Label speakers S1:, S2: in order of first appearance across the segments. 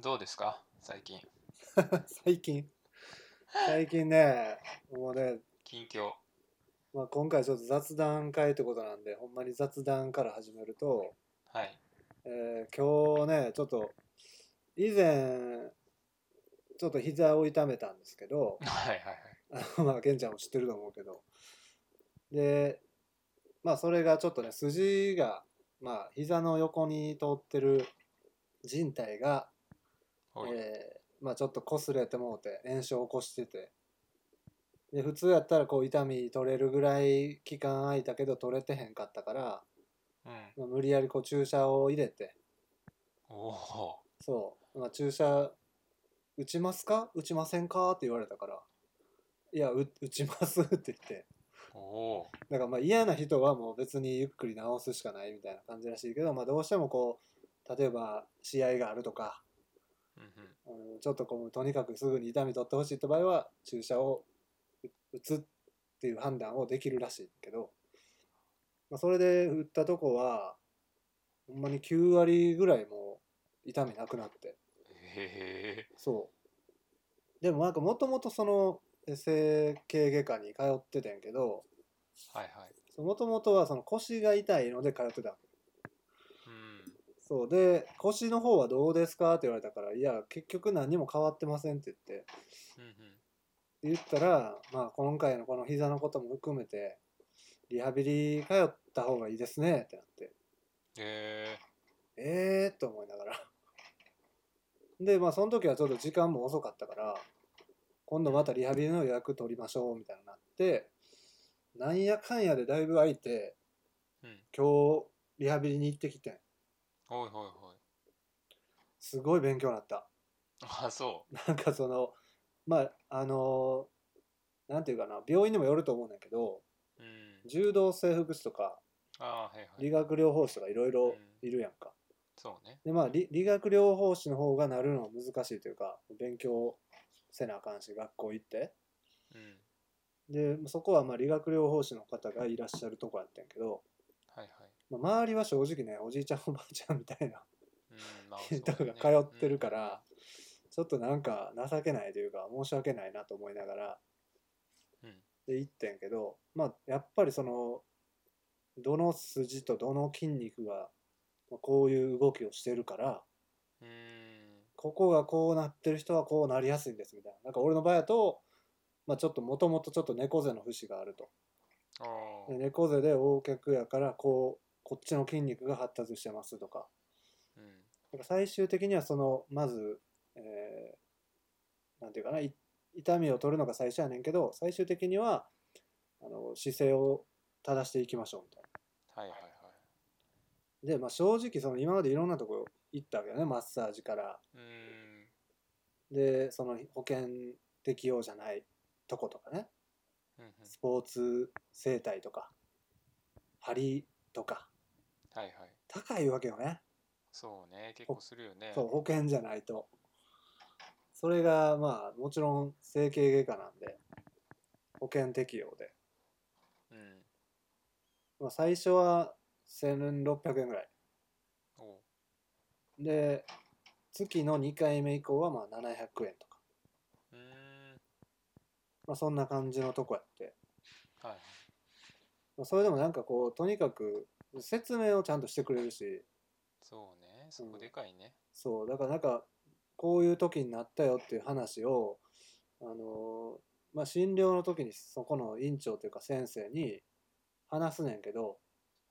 S1: どうですか最近。
S2: 最近最近ねもうね、
S1: 近況。
S2: まあ、今回ちょっと雑談会ってことなんでほんまに雑談から始めると、
S1: はい。
S2: えー今日ねちょっと以前ちょっと膝を痛めたんですけど
S1: はいはいはい。
S2: あのまあケンちゃんも知ってると思うけどでまあそれがちょっとね筋がまあ膝の横に通ってる靭帯が
S1: おい
S2: えーまあ、ちょっと擦れてもうて炎症を起こしててで普通やったらこう痛み取れるぐらい期間空いたけど取れてへんかったから、
S1: うん。
S2: まあ、無理やりこう注射を入れて
S1: おお
S2: そう、まあ、注射打ちますか打ちませんかって言われたからいやう打ちます って言って
S1: ー。お
S2: だからまあ嫌な人はもう別にゆっくり治すしかないみたいな感じらしいけど、まあ、どうしてもこう例えば試合があるとか
S1: ーうん
S2: あのちょっとこうとにかくすぐに痛み取ってほしいって場合は注射をう打つっていう判断をできるらしいけど、まあ、それで打ったとこはほんまに9割ぐらいもう痛みなくなって
S1: うん。へえ。
S2: そうでもなんかもともとそのえ整形外科に通っててんけど
S1: はいはい。
S2: もともとはその腰が痛いので通ってた
S1: うん。
S2: そうで腰の方はどうですかって言われたからいや結局何も変わってませんって言って
S1: うんうん。
S2: 言ったら、まあ、今回のこの膝のことも含めてリハビリ通った方がいいですねってなって
S1: へえ。
S2: ええー、と思いながら でまあその時はちょっと時間も遅かったから今度またリハビリの予約取りましょうみたいになってなんやかんやでだいぶ空いて
S1: うん。
S2: 今日リハビリに行ってきてん
S1: おいおいおい。
S2: すごい勉強になった
S1: あ、そ
S2: なんかそのまああのなんていうかな病院にもよると思うんだけど
S1: う。うん。
S2: 柔道整復師とか
S1: ああー、はいはい。
S2: 理学療法士とかいろいろいるやんか。
S1: そうね。
S2: でまあ理理学療法士の方がなるのは難しいというか勉強せなあかんし学校行って
S1: うん。
S2: でそこはまあ理学療法士の方がいらっしゃるとこやったんやけど、
S1: はいはい。
S2: まあ、周りは正直ねおじいちゃんおばあちゃんみたいな
S1: うん。 まあ、
S2: 人
S1: そう
S2: が
S1: ね
S2: 通ってるから、ちょっとなんか情けないというか申し訳ないなと思いながら
S1: うん。
S2: で行ってんけどまあやっぱりそのどの筋とどの筋肉がまあこういう動きをしてるから
S1: うん。うん。
S2: ここがこうなってる人はこうなりやすいんですみたいな。なんか俺の場合だと、まあ、ちょっともともとちょっと猫背の節があると。
S1: お
S2: で
S1: お。
S2: 猫背で横脚やからこうこっちの筋肉が発達してますとか。
S1: うん。
S2: なんか最終的にはそのまず、えーなんていうかない痛みを取るのが最初やねんけど最終的にはあの姿勢を正していきましょうみたいな。
S1: はいはいはい。
S2: で、まあ、正直その今までいろんなとこ行ったわけよねマッサージから
S1: うん。
S2: でその保険適用じゃないとことかね
S1: うんうん。
S2: スポーツ整体とか針とか
S1: はいはい。
S2: 高いわけよね、
S1: そうね。結構するよね。
S2: そう保険じゃないとそれがまあもちろん整形外科なんで保険適用で、
S1: うん。
S2: まあ、最初は1600円ぐらい
S1: おお。
S2: で月の2回目以降はまあ700円とか、
S1: うーん。
S2: まあ、そんな感じのとこやって、
S1: はい。
S2: まあ、それでもなんかこうとにかく説明をちゃんとしてくれるし
S1: そうね。そこ
S2: うん
S1: でかいね。
S2: そうだからなんかこういう時になったよっていう話をあのーまあ診療の時にそこの院長というか先生に話すねんけど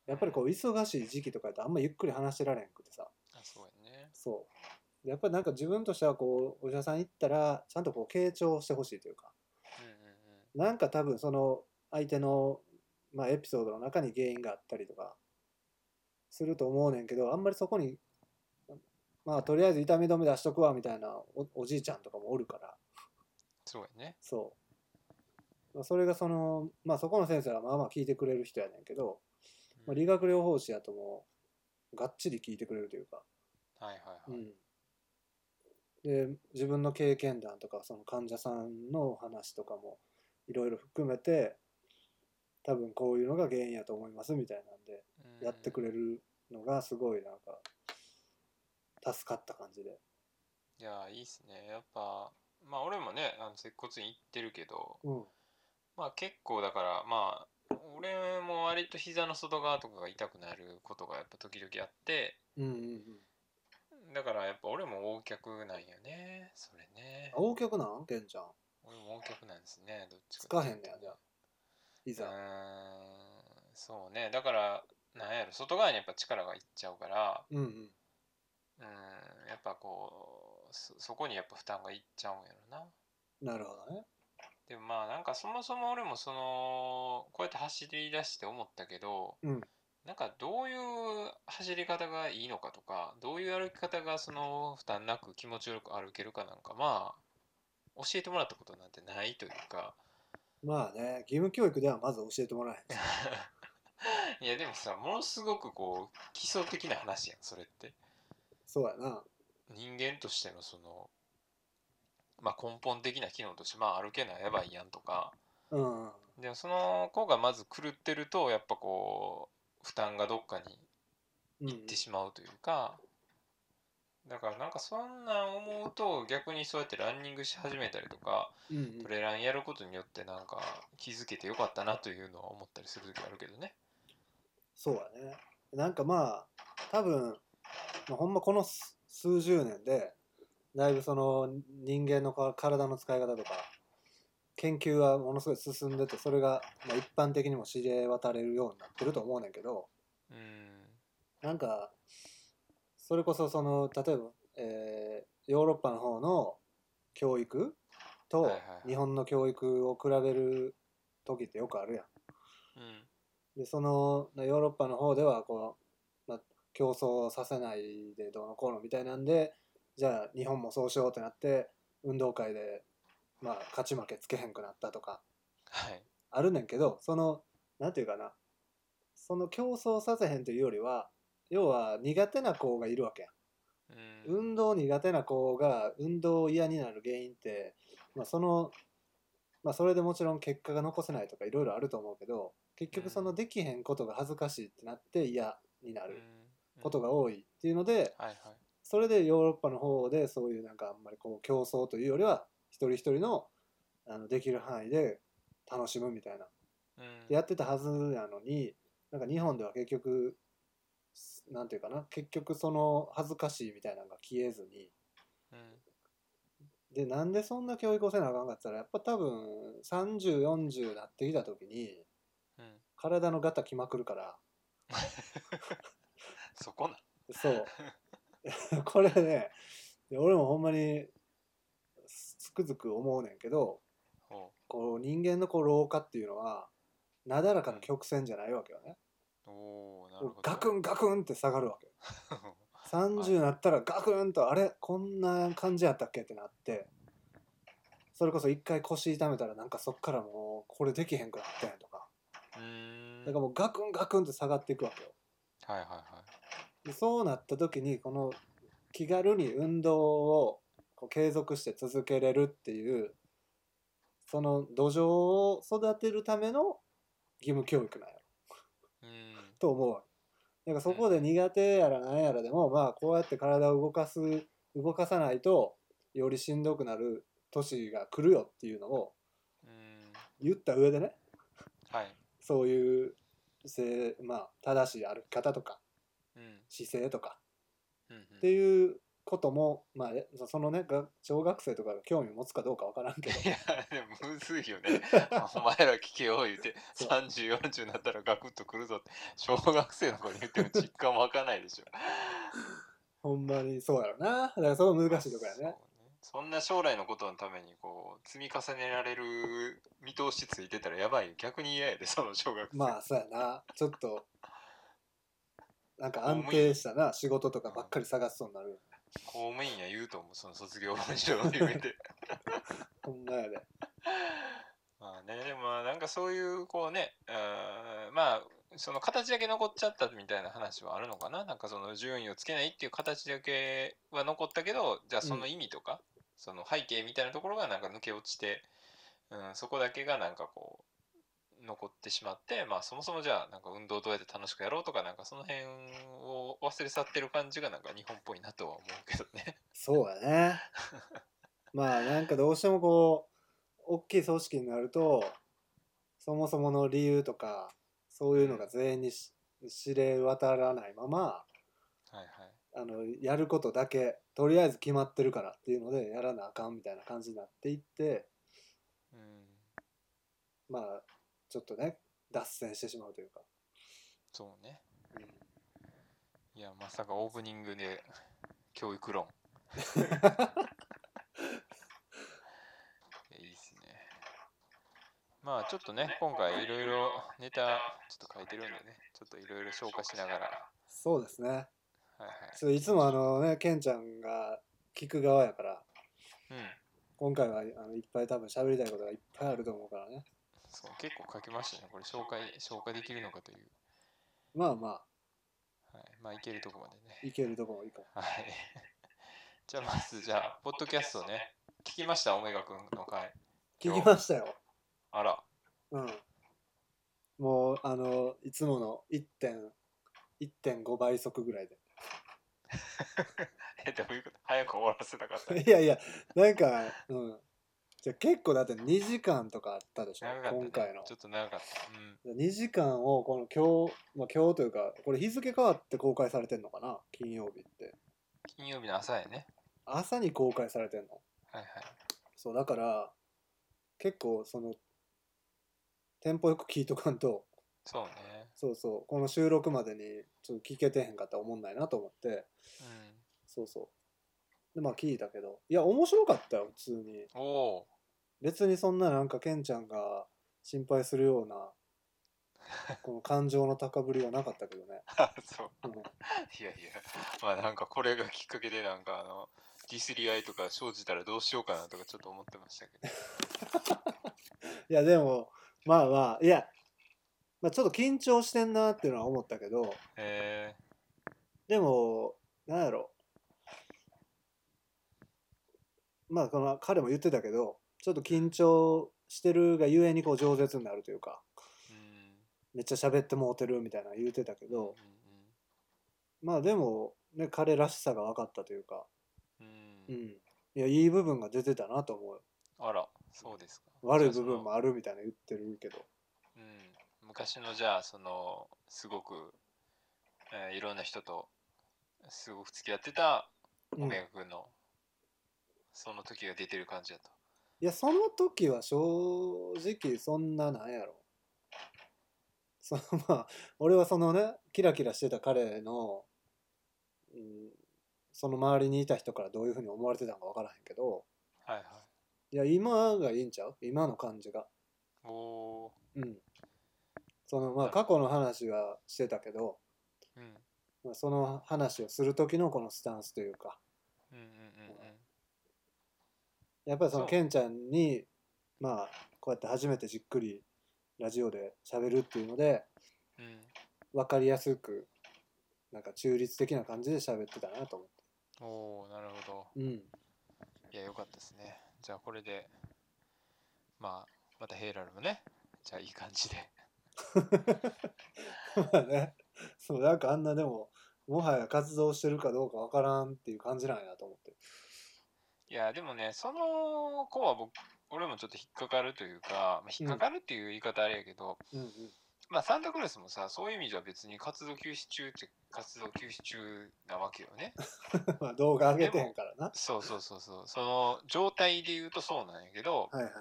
S2: やっぱりこう忙しい時期とかやとあんまゆっくり話してられんくてさ
S1: あ、そうやね。
S2: そうでやっぱりなんか自分としてはこうお医者さん行ったらちゃんとこう傾聴してほしいというか
S1: うんうん
S2: なんか多分その相手の、まあ、エピソードの中に原因があったりとかすると思うねんけどあんまりそこにまあとりあえず痛み止め出しとくわみたいなおおじいちゃんとかもおるから
S1: そうやね。
S2: そう、まあ、それがそのまあそこの先生はまあまあ聞いてくれる人やねんけど、まあ、理
S1: 学。
S2: 学療法士やともうがっちり聞いてくれるというか、
S1: はいはい
S2: うん
S1: はい。
S2: で自分の経験談とかその患者さんのお話とかもいろいろ含めて多分こういうのが原因やと思いますみたいなんで
S1: うん
S2: やってくれるのがすごいなんか助かった感じで
S1: いやーいいっすねやっぱまあ俺もねあの接骨院行ってるけど
S2: うん
S1: まあ結構だからまあ俺も割と膝の外側とかが痛くなることがやっぱ時々あって
S2: うんうんうん
S1: だからやっぱ俺も O 脚なんよねそれね
S2: 大脚なんけんちゃん
S1: 俺も O 脚なんですねどっち
S2: つ
S1: か
S2: か
S1: とい
S2: へ
S1: うんと
S2: ねやじゃあいう
S1: ー
S2: ざ
S1: んそうねだからなんやろ外側にやっぱ力がいっちゃうから
S2: うんうん
S1: うーんやっぱこうそそこにやっぱ負担がいっちゃうんやろな
S2: なるほどね
S1: でもまあなんかそもそも俺もそのこうやって走り出して思ったけど、
S2: うん
S1: なんかどういう走り方がいいのかとかどういう歩き方がその負担なく気持ちよく歩けるかなんかまあ教えてもらったことなんてないというか
S2: まあね義務教育ではまず教えてもらえ へん
S1: いやでもさものすごくこう基礎的な話やんそれって
S2: そうやな
S1: 人間としてのその、まあ、根本的な機能として、まあ、歩けないやばいやんとか
S2: うんうん
S1: でもその子がまず狂ってるとやっぱこう負担がどっかに
S2: うん
S1: 行ってしまうというか、だからなんかそんなん思うと逆にそうやってランニングし始めたりとか
S2: うんうん
S1: トレランやることによってなんか気づけてよかったなというのは思ったりする時あるけどね。
S2: そうやねなんかまあ多分、まあ、ほんまこの数数十年でだいぶその人間のか体の使い方とか研究はものすごい進んでてそれがまあ一般的にも知れ渡れるようになってると思うねんけど
S1: うん
S2: なんかそれこそその例えば、えーヨーロッパの方の教育
S1: は
S2: と
S1: いはいはい
S2: 日本の教育を比べる時ってよくあるやん。
S1: うん
S2: でそのヨーロッパの方ではこう、まあ、競争させないでどうのこうのみたいなんでじゃあ日本もそうしようってなって運動会で、まあ、勝ち負けつけへんくなったとか
S1: はい
S2: あるねんけどそのなんていうかなその競争させへんというよりは要は苦手な子がいるわけやん
S1: うん
S2: 運動苦手な子が運動嫌になる原因って、まあ、その、まあ、それでもちろん結果が残せないとかいろいろあると思うけど結局そのできへんことが恥ずかしいってなって嫌にな
S1: うん
S2: ることが多いっていうので、
S1: はいはい
S2: それでヨーロッパの方でそういうなんかあんまりこう競争というよりは一人一人のあのできる範囲で楽しむみたいな
S1: うん
S2: やってたはずなのになんか日本では結局なんていうかな結局その恥ずかしいみたいなのが消えずに。
S1: うん
S2: でなんでそんな教育をせなあかんかったらやっぱ多分3040なってきた時に
S1: うん
S2: 体のガタきまくるから
S1: そこな
S2: そう これねで俺もほんまにつくづく思うねんけど
S1: お
S2: こう人間のこう老化っていうのはなだらかな曲線じゃないわけよね、
S1: おーなるほど
S2: ガクンガクンって下がるわけ
S1: はい
S2: 30なったらガクンとあれこんな感じやったっけってなってそれこそ一回腰痛めたらなんかそっからもうこれできへんくなったんやとか
S1: うん
S2: だからもうガクンガクンって下がっていくわけよ。
S1: はいはいはい
S2: でそうなった時にこの気軽に運動をこう継続して続けれるっていうその土壌を育てるための義務教育なんやろ
S1: うん
S2: と思うわけ。なんかそこで苦手やらなんやらでもまあこうやって体を動かす動かさないとよりしんどくなる年が来るよっていうのを
S1: うん
S2: 言った上でね
S1: はい
S2: そういうせまあ正しい歩き方とか
S1: うん
S2: 姿勢とか
S1: うんうん
S2: っていうことも、まあ、えそのねが小学生とかが興味持つかどうかわからんけ ど
S1: いやでもむずいよね お前ら聞けよ言うて
S2: そう
S1: 3040になったらガクッとくるぞって小学生の子に言っても実感湧かないでしょ
S2: ほんまにそうやろなだからそこ 難しいとこや
S1: そう
S2: ね
S1: そんな将来のことのためにこう積み重ねられる見通しついてたらやばいよ逆に嫌やでその小学生
S2: まあそうやなちょっとなんか安定したな仕事とかばっかり探すそうになる
S1: 公務員や言うと思うその卒業文章の夢で
S2: ほんまやで
S1: まあねでもまあなんかそういうこうねうんまあその形だけ残っちゃったみたいな話はあるのかななんかその順位をつけないっていう形だけは残ったけどじゃあその意味とか、その背景みたいなところがなんか抜け落ちて、うん、そこだけがなんかこう残ってしまってまあそもそもじゃあなんか運動どうやって楽しくやろうとかなんかその辺を忘れ去ってる感じがなんか日本っぽいなとは思うけどね。
S2: そうやねまあなんかどうしてもこう大きい組織になるとそもそもの理由とかそういうのが全員にし知れ渡らないまま
S1: はいはい。
S2: あのやることだけとりあえず決まってるからっていうのでやらなあかんみたいな感じになっていって
S1: うん。
S2: まあちょっとね脱線してしまうというか、
S1: そうね。いや、まさかオープニングで教育 論。いいですね。まあちょっとね、今回いろいろネタちょっと書いてるんでね、ちょっといろいろ消化しながら。
S2: そうですね
S1: はいはい。
S2: ちょっといつもあのねケンちゃんが聞く側やから
S1: うん。
S2: 今回はあのいっぱい多分喋りたいことがいっぱいあると思うからね
S1: そう、結構書きましたね。これ紹介、消化できるのかという。
S2: まあま
S1: はい。まあいけるとこまで
S2: あ
S1: ね。
S2: いけるとこもいいか
S1: はい。 じゃあまず、じゃあ、ポッドキャストね。聞きました、オメガ君の回。
S2: 聞きましたよ
S1: あら。
S2: うんもうあのいつもの1 1.5倍速ぐらいで
S1: え、どういうこと早く終わらせたか った。
S2: いやいやなんかうんじゃあ結構だって2時間とかあったでしょ、
S1: 長かった、ね。
S2: 今回の
S1: ちょっと長かった。うん。
S2: 2時間をこの今日、まあ、今日というかこれ日付変わって公開されてんのかな金曜日って
S1: 金曜日の朝やね。
S2: 朝に公開されてんの
S1: はいはい。
S2: そうだから結構そのテンポよく聞いとかんと
S1: そうね。
S2: そうそうこの収録までにちょっと聞けてへんかったら思んないなと思ってそうそうでまあ聞いたけどいや面白かったよ普通に
S1: うん。おお。
S2: 別にそんななんかケンちゃんが心配するようなこの感情の高ぶりはなかったけどね、
S1: そう。
S2: うん
S1: いやいや。まあなんかこれがきっかけでなんかあの、ディスり合いとか生じたらどうしようかなとかちょっと思ってましたけど。
S2: いやでもまあまあいや、まあ、ちょっと緊張してんなっていうのは思ったけど
S1: え
S2: でも、なんやろ。まあ、この彼も言ってたけど、ちょっと緊張してるがゆえにこう饒舌になるというか、
S1: ー。うん。
S2: めっちゃ喋ってもうてるみたいなの言ってたけど、
S1: う
S2: まあでも、ね、彼らしさが分かったというか、
S1: んうん
S2: う
S1: うん。
S2: ん。いや、いい部分が出てたなと思うよ。
S1: あら、そうですか。
S2: 悪い部分も
S1: あ
S2: あるみたいな言ってるけど。
S1: る。うん。昔のじゃあ、その、すごく、えーいろんな人と、すごく付き合ってた、
S2: う
S1: オ
S2: ん、
S1: メ
S2: い
S1: ガ君の、その時が出てる感じだと。
S2: や、その時は正直そんななんやろ。その まあ俺はそのねキラキラしてた彼の、うん、その周りにいた人からどういうふうに思われてたのか分からへんけど
S1: はいはい。
S2: いや今がいいんちゃう今の感じが
S1: おお。
S2: うんそのまあ過去の話はしてたけど、
S1: うん。うん
S2: まあ、その話をする時のこのスタンスというか
S1: うんうんうん。
S2: やっぱりその
S1: そう
S2: ケンちゃんにまあこうやって初めてじっくりラジオで喋るっていうので
S1: うん、
S2: 分かりやすくなんか中立的な感じで喋ってたなと思っ
S1: おおなるほ
S2: てうん
S1: どいやよかったですねじゃあこれでまあまたヘイラルもねじゃあいい感じで
S2: まあね、そうなんかあんなでももはや活動してるかどうかわからんっていう感じなんやと思って
S1: いやでもねその子は僕俺もちょっと引っかかるというか、まあ、引っかかるっていう言い方あれやけど、
S2: うんうん
S1: まあサンタクロースもさそういう意味じゃ別に活動休止中って活動休止中なわけよね
S2: まあ動画上げてへんからな
S1: そうそうそうそうその状態で言うとそうなんやけど
S2: はいはい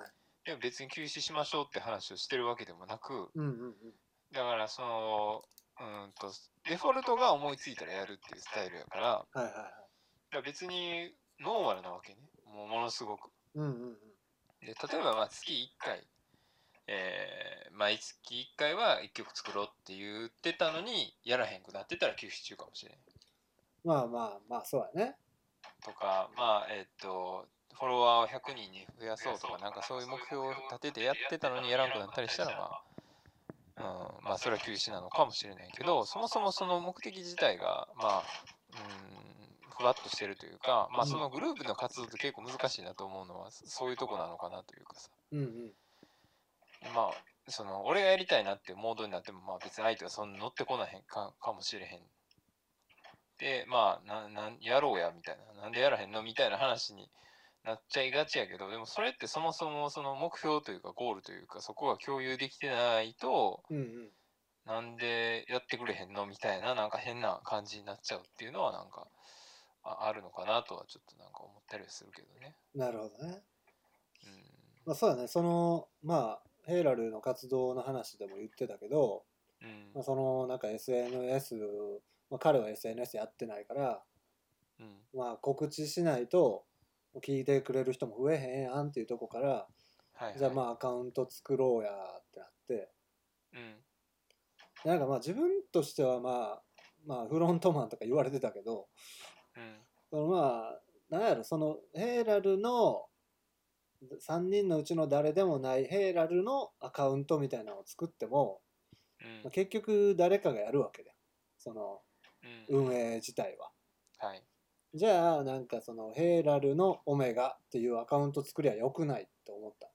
S1: でも別に休止しましょうって話をしてるわけでもなく
S2: うんうんうん
S1: だからそのうーんとデフォルトが思いついたらやるっていうスタイルやからだか
S2: はいはいはい
S1: ら別にノーマルなわけねもうものすごく
S2: うんうんうん
S1: で例えばまあ月1回、えー毎月1回は1曲作ろうって言ってたのにやらへんくなってたら休止中かもしれん
S2: まあまあまあそうやね
S1: とかまあえっとフォロワーを100人に増やそうとかなんかそういう目標を立ててやってたのにやらんくなったりしたらまあうん、まあそれは休止なのかもしれないけどそもそもその目的自体がまあうんふわっとしてるというかまあそのグループの活動って結構難しいなと思うのはそういうとこなのかなというかさ
S2: うんうん
S1: まあその俺がやりたいなってモードになってもまあ別に相手はそんな乗ってこないへんかかもしれへんでまあななんやろうやみたいななんでやらへんのみたいな話になっちゃいがちやけどでもそれってそもそもその目標というかゴールというかそこが共有できてないと
S2: うんうん
S1: なんでやってくれへんのみたいななんか変な感じになっちゃうっていうのはなんかああるのかなとはちょっとなんか思ったりはするけどね。
S2: なるほどね。
S1: うん
S2: まあ、そうだねそのまあヘイラルの活動の話でも言ってたけど、
S1: うん
S2: まあ、そのなんか SNS、まあ、彼は SNS やってないから、
S1: うん
S2: まあ、告知しないと聞いてくれる人も増えへんやんっていうとこから
S1: はいはい
S2: じゃあまあアカウント作ろうやってなって
S1: うん
S2: でなんかまあ自分としてはまあまあフロントマンとか言われてたけど
S1: うん
S2: そのまあなんやろそのヘイラルの3人のうちの誰でもないヘイラルのアカウントみたいなのを作っても、
S1: うん
S2: まあ、結局誰かがやるわけだよその
S1: うん
S2: 運営自体は。
S1: はい
S2: じゃあなんかそのヘイラルのオメガっていうアカウント作りは良くないと思った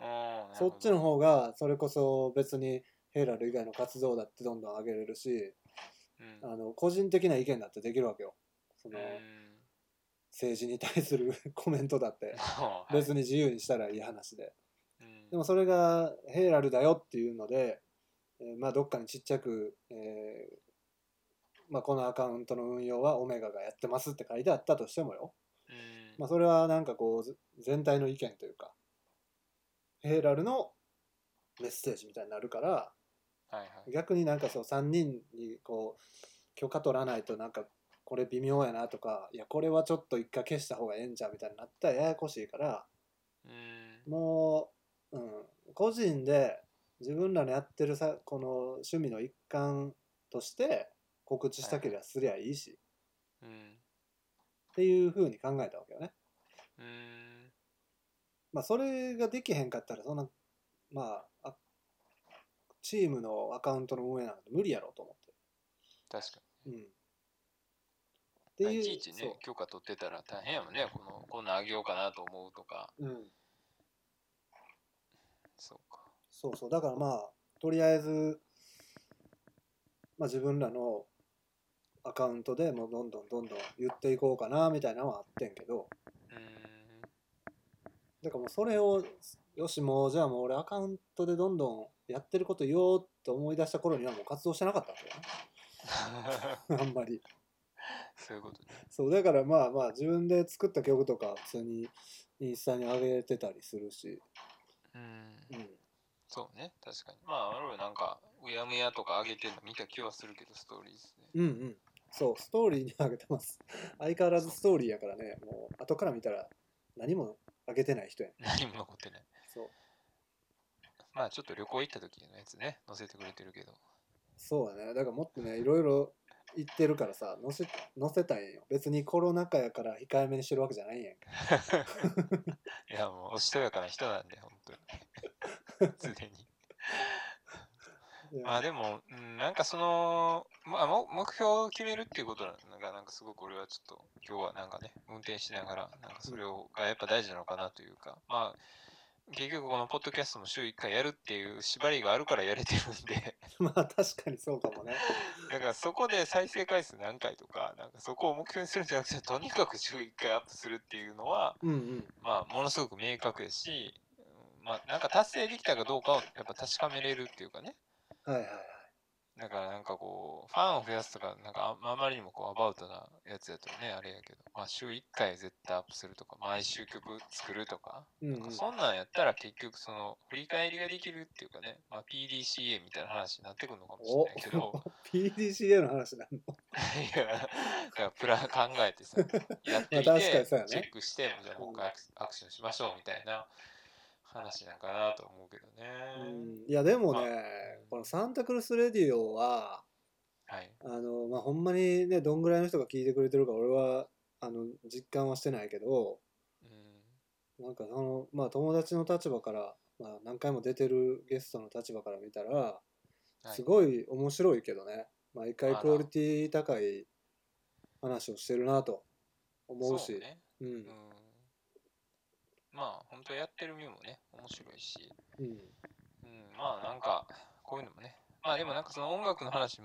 S1: うんなるほど
S2: そっちの方がそれこそ別にヘイラル以外の活動だってどんどん上げれるし
S1: うん
S2: あの個人的な意見だってできるわけよその
S1: うん
S2: 政治に対する コメントだって
S1: はい
S2: 別に自由にしたらいい話で
S1: うん
S2: でもそれがヘイラルだよっていうので、えーまあどっかにちっちゃく、えーまあ、このアカウントの運用はオメガがやってますって書いてあったとしてもよ
S1: うん
S2: まあ、それはなんかこうず全体の意見というかヘイラルのメッセージみたいになるから
S1: はいはい
S2: 逆になんかそう3人にこう許可取らないとなんかこれ微妙やなとかいやこれはちょっと一回消した方がええんじゃんみたいになったらややこしいから
S1: うん
S2: もう、うん、個人で自分らのやってるさこの趣味の一環として告知したければすりゃいいし、
S1: うん
S2: っていうふうに考えたわけよね。
S1: うん
S2: まあ、それができへんかったらそんな、まあ、あチームのアカウントの運営なんて無理やろうと思って。
S1: 確か
S2: うん、っ
S1: に
S2: て
S1: まあいち
S2: い
S1: いうちね許可取ってたら大変やもんねこのこんなんあげようかなと思うとか
S2: そう,、うん、
S1: そうか
S2: そうそうだからまあとりあえず、まあ、自分らのアカウントでもうどんどんどんどん言っていこうかなみたいなのはあってんけど
S1: うん
S2: だからもうそれをよしもうじゃあもう俺アカウントでどんどんやってること言おうって思い出した頃にはもう活動してなかったんだよね あんまり。
S1: そういうことね
S2: そうだからまあまあ自分で作った曲とか普通にインスタに上げてたりするし、
S1: うん
S2: うん、
S1: そうね確かにまあ俺はなんかうやむやとかあげてるの見た気はするけどストーリーズね
S2: うんうんそうストーリーに上げてます 相変わらずストーリーやからねもう後から見たら何も上げてない人やね
S1: 何も残ってない
S2: そう
S1: まあちょっと旅行行った時のやつね載せてくれてるけど
S2: そうだねだからもっとねいろいろ言ってるからさ載せ載せたいんよ別にコロナ禍やから控えめにしてるわけじゃないんやんか
S1: いやもうおしとやかな人なんで本当に常に
S2: いや
S1: まあでも、うん、なんかその、まあ、も目標を決めるっていうことなのが、なんかすごく俺はちょっと、今日はなんかね、運転しながら、なんかそれをがやっぱ大事なのかなというか、まあ、結局このポッドキャストも週1回やるっていう縛りがあるからやれてるんで、
S2: まあ確かにそうかもね
S1: だからそこで再生回数何回とか、なんかそこを目標にするんじゃなくて、とにかく週1回アップするっていうのは、
S2: うんうん
S1: まあ、ものすごく明確やし、うんまあ、なんか達成できたかどうかをやっぱ確かめれるっていうかね、
S2: はいはいはい
S1: だからなんかこう、ファンを増やすとか、なんかああまりにもこう、アバウトなやつやとね、あれやけど、まあ週1回絶対アップするとか、毎週曲作るとか、
S2: うん
S1: なん
S2: う
S1: か
S2: ん
S1: そんなんやったら結局その、振り返りができるっていうかね、まあ PDCA みたいな話になってくるのかもしれ
S2: お
S1: ないけ ど、
S2: PDCA の話なん の
S1: いや、だからプラン考え てさ、やってみ
S2: まあ確か
S1: て、
S2: にそうやね
S1: チェックして、じゃあもう一回アクアクションしましょうみたいな話なんかなと思うけどね。
S2: いやでもね、
S1: まあ
S2: このサンタクルスレディオは
S1: はい。
S2: あの、まあ、ほんまにねどんぐらいの人が聞いてくれてるか俺はあの実感はしてないけど
S1: うん。
S2: なんかその、まあ、友達の立場から、まあ、何回も出てるゲストの立場から見たら
S1: はい
S2: すごい面白いけどね毎
S1: あ
S2: 回
S1: ら
S2: クオリティ高い話をしてるなと思うし
S1: そうね
S2: うん
S1: うんまあ本当やってる身もね面白いし、
S2: うん
S1: うん、まあなんかこういうのもねまあでもなんかその音楽の話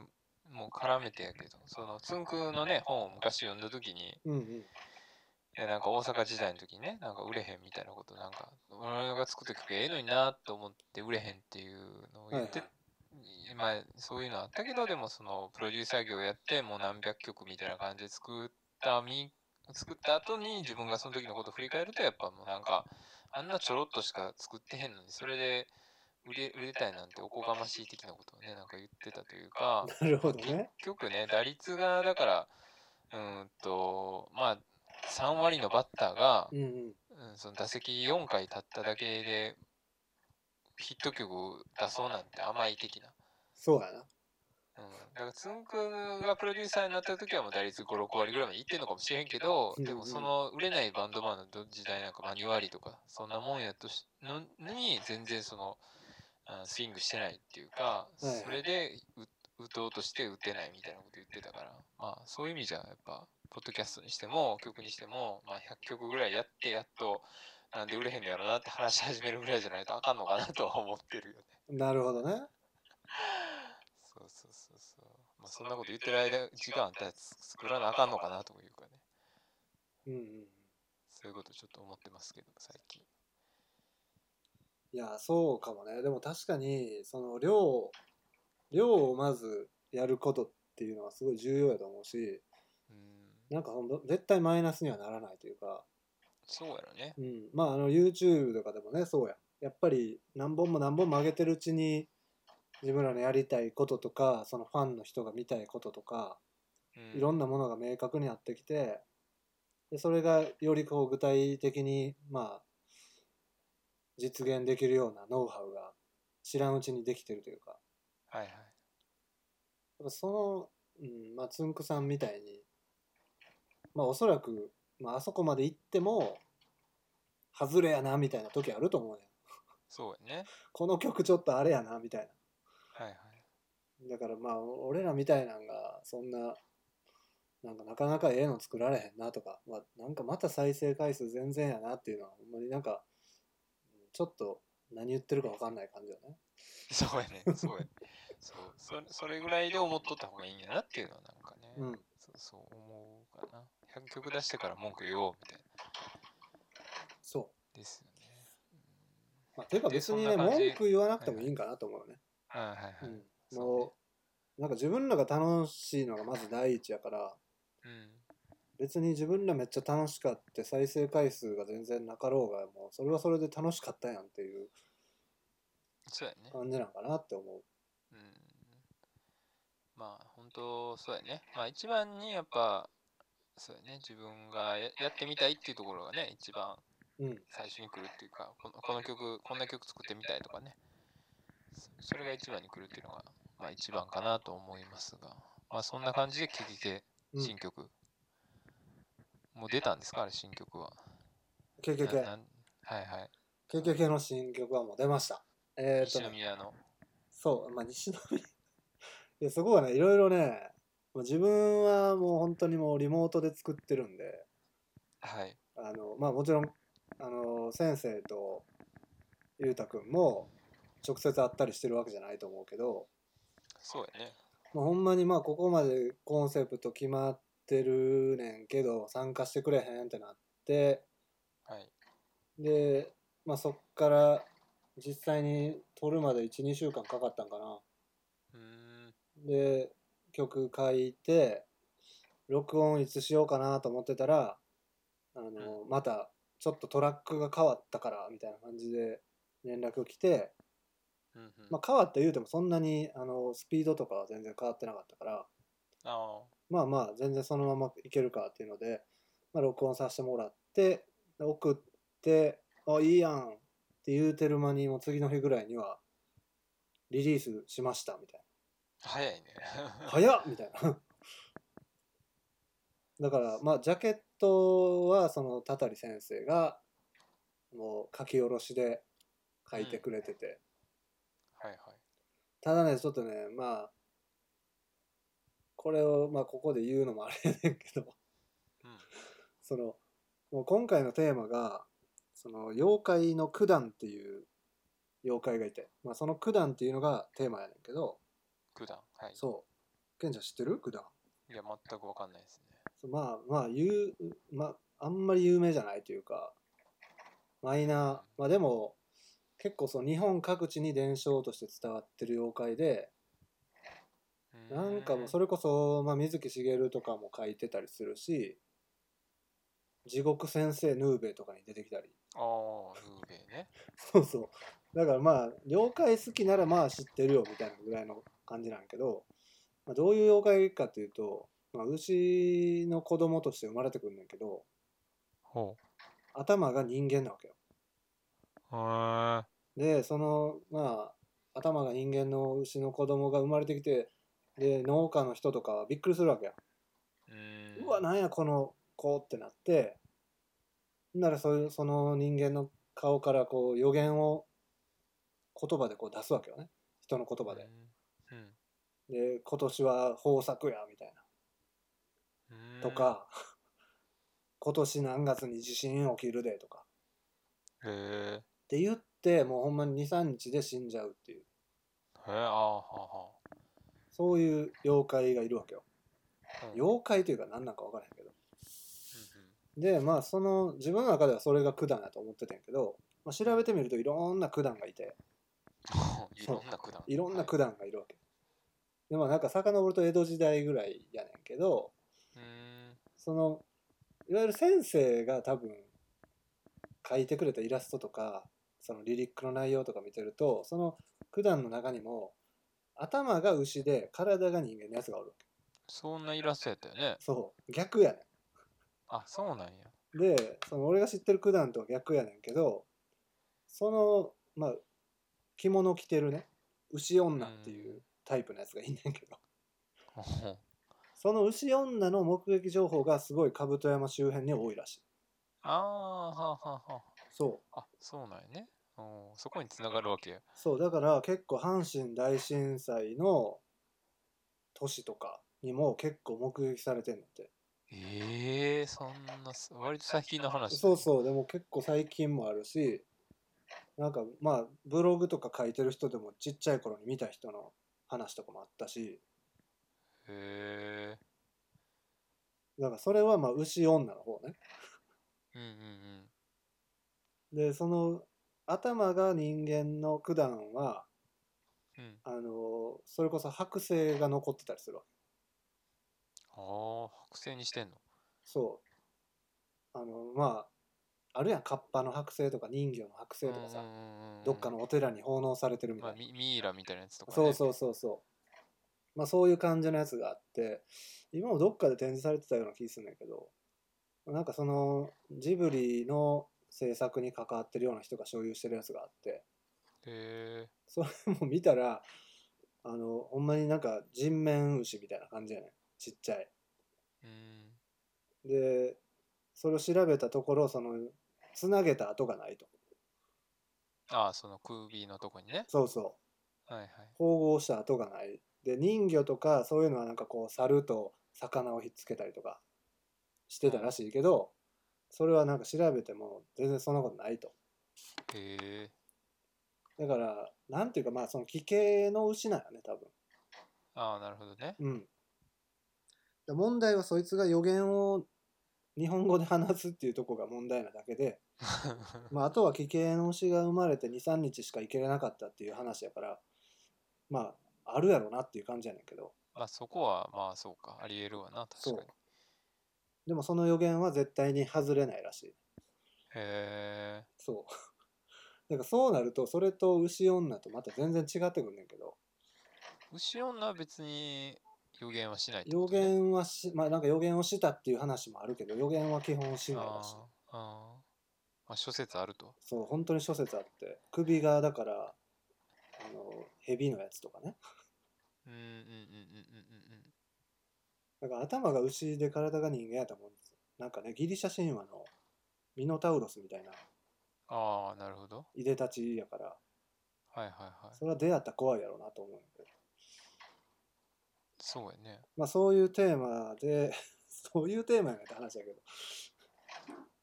S1: も絡めてやけどそのつんくのね本を昔読んだ時に
S2: うんうん
S1: いやなんか大阪時代の時にね、なんか売れへんみたいなこと、なんか、俺が作った曲ええのになと思って売れへんっていうのを言って、
S2: は
S1: まあそういうのあったけど、でもそのプロデューサー業やって、もう何百曲みたいな感じで作ったみ、作った後に自分がその時のことを振り返ると、やっぱもうなんか、あんなちょろっとしか作ってへんのに、それで売れ売れたいなんておこがましい的なことをね、なんか言ってたというか、
S2: なるほどね。
S1: 結局ね、打率がだから、うーんと、まあ、3割のバッターが、
S2: うんうん。
S1: うん、その打席4回立っただけで、ヒット曲を出そうなんて甘い的な。
S2: そうや
S1: う
S2: な。
S1: ん、だから、つんくんがプロデューサーになった時はもう打率5、6割ぐらいまでいってんのかもしれんけど、
S2: うんうん
S1: でもその売れないバンドマンの時代なんか、まあ2割とか、そんなもんやとし、のに、全然その、あスイングしてないっていうか、
S2: いはい
S1: それでう打とうとして打てないみたいなこと言ってたから、まあそういう意味じゃ、やっぱ、ポッドキャストにしても、曲にしても、まあ100曲ぐらいやって、やっと、なんで売れへんのやろなって話し始めるぐらいじゃないとあかんのかなとは思ってるよね。
S2: なるほどね。
S1: そうそうそうそう。まあ、そんなこと言ってる間、時間あったらつ作らなあかんのかなというかね。
S2: うんうん。
S1: そういうことちょっと思ってますけど、最近。
S2: いや、そうかもね。でも確かに、その量を、量をまずやることっていうのはすごい重要やと思うし、
S1: うん。
S2: なんかほんと、絶対マイナスにはならないというか、
S1: そうやろね。
S2: うん、まああの YouTube とかでもねそうややっぱり何本も何本も上げてるうちに自分らのやりたいこととかそのファンの人が見たいこととか
S1: うん、
S2: いろん
S1: な。
S2: なものが明確になってきてでそれがよりこう具体的にまあ実現できるようなノウハウが知らんうちにできてるというか
S1: はいはい。
S2: やっぱその、うんまあ、つんくさんみたいに、まあ、おそらく、まあ、あそこまで行っても外れやなみたいな時あると思うねん
S1: そうやね。
S2: この曲ちょっとあれやなみたい
S1: はい はい。
S2: なだからまあお俺らみたいなんがそんななんかなかなかええの作られへんなとか、まあ、なんかまた再生回数全然やなっていうのはほんまになんかうんちょっと何言ってるか分かんない感じよね
S1: そうやね。そうや。そうそれ。それぐらいで思っとった方がいいんやなっていうのはなんかね。
S2: うん
S1: そうそう思うかな。100曲出してから文句言おうみたいな。
S2: そ
S1: ですよね。
S2: う、まあ、ていうか
S1: で
S2: 別にね
S1: そんな感じ
S2: 文句言わなくてもいいんかなと思うよね、
S1: うんはいはいはい。
S2: うん、もうなんか自分らが楽しいのがまず第一やから
S1: うん。
S2: 別に自分らめっちゃ楽しかって再生回数が全然なかろうがもうそれはそれで楽しかったやんっていう
S1: そうやね。
S2: 感じなんかなって思
S1: うんまあ本当そうやね。まあ一番にやっぱそうやね自分がややってみたいっていうところがね一番
S2: ううん
S1: 最初に来るっていうかこのこの曲こんな曲作ってみたいとかねそそれが一番に来るっていうのがまあ一番かなと思いますがまあそんな感じで「キキケ」
S2: うん
S1: 新曲、もう出たんですかあれ新曲は。な
S2: KKK
S1: なんはいはい。
S2: KKK の新曲はもう出ましたえー、っと
S1: 西
S2: ね
S1: 宮の。
S2: そうまあ西宮 いやそこはねいろいろねもう自分はもう本当にもうリモートで作ってるんで
S1: はい。
S2: あのまあもちろんあの先生と裕太君も直接会ったりしてるわけじゃないと思うけど、
S1: そうやね。
S2: まあ、ほんまにまあここまでコンセプト決まってるねんけど参加してくれへんってなって
S1: はい。
S2: で、まあ、そっから実際に撮るまで12週間かかったんかな
S1: うーん。
S2: で曲書いて録音いつしようかなと思ってたらあの、またちょっとトラックが変わったからみたいな感じで連絡来て、
S1: うんうん、
S2: まあ、変わった言うてもそんなにあのスピードとかは全然変わってなかったから
S1: ああ。
S2: まあまあ全然そのままいけるかっていうので、まあ、録音させてもらってで送って「あいいやん」って言うてる間にもう次の日ぐらいにはリリースしましたみたいな。
S1: 早いね。
S2: 早っみたいな だからまあジャケットはそのたたり先生がもう書き下ろしで書いてくれてて、
S1: はいはい。
S2: ただねちょっとねまあこれをまあここで言うのもあれやねんけど
S1: うん。
S2: そのもう今回のテーマがその妖怪の九段っていう妖怪がいて、まあ、その九段っていうのがテーマやねんけど
S1: 九段。はい。
S2: そうケンちゃん知ってる九段
S1: いや、全くわかんないですね。
S2: そうまあまあ言う、まあんまり有名じゃないというかマイナーまあでも結構その日本各地に伝承として伝わってる妖怪でなんかもうそ
S1: れ
S2: れこそ、まあ、水木しげるとかも書いてたりするし地獄先生ヌーベイとかに出てきたり
S1: ああルーベイね
S2: そうそう。だからまあ、妖怪好きならまあ知ってるよみたいなぐらいの感じなんやけど、まあ、どういう妖怪かっていうと、まあ、牛の子供として生まれてくるんだけど、
S1: ほう
S2: 頭が人間なわけよ。
S1: へー
S2: で、その、まあ、頭が人間の牛の子供が生まれてきて、で、農家の人とかはびっくりするわけよ。
S1: うん
S2: うわ、
S1: な
S2: なんやこの子ってなって、ほんならそういうその人間の顔からこう予言を言葉でこう出すわけよね。人の言葉で。
S1: うん
S2: で今年は豊作やみたい
S1: うん
S2: なとか、 今年何月に地震起きるでとかっ
S1: へえ
S2: て言ってもうほんまに23日で死んじゃうっていう
S1: へえああはあは
S2: そういう妖怪がいるわけよ
S1: あうん
S2: 妖怪というか何なんか分からへんけど
S1: うんうん
S2: でまあその自分の中ではそれが九段だと思ってたんやけど、まあ、調べてみるといろんな九段がいて
S1: いろんな九段。
S2: いろんな
S1: 九
S2: 九段がいるわけ、でまあなんか遡ると江戸時代ぐらいやねんけど
S1: 段。うん
S2: そのいわゆる先生が多分書いてくれたイラストとかそのリリックの内容とか見てるとその九段の中にも頭が牛で体が人間のやつがおるわけ
S1: そんなイラストやったよね。
S2: そう逆やね
S1: あ、そうなんや。
S2: んでその俺が知ってる九段とは逆やねんけどそのまあ着物着てるね牛女っていうタイプのやつがいんねんけど
S1: ほほ
S2: その牛女の目撃情報がすごい兜山周辺に多いらしい
S1: ああ、はあはあは
S2: そう
S1: あ。あ、そうなんやね。おーそこに繋がるわけや。
S2: そうだから結構阪神大震災の年とかにも結構目撃されてんだって
S1: ええそんなす、割と最近の話。
S2: そうそうでも結構最近もあるしなんかまあブログとか書いてる人でもちっちゃい頃に見た人の話とかもあったし
S1: う。へえ。
S2: だからそれはまあ牛女の方ね
S1: うんうん
S2: でその頭が人間の九段は
S1: うん。うん。
S2: あのそれこそ剥製が残ってたりするわけ
S1: ああ、剥製にしてんの。
S2: そうあのまああるやんカッパの剥製とか人魚の剥製とかさ、
S1: うんうんうんうん
S2: どっかの。お寺に奉納されてるみた
S1: ま
S2: い
S1: あ、
S2: な、
S1: ミミイラみたいなやつとか、ね。
S2: そうそうそうそうまあそういう感じのやつがあって今もどっかで展示されてたような気するんだけどなんかそのジブリの制作に関わってるような人が所有してるやつがあって
S1: へえ。
S2: それも見たらあのほんまになんか人面牛みたいな感じやねんちっちゃい
S1: うん。
S2: でそれを調べたところそのつなげた跡がないと
S1: ああ、その首のとこにね。
S2: そうそう
S1: はいはい。
S2: 縫合した跡がないで人魚とかそういうのはなんかこう猿と魚をひっつけたりとかしてたらしいけどそれはなんか調べても全然そんなことないと
S1: へえ。
S2: だからなんていうかまあその奇形の牛なんよね多分
S1: ああ、なるほどね。
S2: うんで問題はそいつが予言を日本語で話すっていうとこが問題なだけで、まあ、あとは奇形の牛が生まれて23日しか行けれなかったっていう話やからまああるやろなっていう感じやねんけど
S1: まあそこはまあそうかありえるわな確かに
S2: そうでもその予言は絶対に外れないらしい。
S1: へえ
S2: そう。なんかそうな ると、それと牛女とまた全然違ってくんねんけど、
S1: 牛女は別に予言はしないって
S2: 予
S1: ことね
S2: 言はし、まあなんか予言をしたっていう話もあるけど、予言は基本しない
S1: あ
S2: らしい。
S1: あああまあ諸説あると
S2: そう、本当に諸説あって、首がだから、あの、蛇のやつとかね。
S1: うんうんうんうんうん
S2: だから頭が牛で体が人間やと思うんですよ。なんかね、ギリシャ神話のミノタウロスみたいな、
S1: うんうんああなるほど
S2: いでたちやから、
S1: はいはいはい
S2: それは出会ったら怖いやろうなと思うんやけど。
S1: そうやね
S2: まあそういうテーマで そういうテーマやねんって話やけど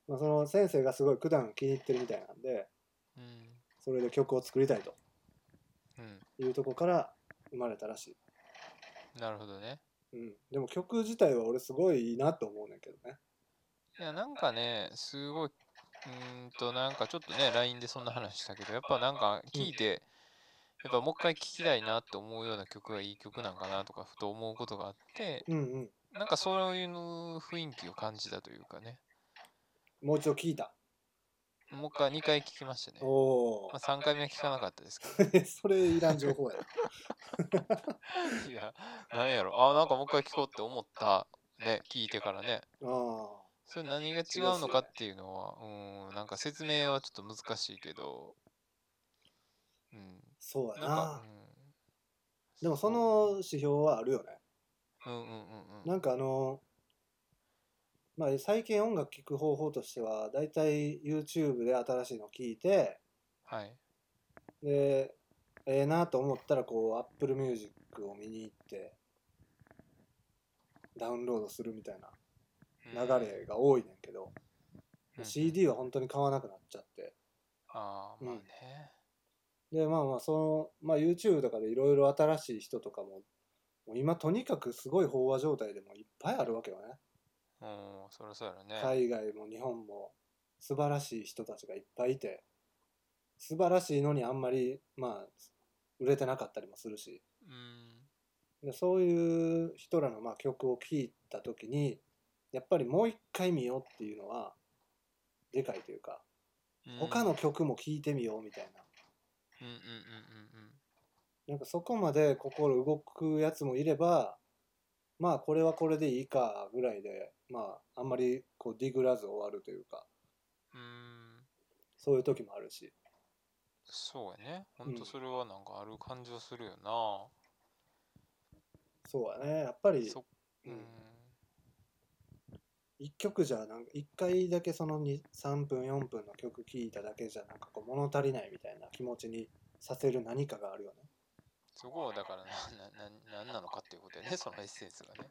S2: まあその先生がすごい九段気に入ってるみたいなんで
S1: うん
S2: それで曲を作りたいと
S1: うん
S2: いうとこから生まれたらし
S1: なるほどね
S2: い、うん、でも曲自体は俺すごいいいなと思うねんけどね
S1: いや、なんかね、すごい、うーんと、なんかちょっとね、LINE でそんな話したけど、やっぱなんか
S2: うん
S1: 聞いて、やっぱもう一回聴きたいなって思うような曲がいい曲なんかなとか、ふと思うことがあって、
S2: うんうん
S1: なんかそういう雰囲気を感じたというかね、
S2: もう一度聞いた
S1: もう一回、2回聴きましたね。
S2: おお
S1: まあ、3回目は聴かなかったですけ
S2: それいらん情報や
S1: ど、いや、なんやろ、あ、なんかもう一回聴こうって思った、ね、聞いてからね。
S2: ああ
S1: それ何が違うのかっていうのは、うん、なんか説明はちょっと難しいけど、うん、
S2: そうや
S1: な
S2: なん
S1: か、うん、
S2: でもその指標はあるよね
S1: うんうんうんうん。
S2: なんかあのまあ最近音楽聴く方法としてはだいたい YouTube で新しいの聞いて
S1: はい。
S2: でええなと思ったらこう Apple Music を見に行ってダウンロードするみたいな
S1: うん
S2: 流、れが多いねんけど、
S1: うん
S2: CD は本当に買わなくなっちゃって
S1: ああ、まあね。
S2: でまあまあその、まあ、YouTube とかでいろいろ新しい人とかももう今とにかくすごい飽和状態でもういっぱいあるわけよね
S1: うん、そりゃそうやろね。
S2: 海外も日本も素晴らしい人たちがいっぱいいて素晴らしいのにあんまりまあ売れてなかったりもするし
S1: うん。
S2: でそういう人らのまあ曲を聴いた時にやっぱりもう一回見ようっていうのはでかいというか
S1: うん
S2: 他の、曲も聴いてみようみたいな
S1: うんうんうんうん
S2: なんかそこまで心動くやつもいればまあこれはこれでいいかぐらいでまああんまりこうディグらず終わるというか
S1: うん。うん。
S2: そういう時もあるし
S1: そうやね。ほ
S2: うん
S1: んとそれはなんかある感じはするよな。
S2: そうだねやっぱり
S1: そ
S2: うん
S1: うん。
S2: 一曲じゃなんか一回だけそのに3分4分の曲聴いただけじゃなんかこう物足りないみたいな気持ちにさせる何かがあるよね
S1: そこはだからな、な、な、なんなのかっていうことやね、そのエッセンスがね。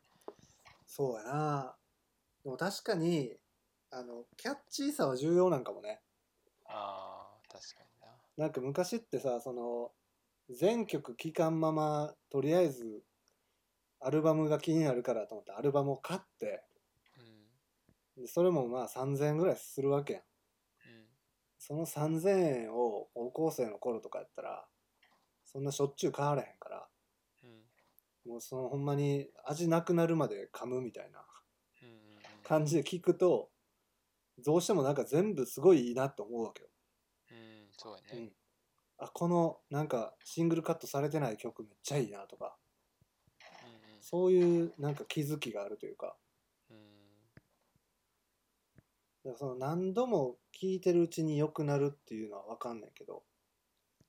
S2: そうやなでも確かにあのキャッチーさは重要なんかもね
S1: ああ、確かにな。
S2: なんか昔ってさその全曲聴かんままとりあえずアルバムが気になるからと思ってアルバムを買って
S1: うん。
S2: でそれもまあ3000円ぐらいするわけやん
S1: うん。
S2: その3000円を高校生の頃とかやったらそんなしょっちゅう買われへんから
S1: うん。
S2: もうそのほんまに味なくなるまで噛むみたいな
S1: うんうんうん
S2: 感じで聞くとどうしてもなんか全部すごいいいなと思うわけよ。
S1: うん、そうや
S2: うん
S1: ね。
S2: あこのなんかシングルカットされてない曲めっちゃいいなとか
S1: う
S2: そういうなんか気づきがあるというか
S1: んうん。
S2: だからその何度も聴いてるうちに良くなるっていうのは分かんないけど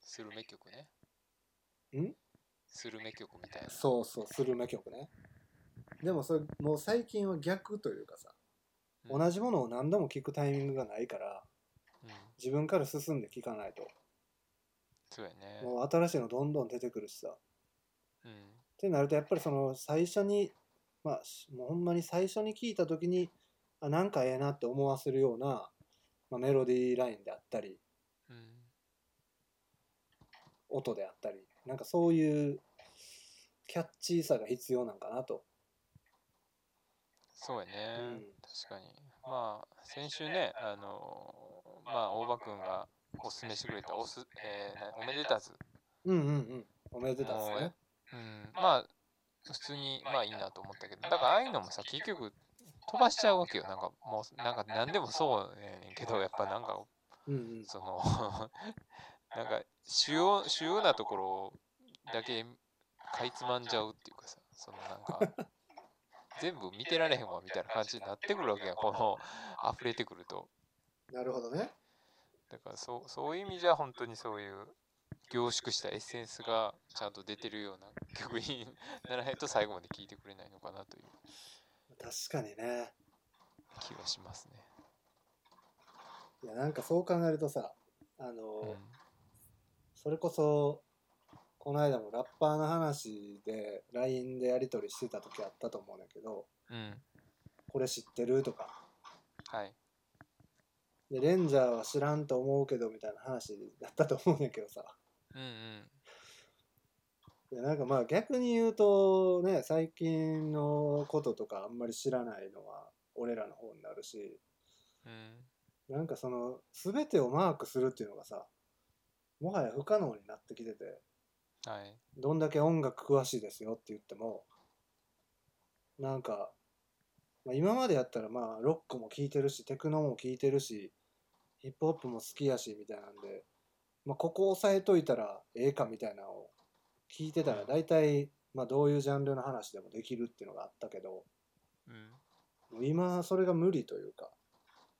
S1: スルメ曲ね。
S2: ん
S1: スルメ曲みたいな。
S2: そうそうスルメ曲ねでもそれもう最近は逆というかさ
S1: うん
S2: 同じものを何度も聴くタイミングがないから
S1: うん。
S2: 自分から進んで聴かないと
S1: そうやね。
S2: もう新しいのどんどん出てくるしさっ
S1: うん。
S2: てなるとやっぱりその最初にまあしもうほんまに最初に聴いた時にあなんかええなって思わせるような、まあ、メロディーラインであったり
S1: うん。
S2: 音であったりなんかそういうキャッチーさが必要なんかなと
S1: そうやね
S2: うん。
S1: 確かに。まあ、先週ね、あのー、まあ、大場くんがおすすめしてくれたおす、えーなおめでたず。
S2: うんうんうんおめでたです
S1: もう
S2: ね
S1: ねうん。まあ、普通に、まあいいなと思ったけど、だからああいうのもさ、結局、飛ばしちゃうわけよ。なんか、もう、なんか、なんでもそうやねんけど、やっぱなんか、
S2: うんうん
S1: その なんか主要主要なところだけかいつまんじゃうっていうかさそのなんか 全部見てられへんわみたいな感じになってくるわけやんこの溢れてくると
S2: なるほどね
S1: だからそうそういう意味じゃ本当にそういう凝縮したエッセンスがちゃんと出てるような曲にならないと最後まで聴いてくれないのかなという
S2: 確かにね
S1: 気がしますね。
S2: いやなんかそう考えるとさあの、
S1: うん
S2: それこそこの間もラッパーの話で LINE でやり取りしてた時あったと思うんだけど
S1: うん、
S2: 「これ知ってる?」とか
S1: はい。
S2: で「レンジャーは知らんと思うけど」みたいな話だったと思うんだけどさ
S1: うんうん。
S2: いやなんかまあ逆に言うとね最近のこととかあんまり知らないのは俺らの方になるし
S1: うん
S2: なんかその全てをマークするっていうのがさもはや不可能になってきてて
S1: はい
S2: どんだけ音楽詳しいですよって言ってもなんか、まあ、今までやったらまあロックも聴いてるしテクノも聴いてるしヒップホップも好きやしみたいなんで、まあ、ここ押さえといたらええかみたいなのを聞いてたら大体、まあ、どういうジャンルの話でもできるっていうのがあったけど
S1: うん
S2: もう今それが無理というか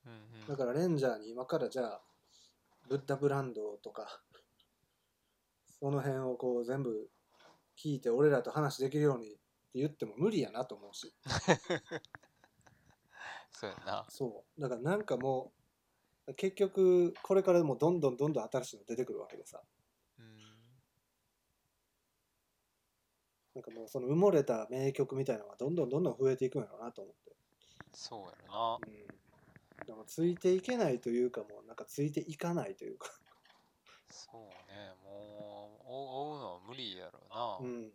S1: うんうん
S2: だからレンジャーに今からじゃあブッダブランドとかその辺をこう全部聞いて俺らと話できるようにって言っても無理やなと思うし
S1: そうやな
S2: そうだからなんかもう結局これからもうどんどんどんどん新しいの出てくるわけでさ
S1: うん
S2: なんかもうその埋もれた名曲みたいなのがどんどんどんどん増えていくんやろうなと思って
S1: そうやろ
S2: うんでもついていけないというかもうなんかついていかないというか
S1: なそうねもう追追うのは無理やろ
S2: う
S1: な、い
S2: ん
S1: や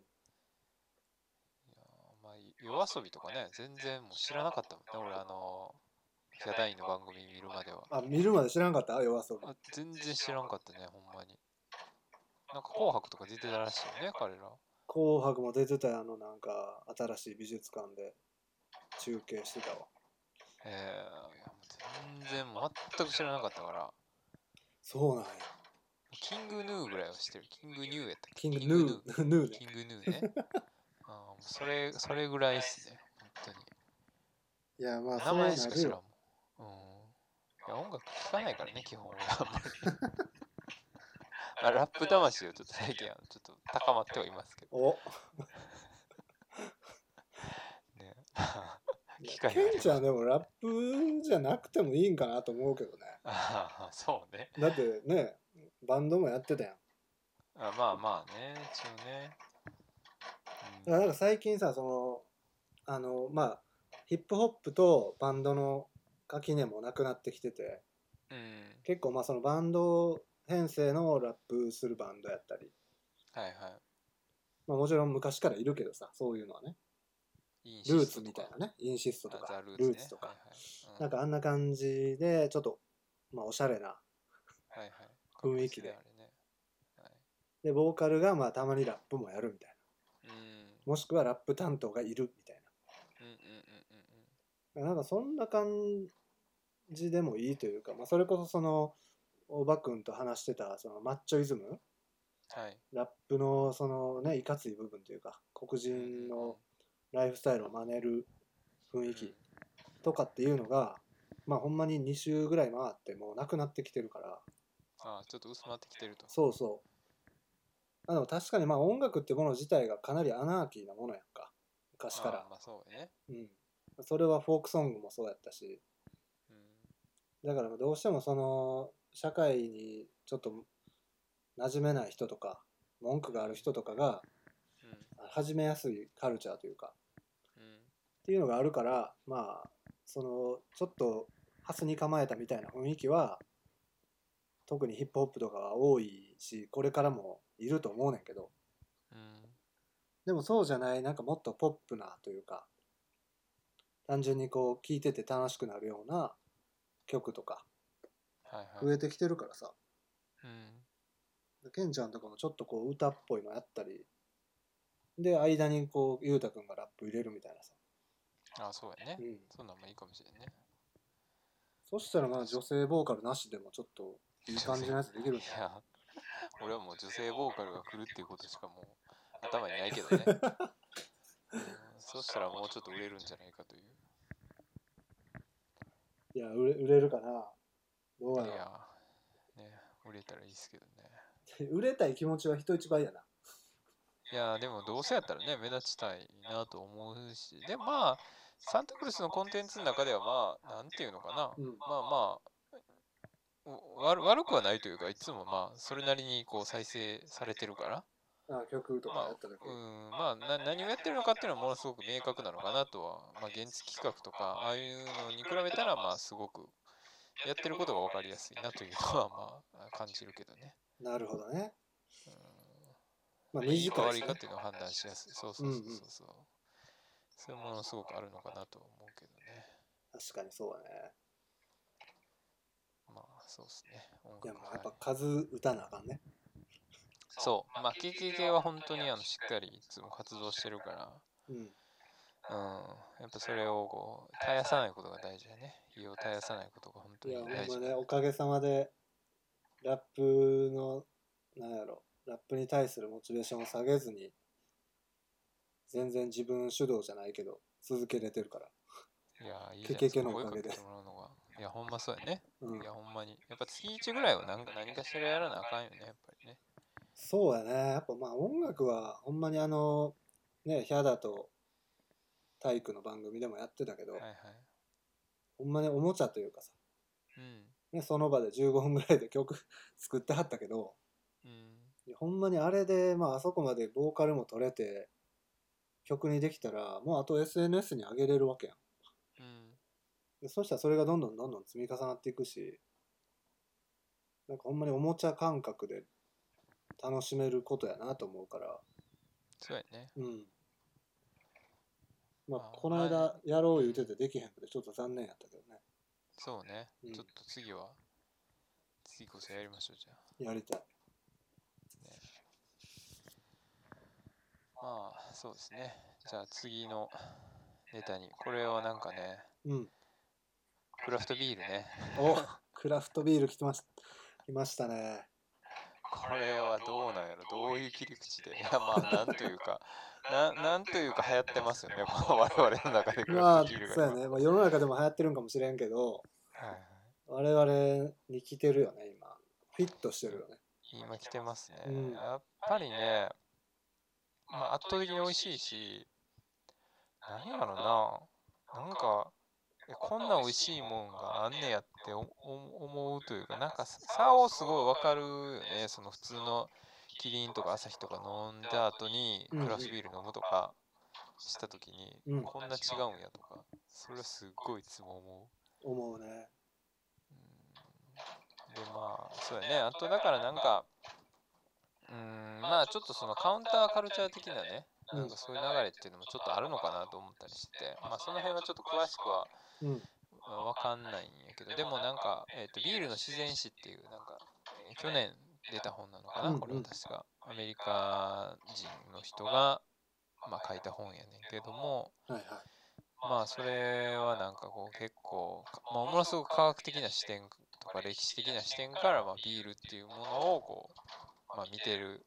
S1: まあ夜遊びとかね全然もう知らなかったもんね俺あのヒャダインの番組見るまでは
S2: あ見るまで知らんかった夜遊び
S1: あ全然知らんかったねほんまになんか「紅白」とか出てたらしいよね彼ら
S2: 紅白も出てたよあのなんか新しい美術館で中継してたわ
S1: えー、いやもう全然全く知らなかったから
S2: そうなんや
S1: キングヌーぐらいは知ってるキングニューやったっけ
S2: キングヌーヌー
S1: キ
S2: ね
S1: ングヌーねあーもうそれそれぐらいっすね本当に
S2: いやまあ
S1: 名
S2: そうな
S1: 前しか
S2: る
S1: 知らんも
S2: よ
S1: ん。うん。いや、音楽聴かないからね、基本俺はあんまり。 まあ、ラップ魂をちょっと最近、あのちょっと高まってはいますけど
S2: お
S1: ね。 あ
S2: いや
S1: 機械があります
S2: ケンちゃんでもラップじゃなくてもいいんかなと思うけどね
S1: あ、そうね。
S2: だってねバンドもやってたやん
S1: あまあまあね、一応ね。
S2: だからなんか最近さそのあのまあヒップホップとバンドの垣根もなくなってきてて
S1: うん。うん。
S2: 結構まあそのバンド編成のラップするバンドやったり、
S1: はいは
S2: まあ、もちろん昔からいるけどさそういうのはね
S1: い。
S2: ルーツみたいなねインシスト
S1: と
S2: と
S1: か。
S2: か
S1: あザ
S2: ル
S1: ル
S2: ー
S1: ーツ,、ね、
S2: ツとか、
S1: はいはい。
S2: なん
S1: か、
S2: かあんな感じでちょっと、まあ、おしゃれな
S1: はいはい、
S2: 雰囲気で
S1: かっこいいすねあれね
S2: でボーカルがまあたまにラップもやるみたい
S1: はい、
S2: なもしくはラップ担当がいるみたい
S1: うん。うんうんうんうんうん。
S2: ななんかそんな感じでもいいというか、まあ、それこそそのおばくんと話してたそのマッチョイズム
S1: はい。
S2: ラップのそのねいかつい部分というか黒人のライフスタイルを真似る雰囲
S1: うん
S2: 気とかっていうのが、まあ、ほんまに2週ぐらい回ってもうなくなってきてるから。
S1: あちょっと薄まってきてると。
S2: そうそう。あでも確かにまあ音楽ってもの自体がかなりアナーキーなものやんか。昔から
S1: あ。まあそうね。
S2: うん。それはフォークソングもそうやったし、
S1: うん
S2: だからどうしてもその社会にちょっと馴染めない人とか、文句がある人とかが
S1: う
S2: 始めやすいカルチャーというか、
S1: んうん
S2: っていうのがあるから、まあ、そのちょっとハスに構えたみたいな雰囲気は、特にヒップホップとかは多いし、これからもいると思うねんけど、
S1: うん
S2: でもそうじゃない、なんかもっとポップなというか、単純にこう聴いてて楽しくなるような曲とか
S1: はい
S2: 増
S1: はい。
S2: えてきてるからさ、
S1: うん
S2: ケンちゃんとかもちょっとこう歌っぽいのやったり、で、間にこう、ゆうたくんがラップ入れるみたいなさ。
S1: あ、そうやね
S2: う。ん。
S1: そんなんもいいかもしれんね。
S2: そしたらまあ女性ボーカルなしでもちょっといい感じのやつできるん
S1: い
S2: じゃない
S1: や、俺はもう女性ボーカルが来るっていうことしかもう頭にないけどね。うんそしたらもうちょっと売れるんじゃないかという。
S2: いや、売れ売れるかな。どう
S1: い
S2: や
S1: や、ね、売れたらいいですけどね。
S2: ろう。売れたい気持ちは人一倍やな。
S1: いや、でもどうせやったらね、目立ちたいなと思うし。で、まあ、サンタクルスのコンテンツの中ではまあ、なんていうのかな。
S2: うん。
S1: まあまあお悪悪くはないというかいつもまあそれなりにこう再生されてるから
S2: あ曲とかやった時。
S1: うんまあな何をやってるのかっていうのはものすごく明確なのかなとは、まあ、現地企画とかああいうのに比べたらまあすごくやってることが分かりやすいなというのはまあ感じるけどね、
S2: なるほどね。
S1: うん
S2: まあ
S1: いいか
S2: 短い
S1: 悪
S2: し
S1: い
S2: ね
S1: かっていうのを判断しやすいそうそうそう
S2: うんうん
S1: そうそう、そういうものすごくあるのかなと思うけどね
S2: 確かにそうだね
S1: まあそうですね。
S2: いやもう
S1: 音
S2: やっ
S1: 楽は
S2: ぱ
S1: い
S2: 数打たなあかんね
S1: そう、まあ KKK は本当にあのしっかりいつも活動してるから、
S2: うん
S1: うん、やっぱそれをこう絶やさないことが大事だね。胃を絶やさないことが本当
S2: い
S1: に
S2: やほん
S1: 大事
S2: ま
S1: だ
S2: ねおかげさまでラップのなんやろラップに対するモチベーションを下げずに全然自分主導じゃないけど続けれてるから、
S1: いや、いいじゃないですか
S2: KKK のお
S1: 声
S2: か
S1: か
S2: げ
S1: け
S2: で
S1: てもらうのが。いや、ほんまそうやね。
S2: うん
S1: いや、、ほんまに。やっぱ月1ぐらいは何か何かしらやらなあかんよね、やっぱりね。
S2: そうやねやっぱまあ音楽はほんまにあのねヒャダと体育の番組でもやってたけど、
S1: はいはい。
S2: ほんまにおもちゃというかさ、
S1: うん。
S2: ね、その場で15分ぐらいで曲 作ってはったけど
S1: うん。
S2: いやほんまにあれで、まあ、あそこまでボーカルも取れて曲にできたらもうあと SNS に上げれるわけやん
S1: うん。
S2: でそしたらそれがどんどんどんどん積み重なっていくしなんかほんまにおもちゃ感覚で楽しめることやなと思うから
S1: そうやね。
S2: うんまあ
S1: あ
S2: この間
S1: は
S2: やろう言うててできへんくてちょっと残念やったけどね
S1: そうね。
S2: うん
S1: ちょっと次は、次こそやりましょう、じゃあ。
S2: やりたい
S1: まあ、そうですね。じゃあ次のネタに。これはなんかね、
S2: うん
S1: クラフトビールね。
S2: おクラフトビール来てました来ましたね
S1: これはどうなんやろどういう切り口でいや、まあ、 なんというか、ななんというか流行ってますよね。この我々の中でク
S2: ま
S1: ラ
S2: あ
S1: フトビールが
S2: そう
S1: 今。
S2: やね、まあ、世の中でも流行ってるんかもしれんけど
S1: はいはい
S2: 我々に来てるよね今フィットしてるよね
S1: 今来てますね、
S2: うん
S1: やっぱりね、まあ、圧倒的に美味しいし何やろななんかえこんな美味しいもんがあんねやっておお思うというかなんかさ差をすごい分かるよねその普通のキリンとか朝日とか飲んだ後に
S2: うん
S1: クラフトビール飲むとかした時に、
S2: うん
S1: こんな違うんやとかそれはすっごいいつも思う。
S2: 思うね
S1: でまあそうやねあとだからなんかうーんまあちょっとそのカウンターカルチャー的なね
S2: うん
S1: なんかそういう流れっていうのもちょっとあるのかなと思ったりしてまあその辺はちょっと詳しくは
S2: うん
S1: わかんないんやけどでもなんか、えー、とビールの自然史っていうなんか、えー去年出た本なのかな、
S2: うんうん
S1: これは確かアメリカ人の人が、まあ、書いた本やねんけども
S2: はいはい
S1: まあそれはなんかこう結構、かまあ、ものすごく科学的な視点とか歴史的な視点からまあビールっていうものをこう、まあ、見てる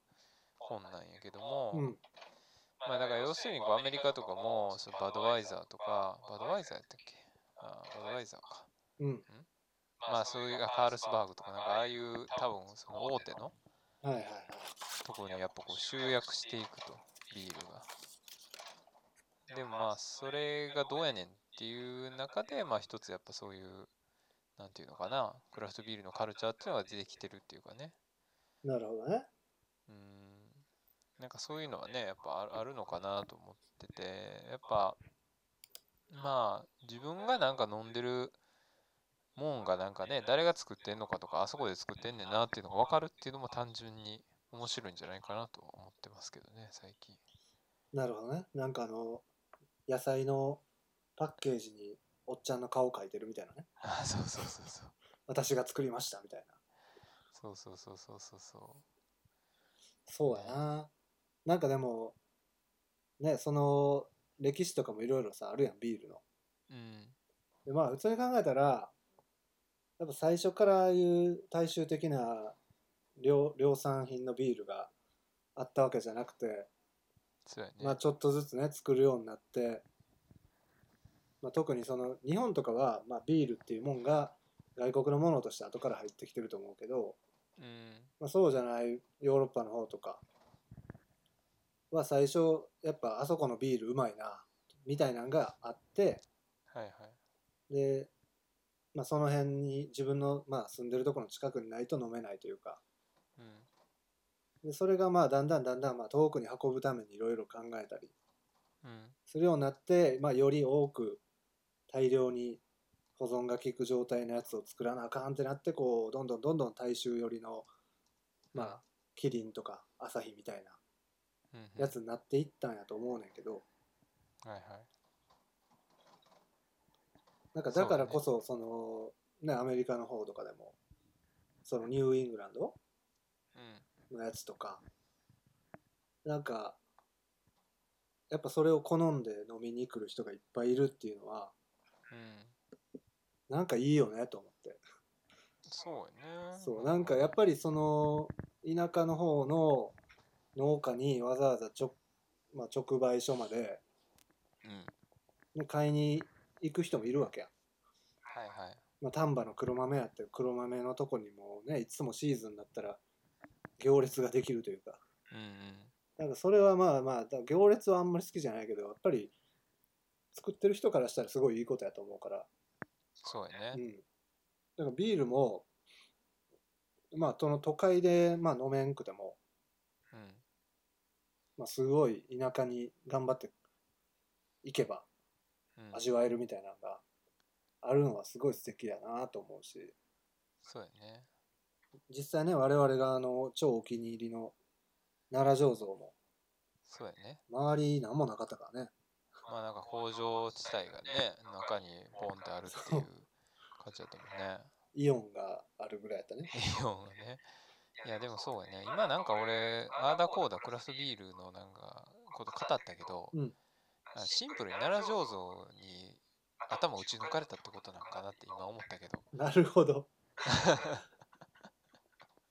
S1: 本なんやけども、
S2: うん
S1: まあだから要するにこうアメリカとかもそのバドワイザーとかバドワイザーやったっけあーバドワイザーか
S2: うん
S1: まあそういうあカールスバーグとかなんかああいう多分その大手の
S2: はいはいはい
S1: ところにやっぱこう集約していくとビールがでもまあそれがどうやねんっていう中でまあ一つやっぱそういうなんていうのかなクラフトビールのカルチャーっていうのが出てきてるっていうかね
S2: なるほどね
S1: うんなんかそういうのはねやっぱあるあるのかなと思っててやっぱまあ自分がなんか飲んでるもんがなんかね誰が作ってんのかとかあそこで作ってんねんなっていうのが分かるっていうのも単純に面白いんじゃないかなと思ってますけどね最近
S2: なるほどねなんかあの野菜のパッケージにおっちゃんの顔描いてるみたいなね
S1: あそうそうそうそう
S2: 私が作りましたみたいな
S1: そうそうそうそうそうそ
S2: そうやななんかでもねその歴史とかもいろいろさあるやんビールの
S1: ううん
S2: でまあ普通に考えたらやっぱ最初からああいう大衆的な量量産品のビールがあったわけじゃなくて
S1: そうやね、
S2: まあ、ちょっとずつね作るようになって、まあ、特にその日本とかは、まあ、ビールっていうもんが外国のものとして後から入ってきてると思うけど、
S1: うん
S2: まあ、そうじゃないヨーロッパの方とかは最初やっぱあそこのビールうまいなみたいなんがあって
S1: はいはい
S2: で、まあ、その辺に自分の、まあ、住んでるところの近くにないと飲めないというか
S1: うん
S2: でそれがまあだんだんだんだんまあ遠くに運ぶためにいろいろ考えたり
S1: うん
S2: するようになって、まあ、より多く大量に保存が効く状態のやつを作らなあかんってなってこうどんどんどんどん大衆寄りのまあキリンとかアサヒみたいな
S1: うんうん
S2: やつになっていったんやと思うねんけど
S1: はいはい
S2: なんかだからこそそのねアメリカの方とかでもそのニューイングランド
S1: うん
S2: のやつとかなんかやっぱそれを好んで飲みに来る人がいっぱいいるっていうのは
S1: うん
S2: なんかいいよねと思って
S1: そうやね
S2: そうなんかやっぱりその田舎の方の農家にわざわざちょ、まあ、直売所まで
S1: うん
S2: 買いに行く人もいるわけやん
S1: はいはい
S2: まあ、丹波の黒豆やって黒豆のとこにもねいつもシーズンだったら行列ができるというか
S1: うん
S2: なんかそれはまあまあだ行列はあんまり好きじゃないけどやっぱり作ってる人からしたらすごいいいことやと思うから、
S1: そうや
S2: う
S1: ね
S2: ん、だからビールもまあその都会でまあ飲めんくても、
S1: うん
S2: まあ、すごい田舎に頑張っていけば
S1: うん
S2: 味わえるみたいなのがあるのはすごい素敵やなと思うし。
S1: そうやね
S2: 実際ね我々があの超お気に入りの奈良醸造も
S1: そうやね
S2: 周り何もなかったからね
S1: まあなんか工場地帯がね中にボンってあるっていう感じだったもんね
S2: イオンがあるぐらいやっ たね
S1: イオンがねいやでもそうやね今なんか俺ああだこうだクラフトビールのなんかこと語ったけど、
S2: うん
S1: あシンプルに奈良醸造に頭打ち抜かれたってことなんかなって今思ったけど
S2: なるほど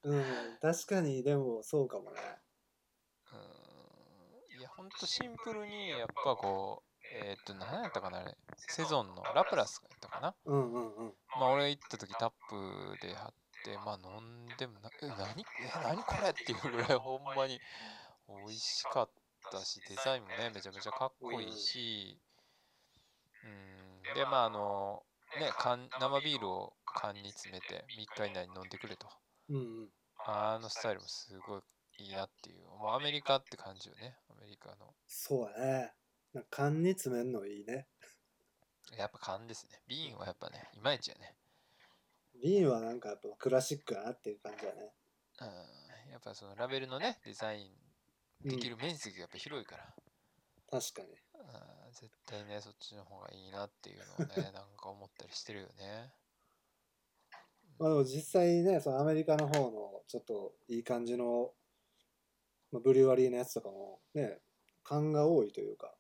S2: うん確かにでもそうかもね
S1: うーんいやほんとシンプルにやっぱこうえーっと何やったかなあれセゾンのラプラスやったかな
S2: うんうんうん
S1: まあ俺行った時タップで貼ってまあ飲んでもなえ何え何これっていうぐらいほんまに美味しかったしデザインもねめちゃめちゃかっこいいしうんでまああのね缶生ビールを缶に詰めて3日以内に飲んでくれと
S2: うんうん
S1: あのスタイルもすごいいいなっていうもうアメリカって感じよねアメリカの
S2: そうやねなんか缶に詰めんのいいね
S1: やっぱ缶ですね瓶はやっぱねいまいちやね
S2: 瓶はなんかやっぱクラシックやなっていう感じやね
S1: うんやっぱそのラベルのねデザイン
S2: うん
S1: できる面積がやっぱ広いから、
S2: 確かに
S1: あー絶対ねそっちの方がいいなっていうのを ねなんか思ったりしてるよね
S2: まあでも実際ねそのアメリカの方のちょっといい感じの、まあ、ブリュワリーのやつとかもね缶が多いというか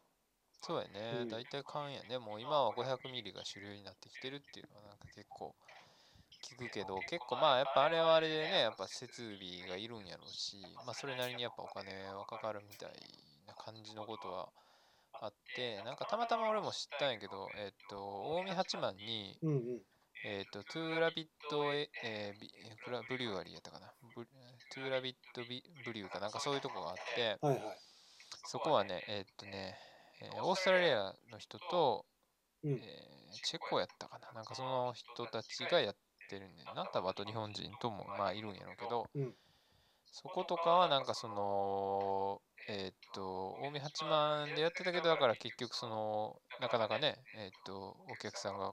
S1: そうやね、
S2: うん
S1: 大体缶やねもう今は500ミリが主流になってきてるっていうのはなんか結構聞くけど結構まあやっぱあれはあれでねやっぱ設備がいるんやろうしまあそれなりにやっぱお金はかかるみたいな感じのことはあってなんかたまたま俺も知ったんやけどえっと近江八幡に
S2: うんうん
S1: えっ、と、トゥーラビットえ、えービえークラブリュワリーやったかな。ブトゥーラビットビブリューかなんかそういうとこがあって、
S2: はいはい
S1: そこはね、えっ、とね、えーオーストラリアの人と、
S2: う
S1: え
S2: ん
S1: ーチェコやったかな。なんかその人たちがやってるんだよな。多分あと日本人ともまあいるんやろうけど、
S2: うん
S1: そことかはなんかその、えっ、と、近江八幡でやってたけど、だから結局その、なかなかね、えっ、と、お客さんが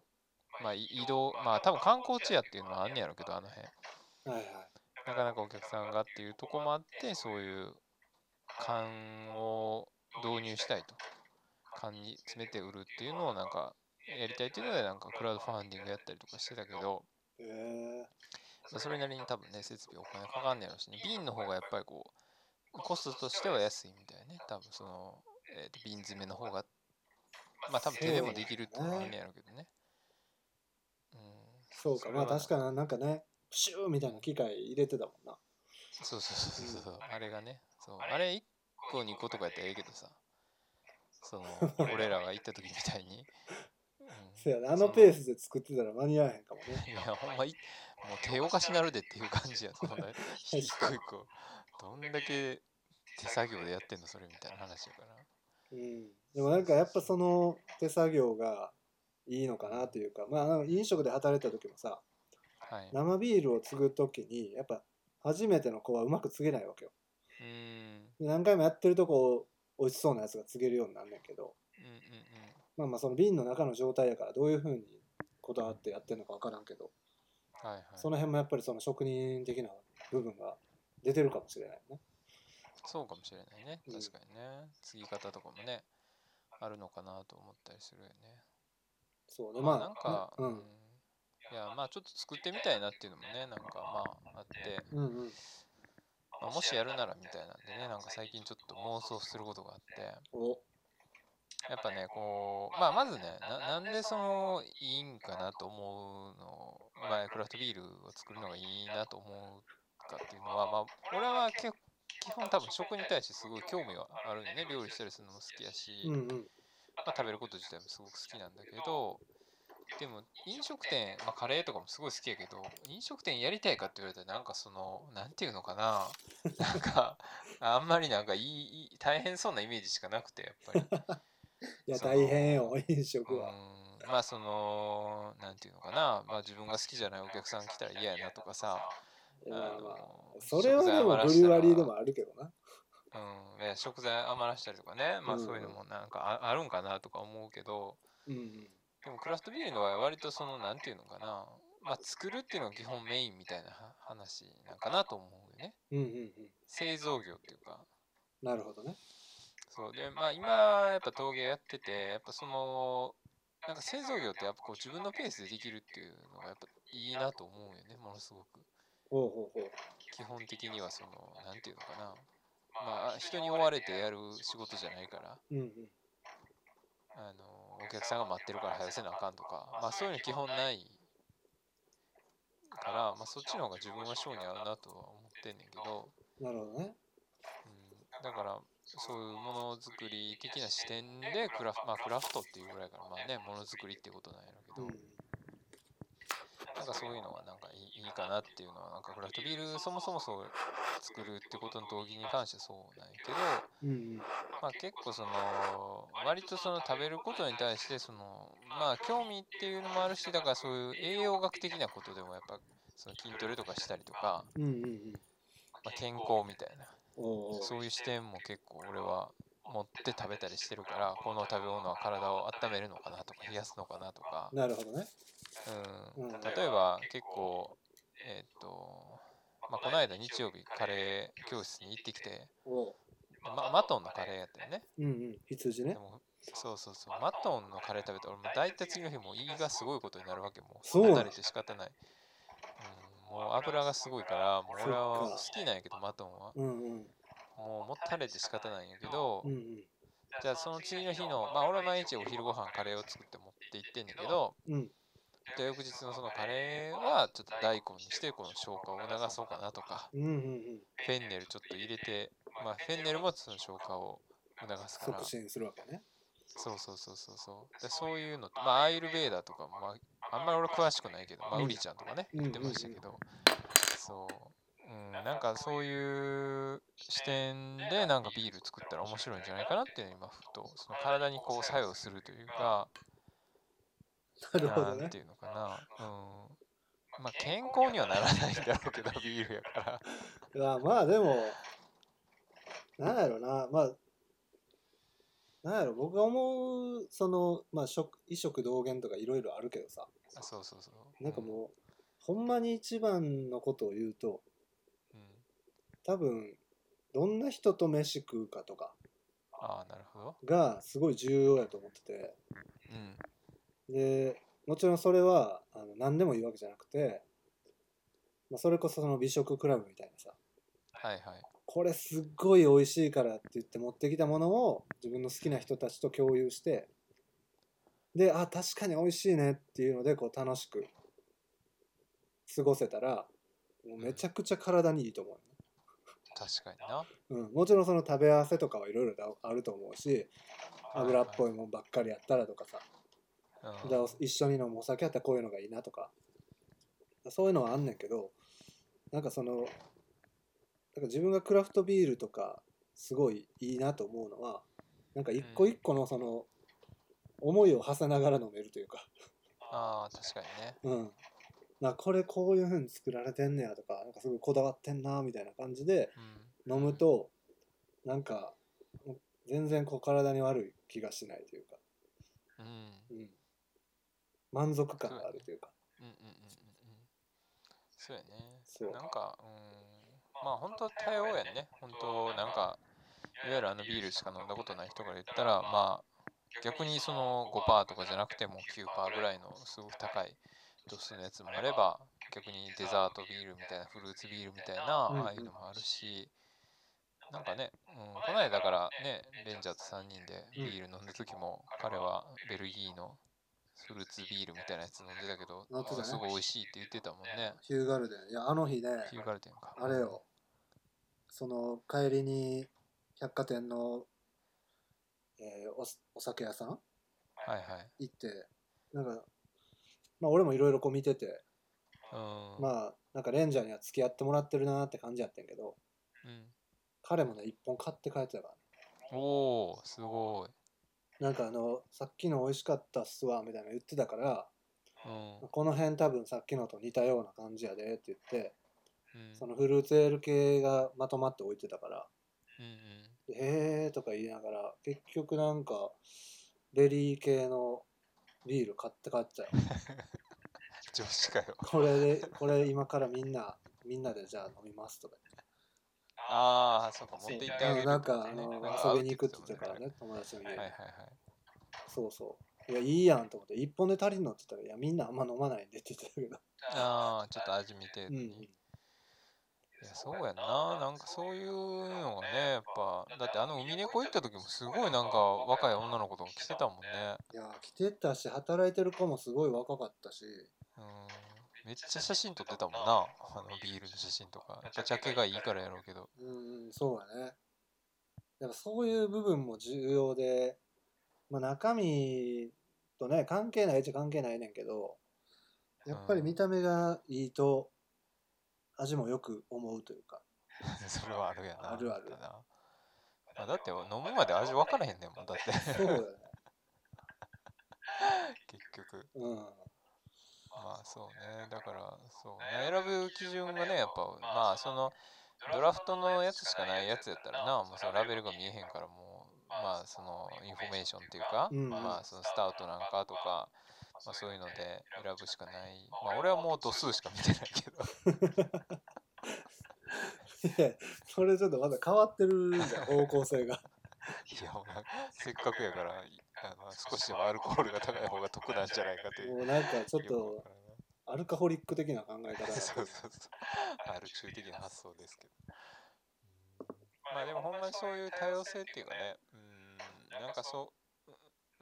S1: まあ、い移動、まあ、多分観光地やっていうのもあんねやろうけど、あの辺。
S2: はいはい
S1: なかなかお客さんがっていうとこもあって、そういう缶を導入したいと。缶に詰めて売るっていうのをなんか、やりたいっていうので、なんかクラウドファンディングやったりとかしてたけど、
S2: へえ
S1: まあそれなりに多分ね、設備お金かかんねやろうしね、瓶の方がやっぱりこう、コストとしては安いみたいね。多分その、えーと瓶詰めの方が、まあ多分手でもできるっていうのもあんねやろうけどね。うん、
S2: そうかまあ確かになんかねプシューみたいな機械入れてたもんな
S1: そうそうそうそうそう、
S2: うん
S1: あれがね、そう、あれ1個2個とかやったらええけどさ、その、 俺らが行った時みたいに。うん
S2: せやなあのペースで作ってたら間に合わへんかもね
S1: いや、ほんまい、もう手おかし なるでっていう感じや、そんな、一個一個、どんだけ手作業でやってんの、それみたいな話やから。
S2: うんでもなんかやっぱその手作業がいいのかなというかまああの飲食で働いた時もさ
S1: はい。う
S2: 生ビールを継ぐ時にやっぱ初めての子はうまく継げないわけよ
S1: ーん、
S2: で何回もやってるとこ美味しそうなやつが継げるようになんねんけど
S1: うんうんうん。
S2: まあまあその瓶の中の状態やからどういうふうにこだわってやってるのか分からんけど
S1: はいはい。
S2: その辺もやっぱりその職人的な部分が出てるかもしれないね
S1: そうかもしれないね。
S2: うん
S1: 確かにね。継ぎ方とかもね、あるのかなと思ったりするよね。
S2: そうね、
S1: まあ
S2: まあ、
S1: なんか、
S2: う
S1: うんん、いやまあちょっと作ってみたいなっていうのもねなんかまああって、
S2: うんうん。
S1: まあ、もしやるならみたいなんでねなんか最近ちょっと妄想することがあって
S2: お、
S1: やっぱねこうまあまずねななんでそのいいんかなと思うのまあクラフトビールを作るのがいいなと思うかっていうのはまあ俺は結基本多分食に対してすごい興味はあるんでね料理したりするのも好きやし、
S2: うんうん。
S1: まあ、食べること自体もすごく好きなんだけどでも飲食店、まあ、カレーとかもすごい好きやけど飲食店やりたいかって言われたらなんかそのなんていうのかななんかあんまりなんかいいいい大変そうなイメージしかなくてやっぱり
S2: いや、
S1: その
S2: 大変よ、飲食
S1: う
S2: は。
S1: んまあそのなんていうのかな、まあ、自分が好きじゃないお客さん来たら嫌やなとかさあ
S2: まあまあ、
S1: の
S2: それはでもブリュワリーでもあるけどな。
S1: うんいや食材余らしたりとかね、まあ、そういうのもなんかああるんかなとか思うけど、
S2: うんうん。
S1: でもクラフトビールの場合は割とそのなんていうのかな、まあ、作るっていうのが基本メインみたいなは話なんかなと思うよね
S2: うんうんうん。
S1: 製造業っていうか
S2: なるほどね。
S1: そうでまあ今やっぱ陶芸やっててやっぱそのなんか製造業ってやっぱこう自分のペースでできるっていうのがやっぱいいなと思うよねものすごく
S2: ほうほうほう。
S1: 基本的にはそのなんていうのかなまあ人に追われてやる仕事じゃないから
S2: うんうん。
S1: あのお客さんが待ってるから早せなあかんとか、まあ、そういうの基本ないから、まあ、そっちの方が自分は性に合うなとは思ってんねんけど、
S2: なるほどね。
S1: うん、だからそういうものづくり的な視点でクラフ,、まあ、クラフトっていうぐらいからまあねものづくりってことなんや
S2: う
S1: ろ
S2: ん
S1: うけ。どなんかそういうのはなんかいいいいかなっていうのはなんかクラフトビールそもそもそう作るってことの動機に関してはそうなんやけど、
S2: うん
S1: まあ、結構その割とその食べることに対してそのまあ興味っていうのもあるしだからそういう栄養学的なことでもやっぱその筋トレとかしたりとか、
S2: うん。うんうんうん。
S1: まあ、健康みたいな
S2: おうおう。
S1: そういう視点も結構俺は持って食べたりしてるからこの食べ物は体を温めるのかなとか冷やすのかなとか、
S2: なるほどね。
S1: うん、
S2: うん
S1: 例えば結構えーっとまあこの間日曜日カレー教室に行ってきて、
S2: おう。
S1: ま、マトンのカレーやったよね
S2: うんうん。羊
S1: で
S2: ね。
S1: もそうそうそうマトンのカレー食べたら俺も大体次の日もう胃がすごいことになるわけも
S2: そうなん
S1: 慣れて仕方ない、うん、もう油がすごいからもう俺は
S2: そ
S1: 好
S2: っか
S1: きなんやけどマトンは
S2: うんうん。
S1: もうもったれて仕方ないんやけど
S2: うんうん。
S1: じゃあその次の日のまあ俺は毎日お昼ご飯カレーを作って持って行ってんだけど
S2: うん。
S1: じゃあ翌日のそのカレーはちょっと大根にしてこの消化を促そうかなとか
S2: うんうんうん。
S1: フェンネルちょっと入れてまあフェンネルもその消化を促すから
S2: 促進するわけね。
S1: そうそうそうそうそうでそういうのってまあアイルベーダーとかも、まあ、あんまり俺詳しくないけど、まあ、
S2: うん
S1: ウリちゃんとかね
S2: うん
S1: 言ってましたけど、そう、うん、なんかそういう視点でなんかビール作ったら面白いんじゃないかなっていうのを今ふとその体にこう作用するというか
S2: なるほど
S1: なん
S2: ね
S1: て。いうのかなうんまあ健康にはならないんだろうけどビールやから
S2: いやまあでも、なんやろな、まあ、なんやろ、僕が思う、その、まあ、食、衣食同源とかいろいろあるけどさ、
S1: あそうそうそう
S2: なんかもう、ほんまに一番のことを言うと、
S1: うん、うん、
S2: 多分、どんな人と飯食うかとか
S1: ああなるほど
S2: がすごい重要やと思ってて、
S1: うん
S2: で、もちろんそれは、あの何でもいいわけじゃなくて、まあ、それこそその美食クラブみたいなさ、
S1: はいはい
S2: これすっごい美味しいからって言って持ってきたものを自分の好きな人たちと共有してであ確かに美味しいねっていうのでこう楽しく過ごせたらもうめちゃくちゃ体にいいと思うよね、
S1: 確かにな
S2: うん、もちろんその食べ合わせとかはいろいろあると思うし油っぽいもんばっかりやったらとかさ
S1: うん
S2: だから一緒に飲むお酒やったらこういうのがいいなとかそういうのはあんねんけどなんかそのなんか自分がクラフトビールとかすごいいいなと思うのはなんか一個一個のその思いを馳せながら飲めるというか、
S1: ああ確かにね
S2: うん、なんかこれこういう風に作られてんねやとかなんかすごいこだわってんなみたいな感じで
S1: うん
S2: 飲むとなんか全然こう体に悪い気がしないというか、
S1: うん
S2: うん、満足感があるというか。
S1: うんうんうんうんうんそうやね
S2: そう
S1: なんかうんまあ本当多様やね本当なんかいわゆるあのビールしか飲んだことない人から言ったらまあ逆にその5%とかじゃなくても9%ぐらいのすごく高い度数のやつもあれば逆にデザートビールみたいなフルーツビールみたいな
S2: うん
S1: ああいうのもあるしなんかね、うん、この間だからねレンジャーと3人でビール飲んだ時も彼はベルギーのフルーツビールみたいなやつ飲んでたけど
S2: 飲んでたね
S1: あすごい美味しいって言ってたもんね
S2: ヒューガルデンいやあの日ね
S1: ヒューガルデンか
S2: あれよその帰りに百貨店の、えーおお酒屋さん
S1: はいはい
S2: 行ってなんかまあ俺もいろいろこう見てて
S1: うん、
S2: まあなんかレンジャーには付き合ってもらってるなーって感じやってんけど
S1: うん、
S2: 彼もね一本買って帰ってたからね
S1: おおすごい、
S2: なんかあのさっきの美味しかったっすわみたいなの言ってたから
S1: うん
S2: この辺多分さっきのと似たような感じやでって言って
S1: うん
S2: そのフルーツエール系がまとまって置いてたから
S1: うん
S2: 「へえ」とか言いながら結局なんかベリー系のビール買って帰っちゃう
S1: 女子かよ
S2: これでこれ今からみんなみんなでじゃあ飲みますとか
S1: ああそうか持って行ってあ
S2: 言
S1: げ
S2: って
S1: る
S2: なんかあ
S1: ってことね
S2: の遊びに行くって言ってたから
S1: は
S2: ね友達の家
S1: い
S2: に、
S1: はいはい
S2: そうそういやいいやんと思って一本で足りんのって言ったら「いやみんなあんま飲まないんで」って言ってたけど
S1: ああちょっと味見て
S2: うん
S1: いやそうやんななんかそういうのがねやっぱだってあの海猫行った時もすごいなんか若い女の子とか来てたもんね
S2: いや来てたし働いてる子もすごい若かったし
S1: うんめっちゃ写真撮ってたもんなあのビールの写真とかやっぱジャケがいいからやろうけど
S2: うんうんそうだねやっぱそういう部分も重要で、まあ、中身とね関係ないっちゃ関係ないねんけどやっぱり見た目がいいと味もよく思うというか
S1: それはあるやな
S2: あるある
S1: だなまあだって飲むまで味分からへんねんもんだ って
S2: そうだね
S1: 結局
S2: うん
S1: まあそうねだからそうね選ぶ基準がねやっぱまあそのドラフトのやつしかないやつやったらなもうそのラベルが見えへんからもうまあそのインフォメーションっていうか、
S2: うん
S1: まあそのスタウトなんかとか、まあ、そういうので選ぶしかないまあ俺はもう度数しか見てないけど
S2: いやそれちょっとまだ変わってるんだよ 方向性が
S1: いやもうなんかせっかくやからあの少しでもアルコールが高い方が得なんじゃないかという
S2: もうなんかちょっ
S1: よくわ
S2: と
S1: からない
S2: アルカホリック的な考え方
S1: そうそうそう。
S2: だ
S1: ある中的な発想ですけど。 まあでもほんまにそういう多様性っていうかね、うん、なんかそう、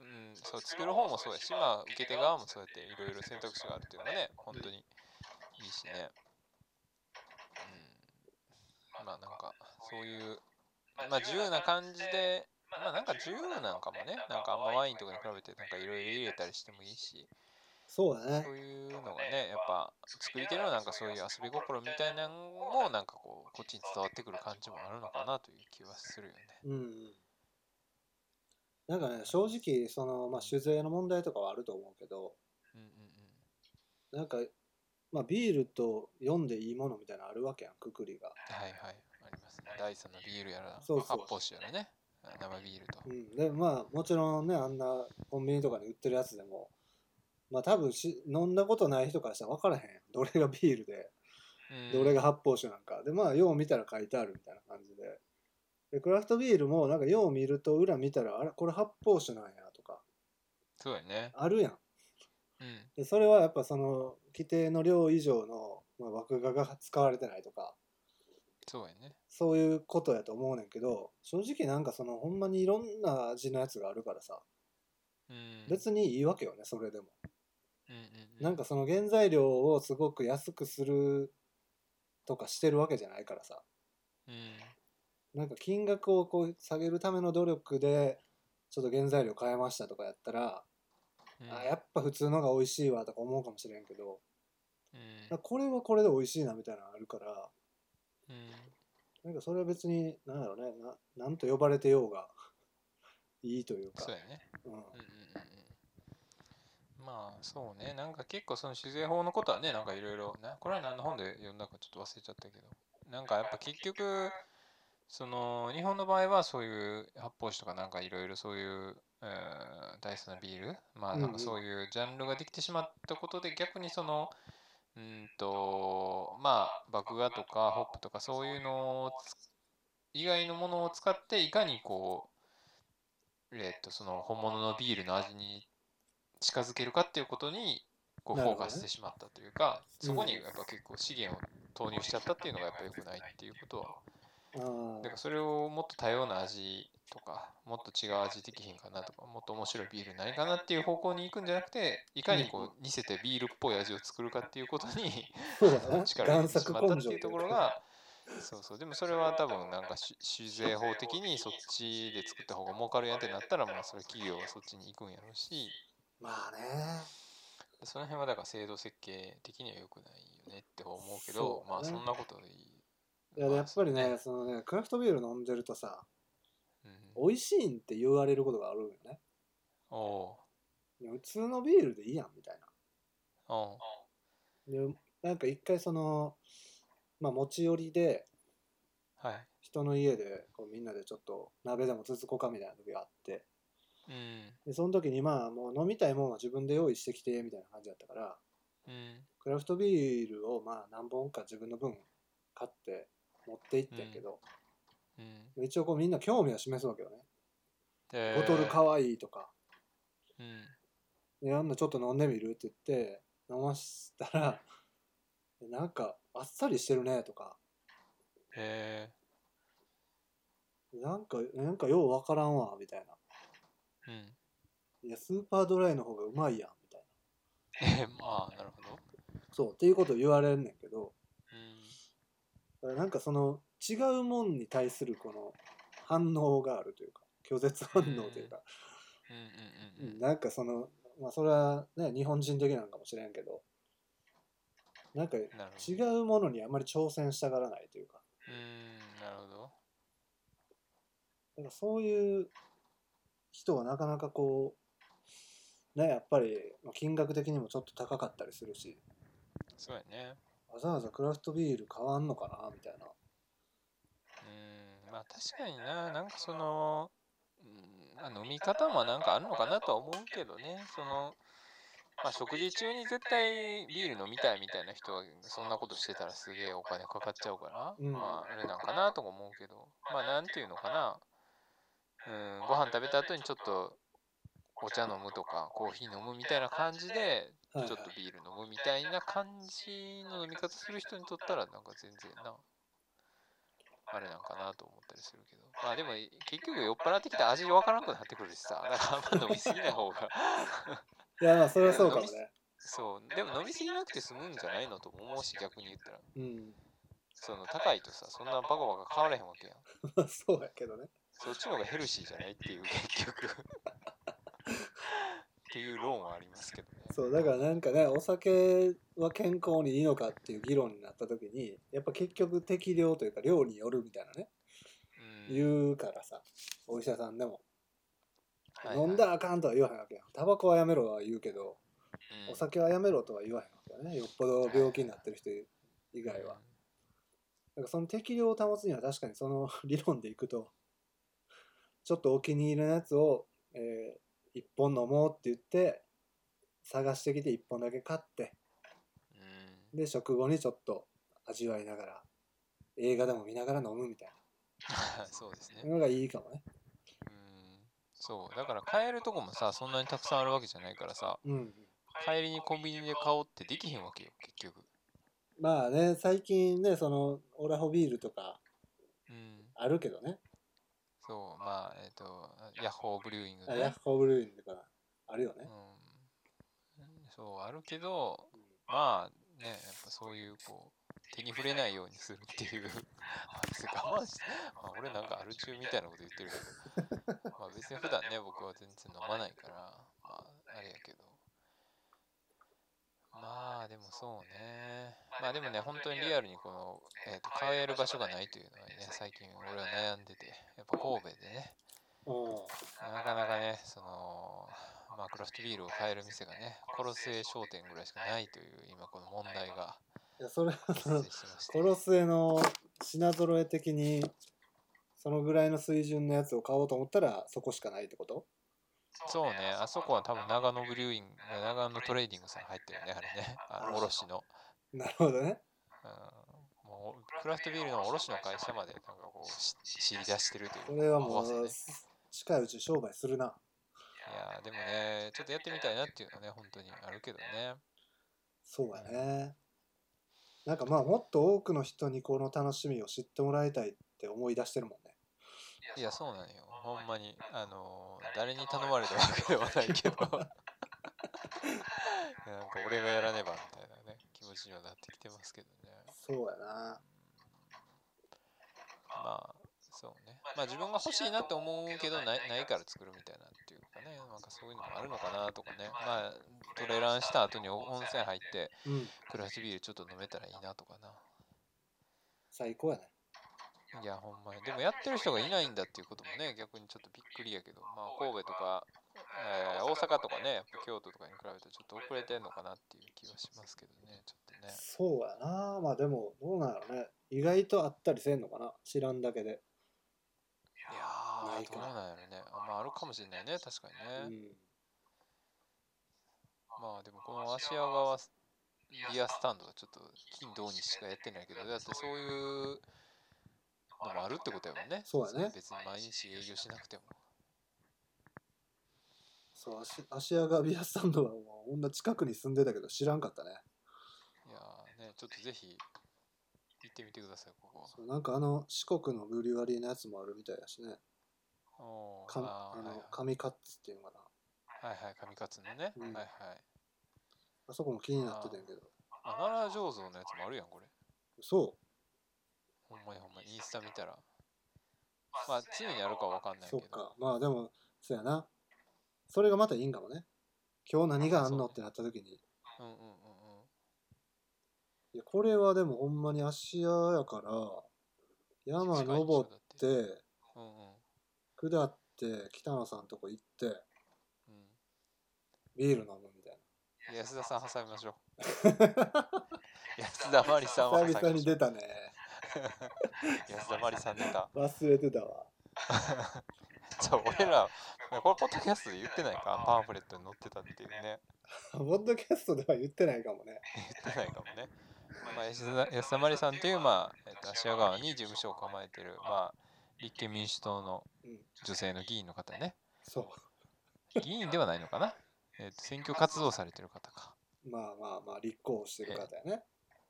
S1: うん、そう作る方もそうやし、まあ受け手側もそうやっていろいろ選択肢があるっていうのがね、本当にいいしね。うん、まあなんかそういう、まあ自由な感じで、まあなんか自由なんかもね、なんかあんまワインとかに比べてなんかいろいろ入れたりしてもいいし、
S2: そうだね
S1: そういうのがね、やっぱ作り手のなんかそういう遊び心みたいなのもなんかこう、こっちに伝わってくる感じもあるのかなという気はするよね。
S2: うんなんかね正直その、まあ、酒税の問題とかはあると思うけど
S1: うんうん
S2: なんか、まあ、ビールと読んでいいものみたいなのあるわけやんくくりが、
S1: うん。はいはい。ありますね。第三のビールやら、
S2: そうそう
S1: 発泡酒やらね。生ビールと。
S2: うん、でまあもちろんねあんなコンビニとかに売ってるやつでもまあ多分し飲んだことない人からしたら分からへんどれがビールで
S1: うん
S2: どれが発泡酒なんかでまあよう見たら書いてあるみたいな感じででクラフトビールもなんかよう見ると裏見たらあれこれ発泡酒なんやとか
S1: そうやね。
S2: あるやん
S1: うん。
S2: でそれはやっぱその規定の量以上の、まあ、枠画が使われてないとか
S1: そうやね。
S2: そういうことやと思うねんけど正直なんかそのほんまにいろんな味のやつがあるからさ
S1: うん。
S2: 別にいいわけよねそれでも、
S1: うんうんう
S2: なんかその原材料をすごく安くするとかしてるわけじゃないからさ
S1: うん。
S2: なんか金額をこう下げるための努力でちょっと原材料変えましたとかやったら、
S1: うん
S2: あやっぱ普通のが美味しいわとか思うかもしれんけど
S1: うん
S2: あこれはこれで美味しいなみたいなのあるから
S1: うん
S2: なんかそれは別に何やろうねななんと呼ばれてようがいいというか
S1: そうやね。
S2: うん
S1: うんうんうんうんまあそうねなんか結構その酒税法のことはねなんかいろいろなこれは何の本で読んだかちょっと忘れちゃったけどなんかやっぱ結局その日本の場合はそういう発泡酒とかなんかいろいろそういう、えー、大好きなビールまあなんかそういうジャンルができてしまったことで逆にそのうーんとまあ麦芽とかホップとかそういうのをつ以外のものを使っていかにこうえっと、その本物のビールの味に近づけるかっていうことにこう
S2: な
S1: フ
S2: る
S1: ォ
S2: ほ
S1: ー
S2: どね
S1: カスしてしまったというか、
S2: うん
S1: そこにやっぱ結構資源を投入しちゃったっていうのがやっぱ良くないっていうことは、
S2: あー
S1: だからそれをもっと多様な味とか、もっと違う味できひんかなとか、もっと面白いビールないかなっていう方向に行くんじゃなくて、いかにこう似せてビールっぽい味を作るかっていうことに
S2: そうだな
S1: 力を入れ
S2: 贋
S1: てし
S2: 作
S1: まったっ
S2: 根性
S1: ていうところが、そうそう、でもそれは多分なんかし酒税法的にそっちで作った方が儲かるやんってなったら、まあそれ企業はそっちに行くんやろうし、
S2: まあね
S1: その辺はだから制度設計的には良くないよねって思うけ
S2: そ
S1: ど、
S2: うだ
S1: まあ
S2: ね
S1: そんなことでいい。
S2: いや
S1: まあ
S2: やっぱり
S1: そ
S2: ね
S1: う
S2: そのねクラフトビール飲んでるとさ
S1: うん、
S2: 美味しいんって言われることがあるよね
S1: おお
S2: いや普通のビールでいいやんみたいな
S1: うおう
S2: でなんか一回その、まあ、持ち寄りで
S1: はい。
S2: 人の家でこうみんなでちょっと鍋でもつつこうかみたいな時があって
S1: うん。
S2: でその時にまあもう飲みたいもんは自分で用意してきてみたいな感じだったから
S1: うん。
S2: クラフトビールをまあ何本か自分の分買って持って行ってんけど、
S1: うん。
S2: 一応こうみんな興味は示すわけよね、
S1: で
S2: ボトルかわいいとか
S1: うん。
S2: であんなちょっと飲んでみるって言って飲ましたらなんかあっさりしてるねとか
S1: え
S2: なんかなんかようわからんわみたいな
S1: ー、うん。
S2: いやスーパードライの方がうまいやんみたい
S1: えー、まあ、なるほど。
S2: なそうっていうことを言われるんねんけど
S1: うん。
S2: だからなんかその違うもんに対するこの反応があるというか拒絶反応というか、
S1: うんうん
S2: う
S1: うんんうん。
S2: なんかそのまあそれはね日本人的なのかもしれんけどなんか
S1: なるほど。
S2: 違うものにあまり挑戦したがらないというか
S1: うん、なるほど。
S2: なんかそういう人はなかなかこうねやっぱりまあ金額的にもちょっと高かったりするし
S1: そうやね。
S2: わざわざクラフトビール買わんのかなみたいな
S1: うん、まあ確かにな、なんかその、うんまあ、飲み方もなんかあるのかなとは思うけどね、その、まあ食事中に絶対ビール飲みたいみたいな人は、そんなことしてたらすげえお金かかっちゃうから、
S2: うん
S1: まああれなんかなとも思うけど、まあなんていうのかな、うん、ご飯食べた後にちょっと、お茶飲むとかコーヒー飲むみたいな感じでちょ
S2: は
S1: っ
S2: い
S1: と
S2: はい
S1: ビール飲むみたいな感じの飲み方する人にとったらなんか全然なあれなんかなと思ったりするけどまあでも結局酔っ払ってきた味わからなくなってくるしさだからあんま飲みすぎない方が
S2: いやまあそれはそうかもね
S1: そうでも飲みすぎなくて済むんじゃないのとも思うし逆に言ったら
S2: うん
S1: その高いとさそんなバカバカ変わらへんわけやん
S2: まあ そうやけどね
S1: そっちの方がヘルシーじゃないっていう結局 っていう論はありますけどね
S2: そうだからなんかねお酒は健康にいいのかっていう議論になった時にやっぱ結局適量というか量によるみたいなね
S1: うん
S2: 言うからさお医者さんでも
S1: はいはい
S2: 飲んだらあかんとは言わへんわけやんタバコはやめろは言うけど
S1: うん
S2: お酒はやめろとは言わへんわけよねよっぽど病気になってる人以外はだからその適量を保つには確かにその 理論でいくとちょっとお気に入りのやつを、えー、1本飲もうって言って探してきて1本だけ買って
S1: うん
S2: で食後にちょっと味わいながら映画でも見ながら飲むみたい
S1: そうです
S2: な
S1: ね。
S2: のがいいかもね
S1: うん。そう。だから買えるとこもさ、そんなにたくさんあるわけじゃないからさ、
S2: うん
S1: 帰りにコンビニで買おうってできへんわけよ、結局。
S2: まあね最近ねそのオラホビールとか
S1: うん。
S2: あるけどね
S1: そう。まあ、えっ、と、ヤッホーブリューイング
S2: あ
S1: ね
S2: ヤッホーブルーイングとかあるよ
S1: う
S2: ね
S1: ん。そう、あるけど、まあ、ね、やっぱそういう、こう、手に触れないようにするっていう。 あ別に我慢して、まあ、俺なんかアル中みたいなこと言ってる けど、まあ別に普段ね、僕は全然飲まないから、まあ、あれやけど。まあでもそうね。まあでもね、本当にリアルにこの、えっ、と、買える場所がないというのはね、最近俺は悩んでて、やっぱ神戸でね、
S2: うん
S1: なかなかね、その、まあ、クラフトビールを買える店がね、コロスエ商店ぐらいしかないという、今この問題が
S2: いやそれは
S1: 発生してまして。
S2: コロスエの品揃え的にそのぐらいの水準のやつを買おうと思ったらそこしかないってこと
S1: そうね、あそこは多分長野ブリューイング、長野トレーディングさん入ってるね、あれね、あの卸の。
S2: なるほどね
S1: うん、もうクラフトビールの卸の会社までなんかこうし知り出してるという
S2: これは
S1: 合わ
S2: も
S1: せね
S2: う近いうち商売するな。
S1: やーでもねちょっとやってみたいなっていうのはね本当にあるけどね
S2: そうやね。なんかまあもっと多くの人にこの楽しみを知ってもらいたいって思い出してるもんね。
S1: いやそうなんよほんまにあのー誰に頼まれたわけではないけ どなんか俺がやらねばみたいなね気持ちにはなってきてますけどね
S2: そうやな。
S1: まあそうねまあ自分が欲しいなと思うけどないないから作るみたいなっていうかねなんかそういうのもあるのかなとかねまあトレランした後にお温泉入って
S2: うん、
S1: クラフトビールちょっと飲めたらいいなとかな
S2: 最高やね。
S1: いや、ほんまに。でもやってる人がいないんだっていうこともね、逆にちょっとびっくりやけど、まあ、神戸とか、えー大阪とかね、やっぱ京都とかに比べるとちょっと遅れてんのかなっていう気はしますけどね、ちょっとね。
S2: そうやな。まあでもどうなんやろね。意外とあったりせんのかな。知らんだけ
S1: い
S2: で。
S1: や
S2: な
S1: ー、
S2: いか
S1: どうなんやろね。あまあ、あるかもしれないね、確か
S2: う
S1: にね。
S2: ん。
S1: まあ、でもこの芦屋川ビアスタンドはちょっと金土にしかやってないけど、だってそういうのもあるってことやもん ね。
S2: そうやね
S1: 別に毎日営業しなくても。
S2: そう、足足屋がビアスタンドはもう女近くに住んでたけど知らんかったね。
S1: いやー、ね、ちょっとぜひ行ってみてください、ここは。
S2: そうなんかあの四国のブリュワリーのやつもあるみたいだしね。
S1: おー
S2: か
S1: あ
S2: あ
S1: ーはい
S2: の神カッツっていうのかな。
S1: はいはい、神勝のね。
S2: うん
S1: はいはい。
S2: あそこも気になってたんやけど。
S1: あ、奈良醸造のやつもあるやん、これ。
S2: そ
S1: ほんまにほんまに、インスタ見たら。まあ、常にあるかわかん
S2: う、
S1: ないけ
S2: そ
S1: ど
S2: う。か。まあでも、そうやな。それがまたいいんかもね。今日何があんのってなった時に。
S1: うんうんうんうん。
S2: いや、これはでもほんまに足屋やから、山
S1: 近いんでしょ
S2: 登
S1: だ
S2: っ
S1: って。
S2: て、
S1: うんうん。
S2: 下って、北野さんとこ行って、
S1: うん
S2: ビール飲むみたいな。
S1: で安田さん挟みましょう。 安田まりさんは挟みま
S2: 久
S1: しょ
S2: 々
S1: う
S2: に出たね。
S1: 安田まりさん出た。
S2: 忘れてたわ。
S1: じゃあ俺ら、これポッドキャストで言ってないかパンフレットに載ってたっていうね。
S2: ポッドキャストでは言ってないかもね。
S1: 言ってないかも ね。まあ、安田安田まりさんという、まあえっと芦屋川に事務所を構えている、まあ、立憲民主党の
S2: うん
S1: 女性の議員の方ね。
S2: そ
S1: 議員ではないのかな、えっと選挙活動されている方か。
S2: う。まあまあまあ、立候補してる方やね。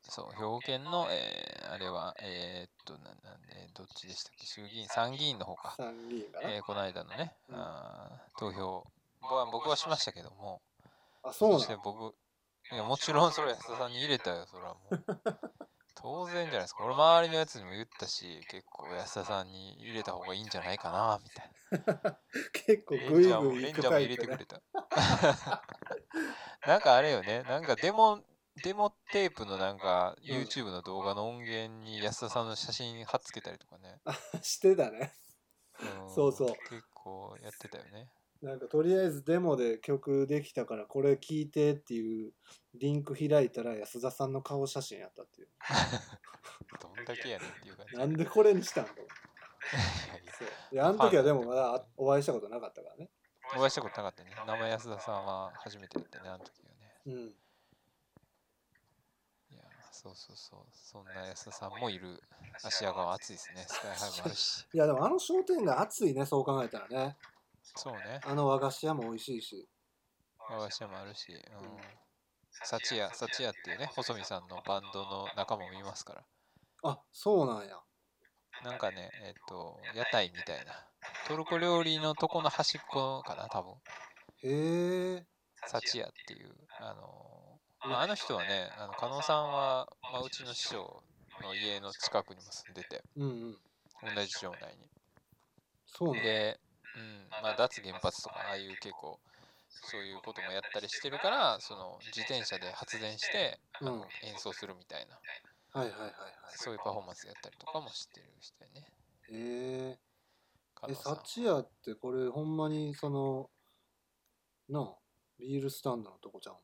S1: そう、兵庫県の、えーあれは、えーっと、なんなんえーどっちでしたっけ衆議院、参議院の方か。
S2: 参議院かな。
S1: えーこの間のね、
S2: うん
S1: あー投票僕は、僕はしましたけども、
S2: あ、そうな
S1: そして
S2: の
S1: 僕、いやもちろんそれ安田さんに入れたよ、それはもう。当然じゃないですか。俺周りのやつにも言ったし、結構安田さんに入れた方がいいんじゃないかな、みたいな。
S2: 結構
S1: レ
S2: グ
S1: ン
S2: イ
S1: ジャーも
S2: グイ
S1: レ
S2: 行
S1: ン
S2: く
S1: ジャーも
S2: タ
S1: 入
S2: イ
S1: れ
S2: プ
S1: てく
S2: ね
S1: れ。た。 なんかあれよね、なんかデモ、デモテープのなんか
S2: うん
S1: YouTube の動画の音源に安田さんの写真貼っつけたりとかね。
S2: してたね。
S1: ん
S2: そうそう
S1: 結構やってたよね。
S2: なんかとりあえずデモで曲できたからこれ聴いてっていうリンク開いたら安田さんの顔写真やったっていう。
S1: どんだけやねんって いう感じ。
S2: なんでこれにしたんだろう。
S1: いやいや
S2: そうで、あの時はでもまだあお会いしたことなかったからね。
S1: お会いしたことなかったね。名前安田さんは初めてだったね、あの時はね。
S2: うん。
S1: いやー、そうそうそう。そんな安田さんもいる。芦屋川暑いですね。スカイハイもある し。
S2: いやでもあの商店街暑いね、そう考えたらね。
S1: そうね。
S2: あの和菓子屋も美味しいし。
S1: 和菓子屋もあるし。うん
S2: うん。
S1: サチヤ、サチヤっていうね、細見さんのバンドの仲間もいますから。
S2: あ、そうなんや。
S1: なんかね、えっ、と、屋台みたいな。トルコ料理のとこの端っこかな、多分。
S2: へえ。
S1: サチヤっていう。あのーまあ、あの人はね、あの、加納さんは、まあ、うちの師匠の家の近くにも住んでて、
S2: うんうん。
S1: 同じ町内に。
S2: そうなんや。
S1: で、うん、まあ、脱原発とか、ああいう結構、そういうこともやったりしてるから、その、自転車で発電して、あ
S2: うん
S1: の演奏するみたいな、
S2: はいはいはいはい。
S1: そういうパフォーマンスやったりとかもしてる人やね。
S2: へえ。
S1: 加
S2: え、
S1: 納さん
S2: サチヤってこれほんまにその、なあ、ビールスタンドのとこじゃん。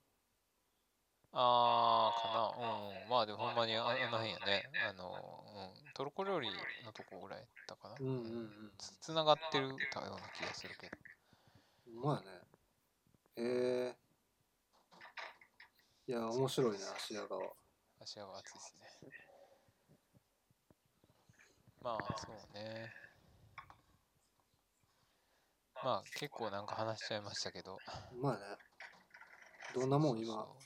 S1: ああ、かな。うんうん。まあでもほんまにああの辺やね。あの、うん。トルコ料理のとこぐらいやったかな。
S2: うんうんうん。
S1: つつながってるたような気がするけど。
S2: うまいね。へえ。いや、面白いね、芦屋川。
S1: 足は熱いですね。まあ、そうね。まあ結構なんか話しちゃいましたけど
S2: まあねどんなもん今
S1: そうそうも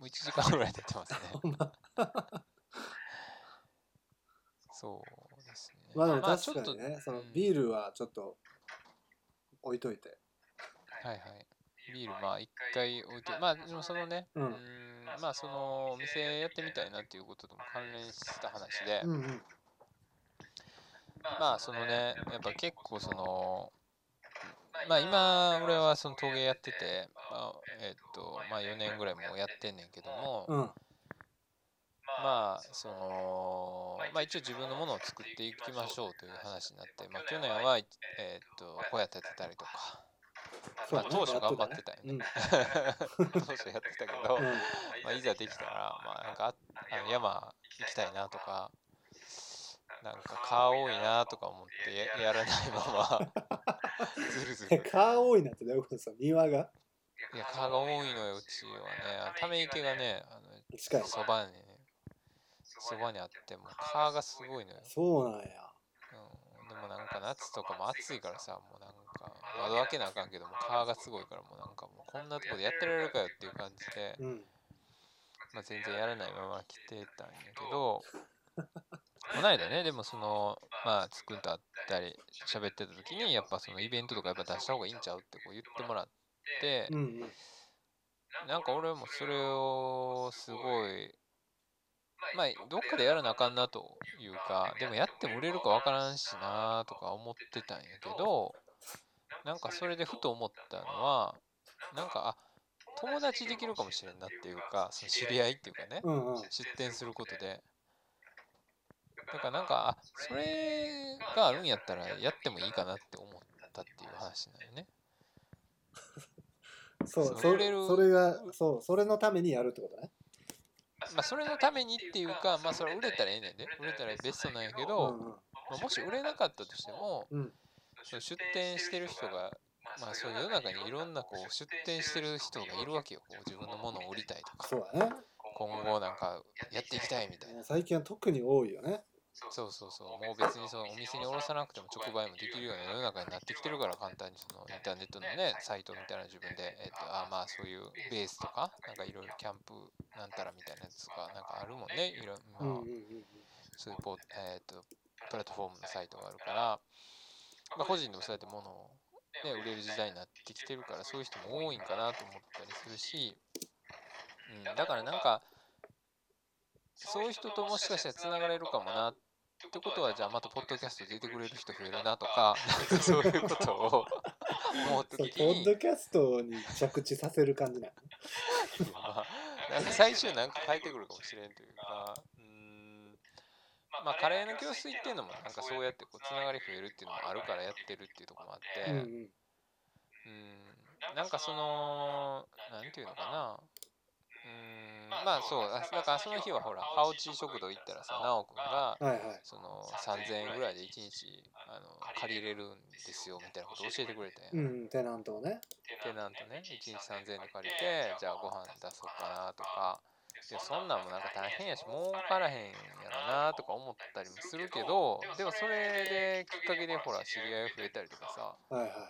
S1: う1時間ぐらい経ってますね
S2: ほんま
S1: そうですね
S2: まあでも
S1: ちょ
S2: 確
S1: っ
S2: か
S1: と
S2: にね、その
S1: うん
S2: ビールはちょっと置いといて
S1: はいはい。ビール、まあ、一回置いて、まあ、でもそのね、
S2: うん
S1: ーんまあ、その、お店やってみたいなっていうこととも関連した話で
S2: う、んうん
S1: まあ、そのね、やっぱ結構、その、まあ、今、俺はその陶芸やってて、まあ、えっと、まあ、4年ぐらいもうやってんねんけども、
S2: うん
S1: まあ、その、まあ、一応自分のものを作っていきましょうという話になって、まあ、去年は、えっと、こうやってやってたりとか、
S2: そ
S1: ま
S2: うや
S1: あ、
S2: ね
S1: 当初頑張ってたよ
S2: うん
S1: ね。 当初やってたけど
S2: う、ん
S1: まあ、いざできたら、まあ、なんかああの山行きたいなとか、なんか川多いなとか思ってややらないまま、ずる ずる。
S2: 川多いなってどういうことですか庭が
S1: いや、川が多いのよ、うちはね。あため池がね、あ
S2: 近い
S1: のそばにね、そばにあっても、川がすごいのよ。
S2: そうなんや
S1: うん、でもなんか夏とかも暑いからさ、もうなんか、窓開けなあかんけども、川がすごいから、もうなんかもうこんなとこでやってられるかよっていう感じで。
S2: うん
S1: まあ、全然やらないまま来てたんやけどこないだねでもそのまあつくんと会ったり喋ってた時にやっぱそのイベントとかやっぱ出した方がいいんちゃうってこう言ってもらって
S2: うんうん
S1: なんか俺もそれをすごいまあどっかでやらなあかんなというかでもやっても売れるかわからんしなとか思ってたんやけどなんかそれでふと思ったのはなんかあ友達できるかもしれんなっていうかその知り合いっていうかね
S2: うんうん
S1: 出店することでだからなんかあそれがあるんやったらやってもいいかなって思ったっていう話なのね
S2: そう
S1: そう
S2: そ
S1: 売れ
S2: れ
S1: る
S2: それがそうそれのためにやるってことね
S1: まあそれのためにっていうかまあそれは売れたらええねんで売れたらベストなんやけ
S2: う
S1: ど、
S2: ん
S1: まあ、もし売れなかったとしても
S2: うんうん
S1: その出店してる人がまあそういう世の中にいろんなこう出店してる人がいるわけよこう自分のものを売りたいとか
S2: そうだね
S1: 今後なんかやっていきたいみたいな
S2: 最近は特に多いよね
S1: そうそうそう、もう別にそのお店に卸さなくても直売もできるような世の中になってきてるから、簡単にそのインターネットのね、サイトみたいなの自分で、えっと、あまあそういうベースとか、なんかいろいろキャンプなんたらみたいなやつとか、なんかあるもんね、いろ
S2: うん
S1: まあ、
S2: うんうんうん
S1: そういうポー、えっと、プラットフォームのサイトがあるから、まあ、個人でもそうやって物を、ね、売れる時代になってきてるから、そういう人も多いんかなと思ったりするし、うん、だからなんか、そういう人ともしかしたらつながれるかもなってことは、じゃあまたポッドキャスト出てくれる人増えるなとか、なんか そういうこと を思うと
S2: そう
S1: き
S2: ポ
S1: に
S2: ッ、ドキャストに着地させる感 じなの
S1: まあなんか最終なんか変えてくるかもしれんというか、うん、まあカレーの教室行ってんのも、なんかそうやってこうつながり増えるっていうのもあるからやってるっていうところもあって、
S2: うんうん
S1: うんなんかその、なんていうのかな。うーん、まあそう、あだからその日はほら、ハオチ食堂行ったらさ、ナオくんが、
S2: はいはい
S1: その3000円ぐらいで1日あの借りれるんですよみたいなことを教えてくれて、
S2: うんうんテナントをね
S1: テナントね、1日3000円で借りて、じゃあご飯出そうかなとか、でそんなんもなんか大変やし、儲からへんやろなとか思ったりもするけど、でもそれできっかけでほら、知り合いが増えたりとかさ、
S2: はいはいはい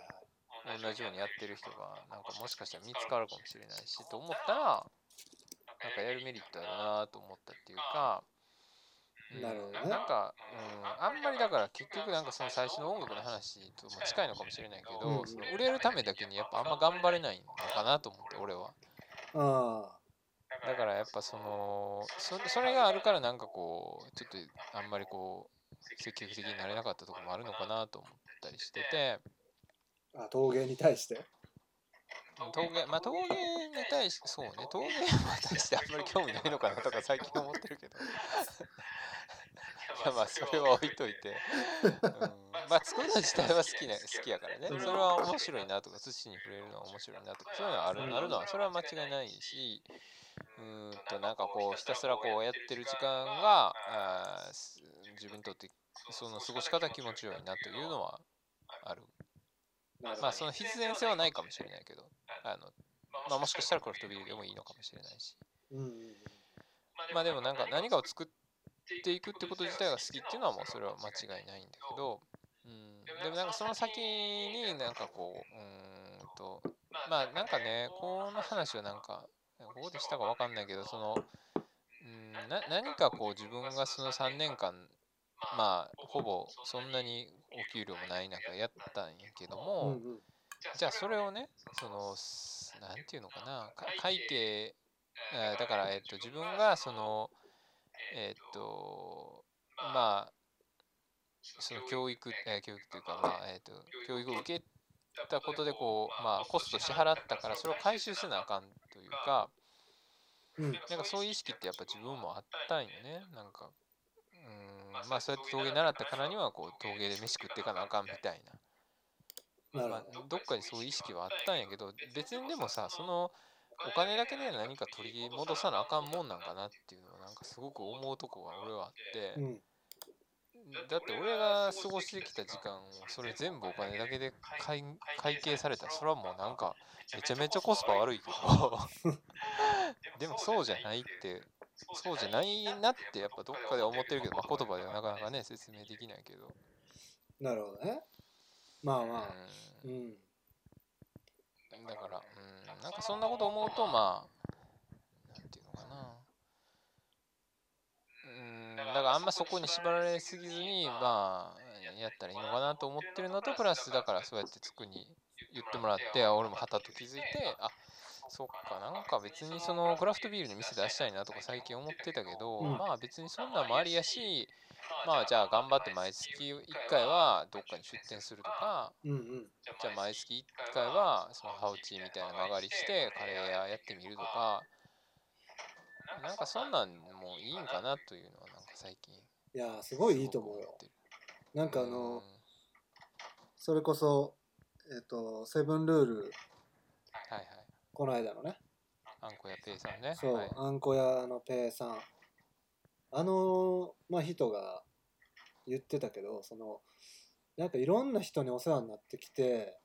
S1: 同じようにやってる人がなんかもしかしたら見つかるかもしれないしと思ったらなんかやるメリットだなと思ったっていうか、うん
S2: なるほどね
S1: なんか、うん、あんまりだから結局なんかその最初の音楽の話とも近いのかもしれないけど、
S2: うん
S1: その売れるためだけにやっぱあんま頑張れないのかなと思って俺は
S2: ああ
S1: だからやっぱそのそそれがあるからなんかこうちょっとあんまりこう積極的になれなかったところもあるのかなと思ったりしてて。
S2: あ陶芸に対して
S1: 陶芸まあ陶芸に対してそうね陶芸に対してあんまり興味ないのかなとか最近思ってる けどいやまあそれは置いといて、うん、まあ作るの自体は好きな好きやからねそれは面白いなとか土に触れるのは面白いなとかそういうのはあるあるのはそれは間違いないしうーんとなんかこうひたすらこうやってる時間があーす自分にとってその過ごし方気持ちよいなというのはある
S2: なるほど
S1: まあその必然性はないかもしれないけど、あの、まあもしかしたらクラフトビールでもいいのかもしれないし、
S2: うんうんうん
S1: まあでもなんか何かを作っていくってこと自体が好きっていうのはもうそれは間違いないんだけど、うん、でもなんかその先になんかこううーんとまあなんかねこの話はなんかここでしたかわかんないけどそのうんな何かこう自分がその3年間まあほぼそんなにお給料もない中やったんやけど
S2: うんう
S1: も
S2: ん
S1: じゃあそれをねそのすなんていうのかなか会計えーだから、えっと、自分がその、えっと、まあ、その教育、えー教育というか、まあ、えっと、教育を受けたことで、こう、まあ、コスト支払ったから、それを回収せなあかんというか、
S2: うん
S1: なんかそういう意識ってやっぱ自分もあったんよね、なんか。うん、まあ、そうやって陶芸習ったからには、こう、陶芸で飯食っていかなあかんみたいな。
S2: なる
S1: ま
S2: ほ
S1: あ、どっかにそういう意識はあったんやけど別にでもさそのお金だけで何か取り戻さなあかんもんなんかなっていうのはなんかすごく思うとこが俺はあって
S2: どうん
S1: だって俺が過ごしてきた時間をそれ全部お金だけで会会計されたらそれはもうなんかめちゃめちゃコスパ悪いけど でもそうじゃないってそうじゃないなってやっぱどっかでは思ってるけど、まあ、言葉ではなかなかね説明できないけど。
S2: なるほどねまあ
S1: う
S2: まあ
S1: ん
S2: うん
S1: だから、うん、なんかそんなこと思うと、まあ、なんていうのかな。うん、だからあんまそこに縛られすぎずに、まあ、やったらいいのかなと思ってるのと、プラス、だからそうやってつくに言ってもらって、あ俺も旗と気づいて、あそっか、なんか別にそのクラフトビールの店出したいなとか最近思ってたけど、
S2: うん
S1: まあ別にそんなんもありやし、まあじゃあ頑張って毎月1回はどっかに出店するとか、
S2: うんうん
S1: じゃあ毎月1回はそのハウチみたいな曲がりしてカレー屋やってみるとかなんかそんなんもういいんかなというのはなんか最近
S2: いやーす
S1: す
S2: ごいいいと思
S1: ご
S2: う
S1: く
S2: よ
S1: ってる
S2: なんかあのそれこそえっとセブンルール
S1: うんはいはい
S2: この間のね
S1: あんこやペイさんね
S2: そう、
S1: はい、
S2: あんこ屋のペイさんあの、まあ、人が言ってたけどそのなんかいろんな人にお世話になってきて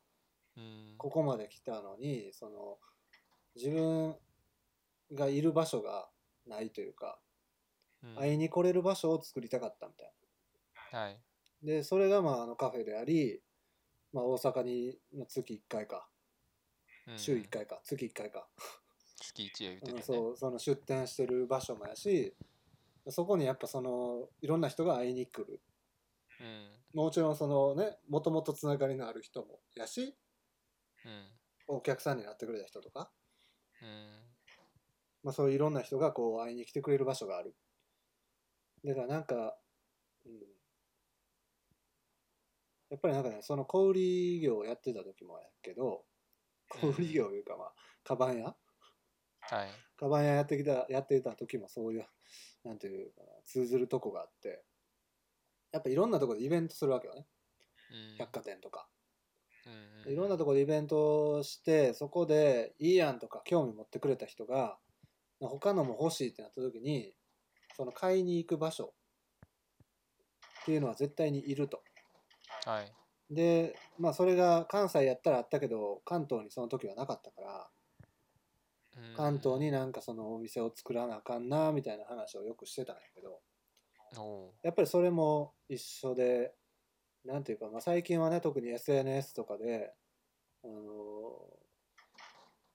S1: うん
S2: ここまで来たのにその自分がいる場所がないというか、
S1: うん
S2: 会いに来れる場所を作りたかったみたい
S1: はい
S2: なでそれがまああのカフェであり、まあ、大阪にまあ月1回か
S1: うん
S2: 週1回か、月1回か
S1: 月1へ言って
S2: うん
S1: たね
S2: そうその出店してる場所もやしそこにやっぱそのいろんな人が会いに来る
S1: うん
S2: もちろんそのねもともとつながりのある人もやし
S1: うん
S2: お客さんになってくれた人とか、
S1: うん
S2: まあ、そういういろんな人がこう会いに来てくれる場所があるだからなんか、うん、やっぱりなんかねその小売業をやってた時もやけど小売業いうかまあカバン屋
S1: はい
S2: カバン屋やってきたやってた時もそういうなんていうかな通ずるとこがあってやっぱいろんなとこでイベントするわけよね
S1: うん
S2: 百貨店とか、
S1: うん
S2: いろんなとこでイベントをしてそこでいいやんとか興味持ってくれた人が他のも欲しいってなった時にその買いに行く場所っていうのは絶対にいると
S1: はい
S2: でまあそれが関西やったらあったけど関東にその時はなかったから
S1: うん
S2: 関東になんかそのお店を作らなあかんなみたいな話をよくしてたんやけど
S1: おう
S2: やっぱりそれも一緒で、なんていうか、まあ、最近はね、特に SNS とかで、あ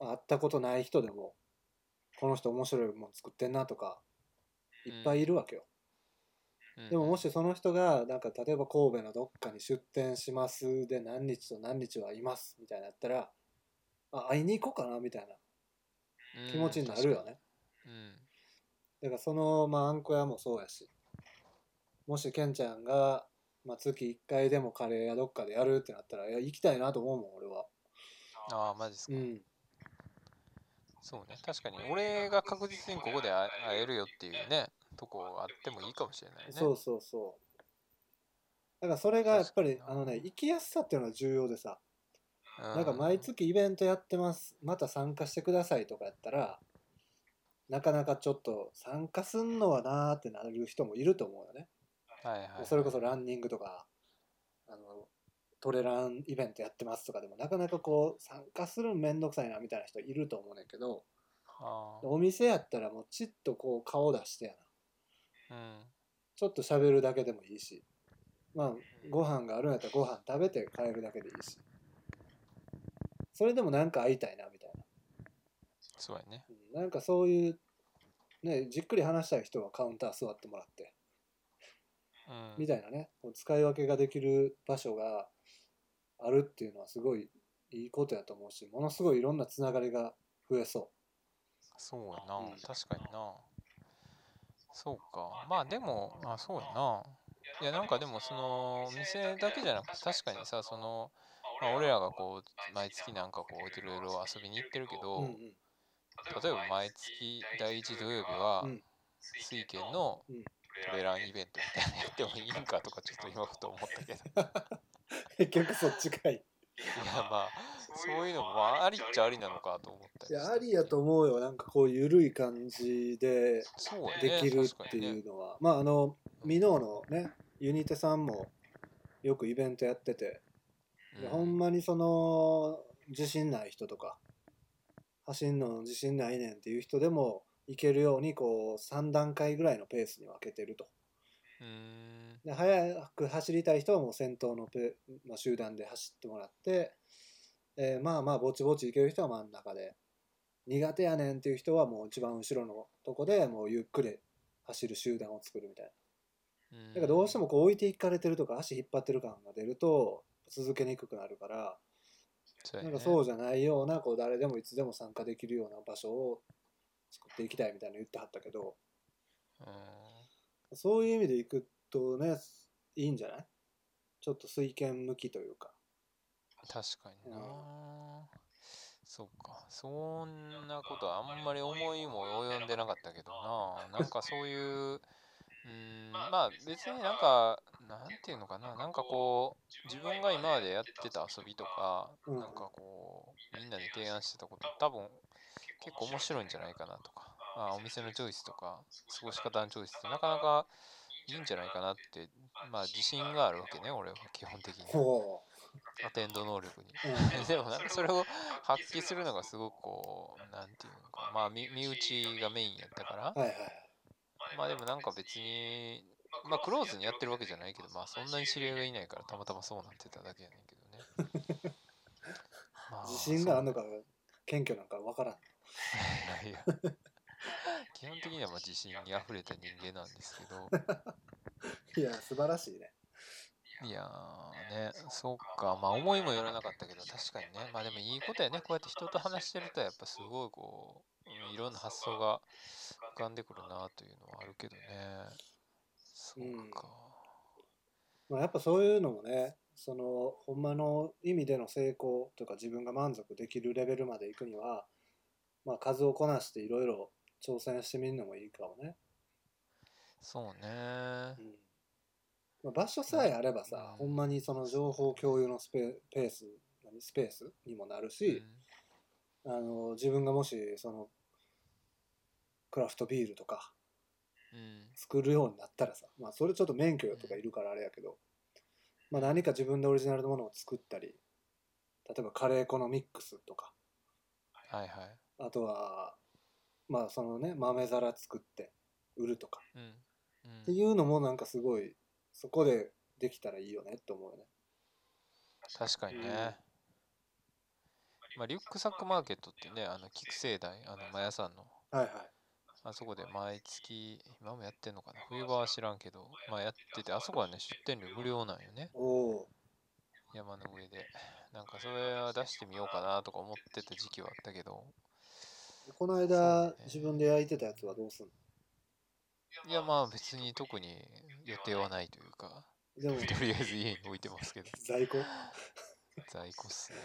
S2: の会ったことない人でも、この人面白いもん作ってんなとか、いっぱいいるわけよ。
S1: うん
S2: でももしその人が、なんか例えば神戸のどっかに出店しますで、何日と何日はいますみたいなやったら、あ、会いに行こうかなみたいな気持ちになるよね。
S1: うん
S2: だからその、まあ、あんこ屋もそうやし、もしケンちゃんが、まあ、月1回でもカレー屋どっかでやるってなったら、いや、行きたいなと思うもん、俺は。
S1: 確かにああマジですか
S2: うん。
S1: そうね、確かに俺が確実にここで会会えるよっていうね、とこがあってもいいかもしれないね。
S2: そうそうそう。だからそれがやっぱり
S1: 確、か
S2: あ
S1: にな
S2: のね、行きやすさっていうのは重要でさ、
S1: うん
S2: なんか毎月イベントやってます、また参加してくださいとかやったら、なかなかちょっと参加すんのはなーってなる人もいると思うよね。
S1: はいはいはい、
S2: それこそランニングとかあのトレランイベントやってますとかでもなかなかこう参加するのめんどくさいなみたいな人いると思うねんけど
S1: あー
S2: お店やったらもうちっとこう顔出してやな
S1: うん
S2: ちょっと喋るだけでもいいしまあご飯があるんやったらご飯食べて帰るだけでいいしそれでもなんか会いたいなみたいな
S1: そうやね。
S2: うんなんかそういうねじっくり話したい人はカウンター座ってもらって
S1: うん。
S2: みたいなねこう使い分けができる場所があるっていうのはすごいいいことやと思うしものすごいいろんなつながりが増えそ
S1: そうやな、
S2: うん
S1: 確かにな。そうか。まあでも、あ、そうやな。いや、なんかでも、その、店だけじゃなくて、確かにさ、その、まあ、俺らがこう、毎月なんかこう、いろいろ遊びに行ってるけ
S2: う、
S1: ど、
S2: うんうん、
S1: 例えば毎月第1土曜日は
S2: うん、
S1: 水軒の
S2: うん
S1: トレーランイベントみたいなのやってもいいんかとか、ちょっと今ふと思ったけど。
S2: 結局そっ ちかい
S1: いや、まあ、そういうのもありっちゃありなのかと思った
S2: い
S1: り
S2: や
S1: して
S2: ありやと思うよなんかこう緩い感じで
S1: そうやね
S2: できる
S1: 確
S2: っ
S1: か
S2: て
S1: にね
S2: いうのは、まああのミノーのねユニテさんもよくイベントやってて、
S1: う
S2: で
S1: ん
S2: ほんまにその自信ない人とか走んの自信ないねんっていう人でも行けるようにこう3段階ぐらいのペースに分けてると
S1: うーん
S2: で早く走りたい人はもう先頭のペの集団で走ってもらって、えーまあまあぼちぼち行ける人は真ん中で苦手やねんっていう人はもう一番後ろのとこでもうゆっくり走る集団を作るみたいな。
S1: うん
S2: だからどうしてもこう置いていかれてるとか足引っ張ってる感が出ると続けにくくなるから
S1: そう
S2: な
S1: や
S2: ん
S1: ね
S2: かそうじゃないようなこう誰でもいつでも参加できるような場所を作っていきたいみたいなの言ってはったけど
S1: う
S2: そういう意味で行くとねいいんじゃないちょっと水拳向きというか。
S1: ん確かにな、
S2: う
S1: そうかそんなことはあんまり思いも及んでなかったけどななんかそういううんまあ別になんかなんていうのかななんかこう自分が今までやってた遊びとか
S2: うん
S1: なんかこうみんなで提案してたこと多分結構面白いんじゃないかなとかあお店のチョイスとか過ごし方のチョイスってなかなかいいんじゃないかなってまあ自信があるわけね俺は基本的に
S2: ほ
S1: アテンド能力に
S2: う、うん、
S1: でもなんかそれを発揮するのがすごくこうなんていうのかまあ身身内がメインやったから
S2: はいはい
S1: まあでもなんか別にまあクローズにやってるわけじゃないけどまあそんなに知り合いがいないからたまたまそうなってただけやねんけどねま
S2: 自信がある
S1: そう
S2: のか謙虚なんかわからん
S1: いやいや基本的にはまあ自信にあふれた人間なんですけど
S2: いや素晴らしいね
S1: いやーね、そうか、まあ思いもよらなかったけど、確かにね、まあでもいいことやね、こうやって人と話してると、やっぱすごいこう、うんいろんな発想が浮かんでくるなというのはあるけどね。そうか。
S2: まあ、やっぱそういうのもねそのほんまの意味での成功とか自分が満足できるレベルまで行くには、まあ、数をこなしていろいろ挑戦してみるのもいいかもね、
S1: そうね
S2: う。んまあ、場所さえあればさ、
S1: うん
S2: ほんまにその情報共有のスペペース何スペースにもなるし、あの自分がもしそのクラフトビールとか
S1: うん。うん
S2: 作るようになったらさ、まあ、それちょっと免許とかいるからあれやけど、まあ、何か自分でオリジナルのものを作ったり例えばカレー粉のミックスとか
S1: はいはい。
S2: あとはまあそのね豆皿作って売るとか
S1: うん。うん
S2: っていうのもなんかすごいそこでできたらいいよねって思うよね。
S1: 確かに
S2: うん
S1: ね。まあ、リュックサックマーケットってね、あの、菊生台、あの、マヤさんの
S2: はいはい。
S1: あそこで毎月、今もやってんのかな冬場は知らんけど、まあやってて、あそこはね、出店料無料なんよね。
S2: おお
S1: 山の上で。なんかそれは出してみようかなとか思ってた時期はあったけど、
S2: ー。この
S1: そう
S2: 間
S1: ね
S2: 自分で焼いてたやつはどうすん
S1: いやまあ別に特に予定はないというか、
S2: のでも
S1: とりあえず家に置いてますけど、
S2: 在庫
S1: 在庫っすね。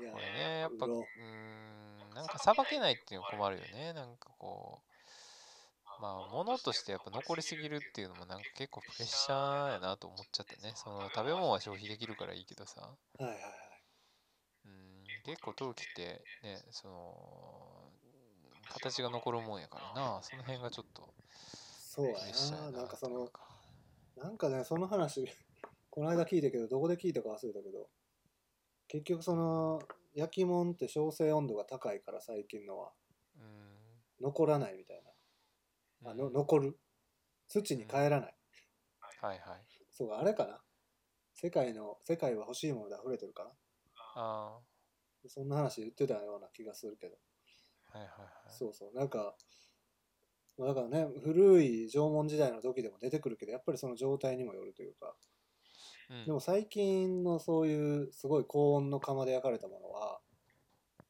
S2: いや
S1: これね、やっぱ、
S2: 売
S1: う
S2: ろう
S1: ーん、なんかさばけないっていうの困るよね。なんかこう、まあ物としてやっぱ残りすぎるっていうのもなんか結構プレッシャーやなと思っちゃったね。その食べ物は消費できるからいいけどさ。
S2: はいはいはい。
S1: うん結構陶器ってねそのうん形が残るもんやからなその辺がちょっと
S2: そうや
S1: プレッシャーや
S2: な。なん
S1: と
S2: かそ
S1: いう
S2: の
S1: か
S2: なんかね、その話、 この間聞いたけど、どこで聞いたか忘れたけど、結局その、焼き物って焼成温度が高いから最近のは、
S1: うん
S2: 残らないみたいな。あの、残る。土に帰らない。
S1: はいはい
S2: そう、あれかな。世界の世界は欲しいもので溢れてるかな
S1: あ
S2: そんな話言ってたような気がするけど、
S1: あはいはいはい
S2: そうそうなんかまあだからね古い縄文時代の時でも出てくるけどやっぱりその状態にもよるというか
S1: うん
S2: でも最近のそういうすごい高温の窯で焼かれたものは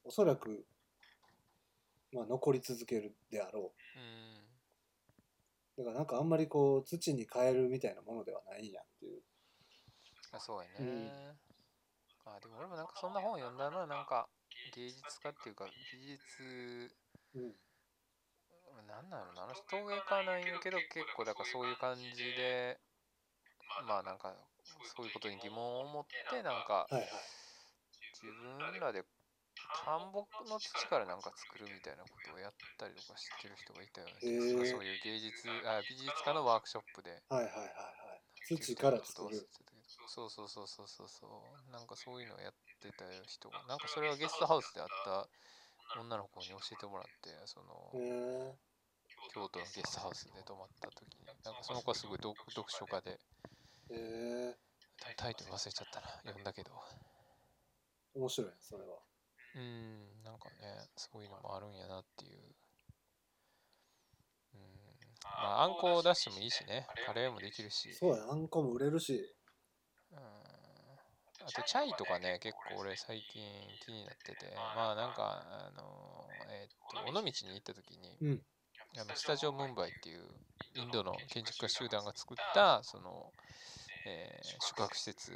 S2: おそらく、まあ、残り続けるであろ
S1: うん
S2: うだからなんかあんまりこう土に変えるみたいなものではないんやっていう
S1: まあ、そうやね、
S2: うん
S1: あでも俺もなんかそんな本読んだななんか芸術家っていうか美術
S2: うん
S1: なんなのなあの人陶芸家なんやけど結構だからそういう感じでまあなんかそういうことに疑問を持ってなんか
S2: はいはい
S1: 自分らで田んぼの土からなんか作るみたいなことをやったりとかしてる人がいたよね
S2: へえ
S1: そういう芸術あ美術家のワークショップで
S2: はいはいはいはい土から作る
S1: そうそうそうそうそうそうなんかそういうのをやってた人がなんかそれはゲストハウスで会った女の子に教えてもらってその
S2: へえ
S1: 京都のゲストハウスで泊まった時になんかその子はすごい読読書家で
S2: へえ
S1: タイタイトル忘れちゃったな読んだけど
S2: 面白いねそれは
S1: うんなんかねそういうのもあるんやなっていううんまああんこを出してもいいしねカレーもできるし
S2: そうやあんこも売れるし
S1: うんあとチャイとかね結構俺最近気になっててまあなんかあのえーっと尾道に行った時に、
S2: うん
S1: あのスタジオムンバイっていうインドの建築家集団が作ったその、えー宿泊施設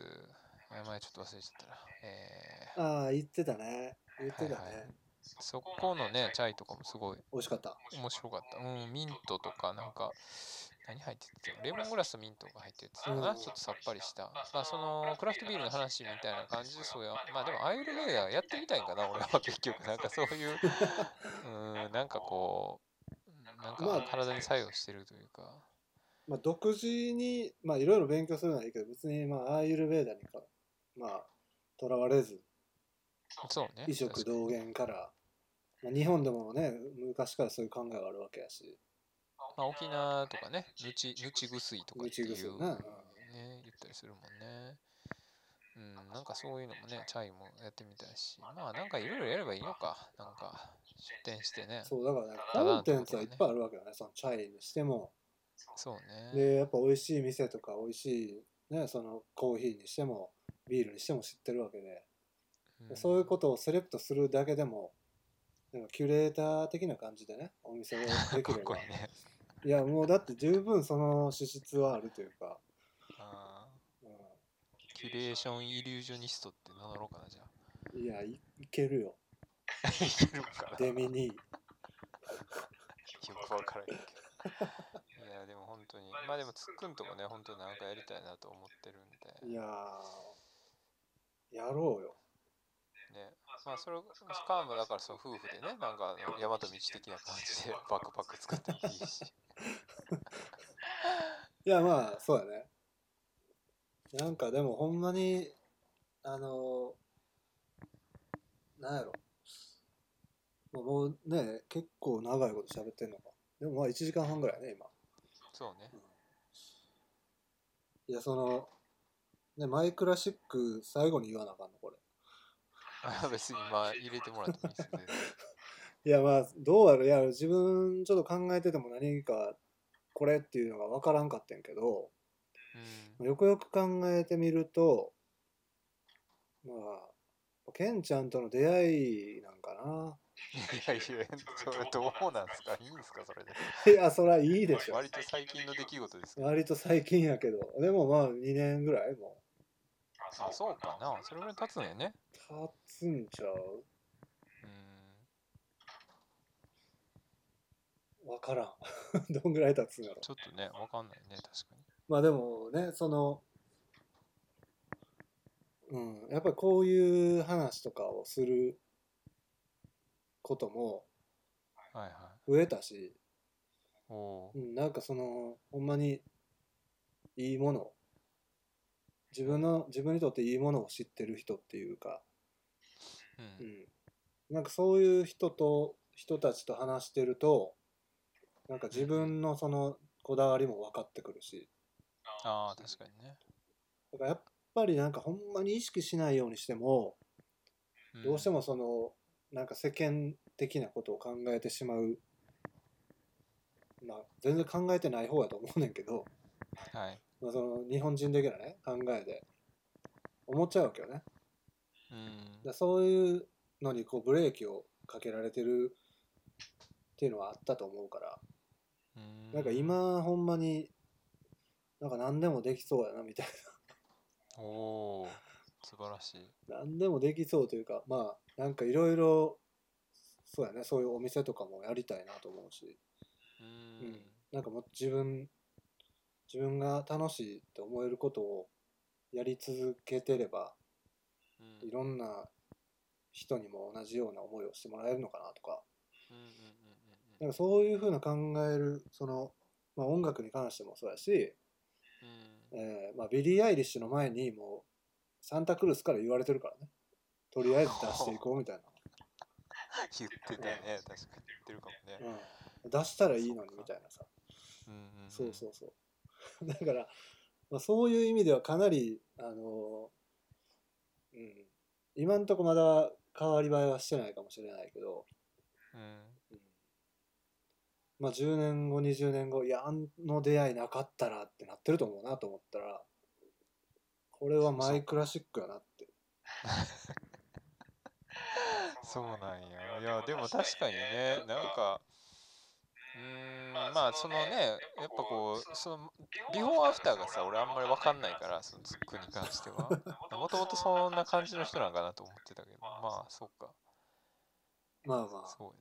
S1: 名前ちょっと忘れちゃったな、えー
S2: ああ言ってたね言ってたね、
S1: はいはいそこのねチャイとかもすごい
S2: 美味しかった
S1: 面白かったうんミントとかなんか何入ってたレモングラスとミントが入ってるやつか
S2: う
S1: なんちょっとさっぱりしたまあそのクラフトビールの話みたいな感じでそうやまあでもアイルベーダーやってみたいんかな俺は結局なんかそういううんなんかこうなん
S2: まあ
S1: か体に作用してるというか
S2: まあ、独自に、まあ、いろいろ勉強するのはいいけど、別に、まあ、アーユルベーダにか、まあ、とらわれず、
S1: そうね
S2: 異色
S1: 確かに
S2: 同源から、まあ、日本でもね、昔からそういう考えがあるわけやし、
S1: まあ沖縄とかねぬちぬちぐすいとかってい
S2: ぬちぐすいうなうん
S1: ね言ったりするもんねうんなんかそういうのもねチャイもやってみたいしまあなんかいろいろやればいいのかなんか出店してね
S2: そう、だからね、
S1: ただ
S2: コンテンツはいっぱいあるわけよね、そのチャイにしても、
S1: そうね。
S2: で、やっぱ美味しい店とか、美味しい、ね、そのコーヒーにしても、ビールにしても知ってるわけで、
S1: ん
S2: そういうことをセレクトするだけでも、なんかキュレーター的な感じでね、お店をできれ
S1: かっこ
S2: ば
S1: いい。ね。
S2: いや、もうだって十分その資質はあるというか、
S1: あ
S2: う
S1: ーキュレーションイリュージョニストって名乗ろうかな、じゃあ。
S2: ん、いやい、いけるよ。
S1: いけるかな。
S2: デミニー。
S1: よくわからんけど。いや、でも本当に。まあでも、つっくんともね、本当になんかやりたいなと思ってるんで。
S2: いやー、やろうよ。
S1: ね。まあ、それ、しかもだから、その夫婦でね、なんか、あの大和道的な感じでバックパック作ってもいいし。
S2: いや、まあ、そうやね。なんかでも、ほんまに、あのー、なんやろ。まあもうね、結構長いこと喋ってんのか。でもまあ、1時間半ぐらいね、今。
S1: そうね。
S2: いや、その、ね、マイクラシック、最後に言わなあかんの、これ。
S1: あ別に、まあ、入れてもらってもいいですけど。
S2: いやまあどうやろいや自分ちょっと考えてても何かこれっていうのが分からんかってんけど
S1: うん。
S2: よくよく考えてみるとまあケンちゃんとの出会いなんかない
S1: やいや、それどうなんですかいいんですかそれで。
S2: いやそりゃいいでしょ
S1: 割と最近の出来事ですか
S2: 割と最近やけどでもまあ2年ぐらいも
S1: あ、そうかな。それぐらい経つのよね。
S2: う経つんちゃう
S1: うん。
S2: 分からんどん ぐらい経つんやろ
S1: ちょっとね、わかんないね、確かに。
S2: まあでもねそのうんやっぱりこういう話とかをすることも
S1: はいはい。
S2: 増えたし、
S1: おお
S2: う。ん、なんかそのほんまにいいもの自分の自分にとっていいものを知ってる人っていうか、
S1: う。
S2: うんん、なんかそういう人と人たちと話してるとなんか自分のそのこだわりも分かってくるし
S1: ああ、確かにね。
S2: だからやっぱりなんかほんまに意識しないようにしても、どうして
S1: も
S2: もそのなんか世間的なことを考えてしまう、まあ、全然考えてない方やと思うねんけど、
S1: はい
S2: まあ、その日本人的なね考えで思っちゃうわけよね。
S1: うん
S2: だそういうのにこうブレーキをかけられてるっていうのはあったと思うから
S1: うん
S2: なんか今ほんまになんか何でもできそうやなみたい
S1: おお素晴らしい
S2: な 何でもできそうというかまあなんかいろいろそうやねそういうお店とかもやりたいなと思うし、
S1: う
S2: うん
S1: ん
S2: なんかもう自分自分が楽しいと思えることをやり続けてれば
S1: うん
S2: いろんな人にも同じような思いをしてもらえるのかなとか
S1: うんうんうんう
S2: なん
S1: ん
S2: かそういうふうな考えるその、まあ、音楽に関してもそうやし、
S1: うん
S2: えーまあ、ビリー・アイリッシュの前にもうサンタクルースから言われてるからねとりあえず出していこう みたい
S1: 言ってたね確かに言ってるかも
S2: な
S1: ね、
S2: うん、出したらいいのにみたいなさ
S1: うんん
S2: そうそうそう だから、まあ、そういう意味ではかなりあのーうん今んとこまだ変わり映えはしてないかもしれないけど、
S1: うん
S2: うんまあ10年後20年後いやあの出会いなかったらってなってると思うなと思ったらこれはマイクラシックやなって
S1: そうなんや。いや、でも確かにね、なんか、うーん、まあ、そのね、やっぱこう、その、ビフォーアフターがさ、俺あんまりわかんないから、そのツックに関しては。もともとそんな感じの人なんかなと思ってたけど、まあ、そうか、
S2: まあまあ
S1: そうよね。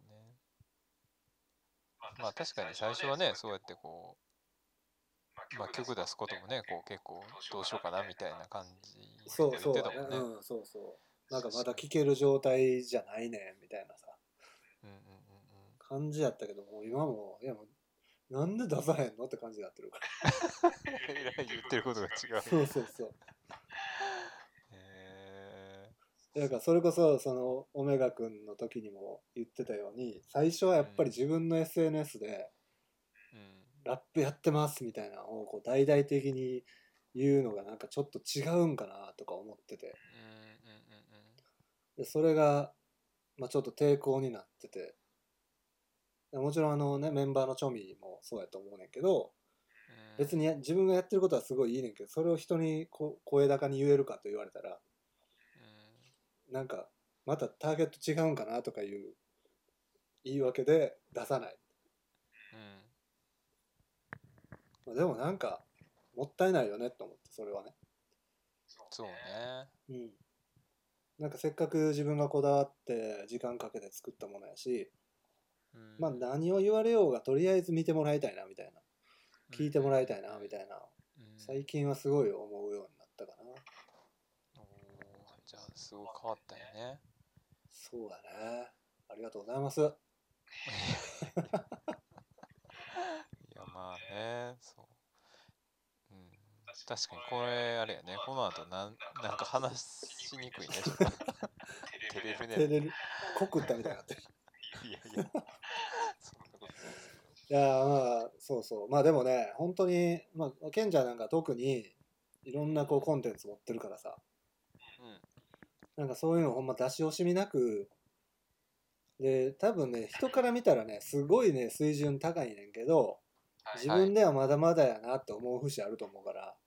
S1: まあ、確かに最初はね、そうやってこう、まあ、曲出すこともね、こう、結構、どうしようかなみたいな感じで
S2: そう
S1: 言
S2: そう
S1: って
S2: だ
S1: た
S2: ね
S1: もんね。うん
S2: うんそうそうなんかまだ聴ける状態じゃないねんみたいなさ
S1: うんうんうん。
S2: 感じやったけどもう今もいやもうなんで出さへんのって感じになってるから
S1: 言ってることが違う。
S2: そうそうそう
S1: へ
S2: だからそれこそそのオメガ君の時にも言ってたように最初はやっぱり自分の SNS で、
S1: ーうん
S2: ラップやってますみたいなのをこう大々的に言うのがなんかちょっと違うんかなとか思ってて
S1: うんうんうんうん
S2: でそれが、まあ、ちょっと抵抗になっててでもちろんあのねメンバーのチョミもそうやと思うねんけど
S1: うん
S2: 別にや自分がやってることはすごいいいねんけどそれを人にこ声高に言えるかと言われたらなんかまたターゲット違うんかなとかいう言い訳で出さない、
S1: うんうん
S2: まあ、でもなんかもったいないよねと思ってそれはね
S1: そうね
S2: うん、なんかせっかく自分がこだわって時間かけて作ったものやし、
S1: うん
S2: まあ何を言われようがとりあえず見てもらいたいなみたいな聞いてもらいたいなみたいな
S1: うん
S2: 最近はすごい思うようになったかな
S1: おーじゃあすごい変わったよね
S2: そうだねありがとうございます
S1: いやまあねそう、うん、確かにこれあれやねこの後なんなんか話しにくいねちょっとテレビ
S2: 照
S1: で
S2: れる濃くったみたいになってる
S1: いやいやそんなことない
S2: いやーまあそうそうまあでもね本当にまあ賢者なんか特にいろんなこうコンテンツ持ってるからさ
S1: うん
S2: なんかそういうのほんま出し惜しみなく、で、多分ね、人から見たらね、すごいね、水準高いねんけど、自
S1: はい
S2: 分ではまだまだやなって思う節あると思うから、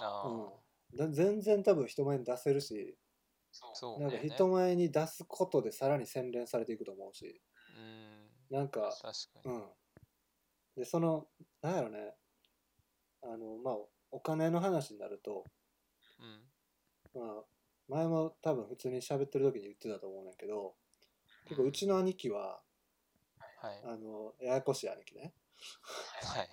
S1: あー
S2: うんだ全然多分人前に出せるし、
S1: そう
S2: なん
S1: ね
S2: か人前に出すことでさらに洗練されていくと思うし、
S1: うん
S2: なんか
S1: 確、かに
S2: うん。で、その、なんやろね、あの、まあ、お金の話になると、
S1: うん
S2: まあ、前も多分普通に喋ってる時に言ってたと思うねんけど、結構うちの兄貴は、
S1: はい
S2: あの、ややこしい兄貴ね。
S1: はい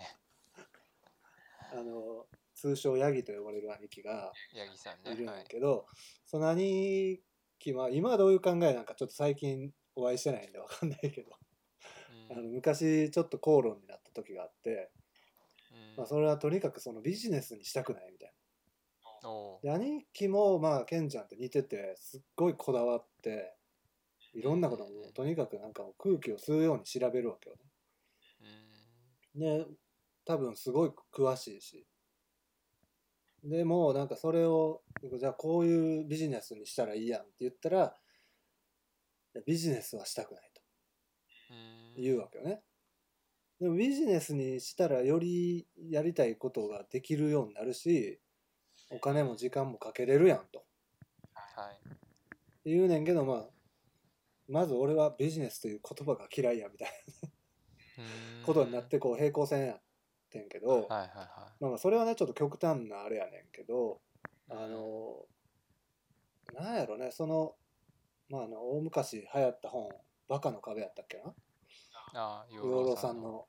S2: あの、通称ヤギと呼ばれる兄貴が
S1: 八木さん
S2: い
S1: ね
S2: るん
S1: は
S2: や
S1: い
S2: けど、その兄貴は、今はどういう考えなんかちょっと最近お会いしてないんでわかんないけど、
S1: う
S2: あの
S1: ん
S2: 昔ちょっと口論になった時があって、
S1: うん
S2: まあそれはとにかくそのビジネスにしたくないみたい
S1: おー
S2: な。で、兄貴もまあ、ケンちゃんって似てて、すっごいこだわって、いろんなこともとにかくなんかもう空気を吸うように調べるわけよ
S1: うん
S2: ね。で、多分すごい詳しいし、でもなんかそれをじゃあこういうビジネスにしたらいいやんって言ったらいやビジネスはしたくない
S1: うん
S2: というわけよね。でもビジネスにしたらよりやりたいことができるようになるしお金も時間もかけれるやんと
S1: はい
S2: 言うねんけどまあまず俺はビジネスという言葉が嫌いやみたいなことになってこう平行線やってんけど、
S1: はいはいは
S2: まあまあそれはねちょっと極端なあれやねんけど
S1: い
S2: あのなんやろねそのまああの大昔流行った本「バカの壁」やったっけな
S1: あー
S2: 養老さんの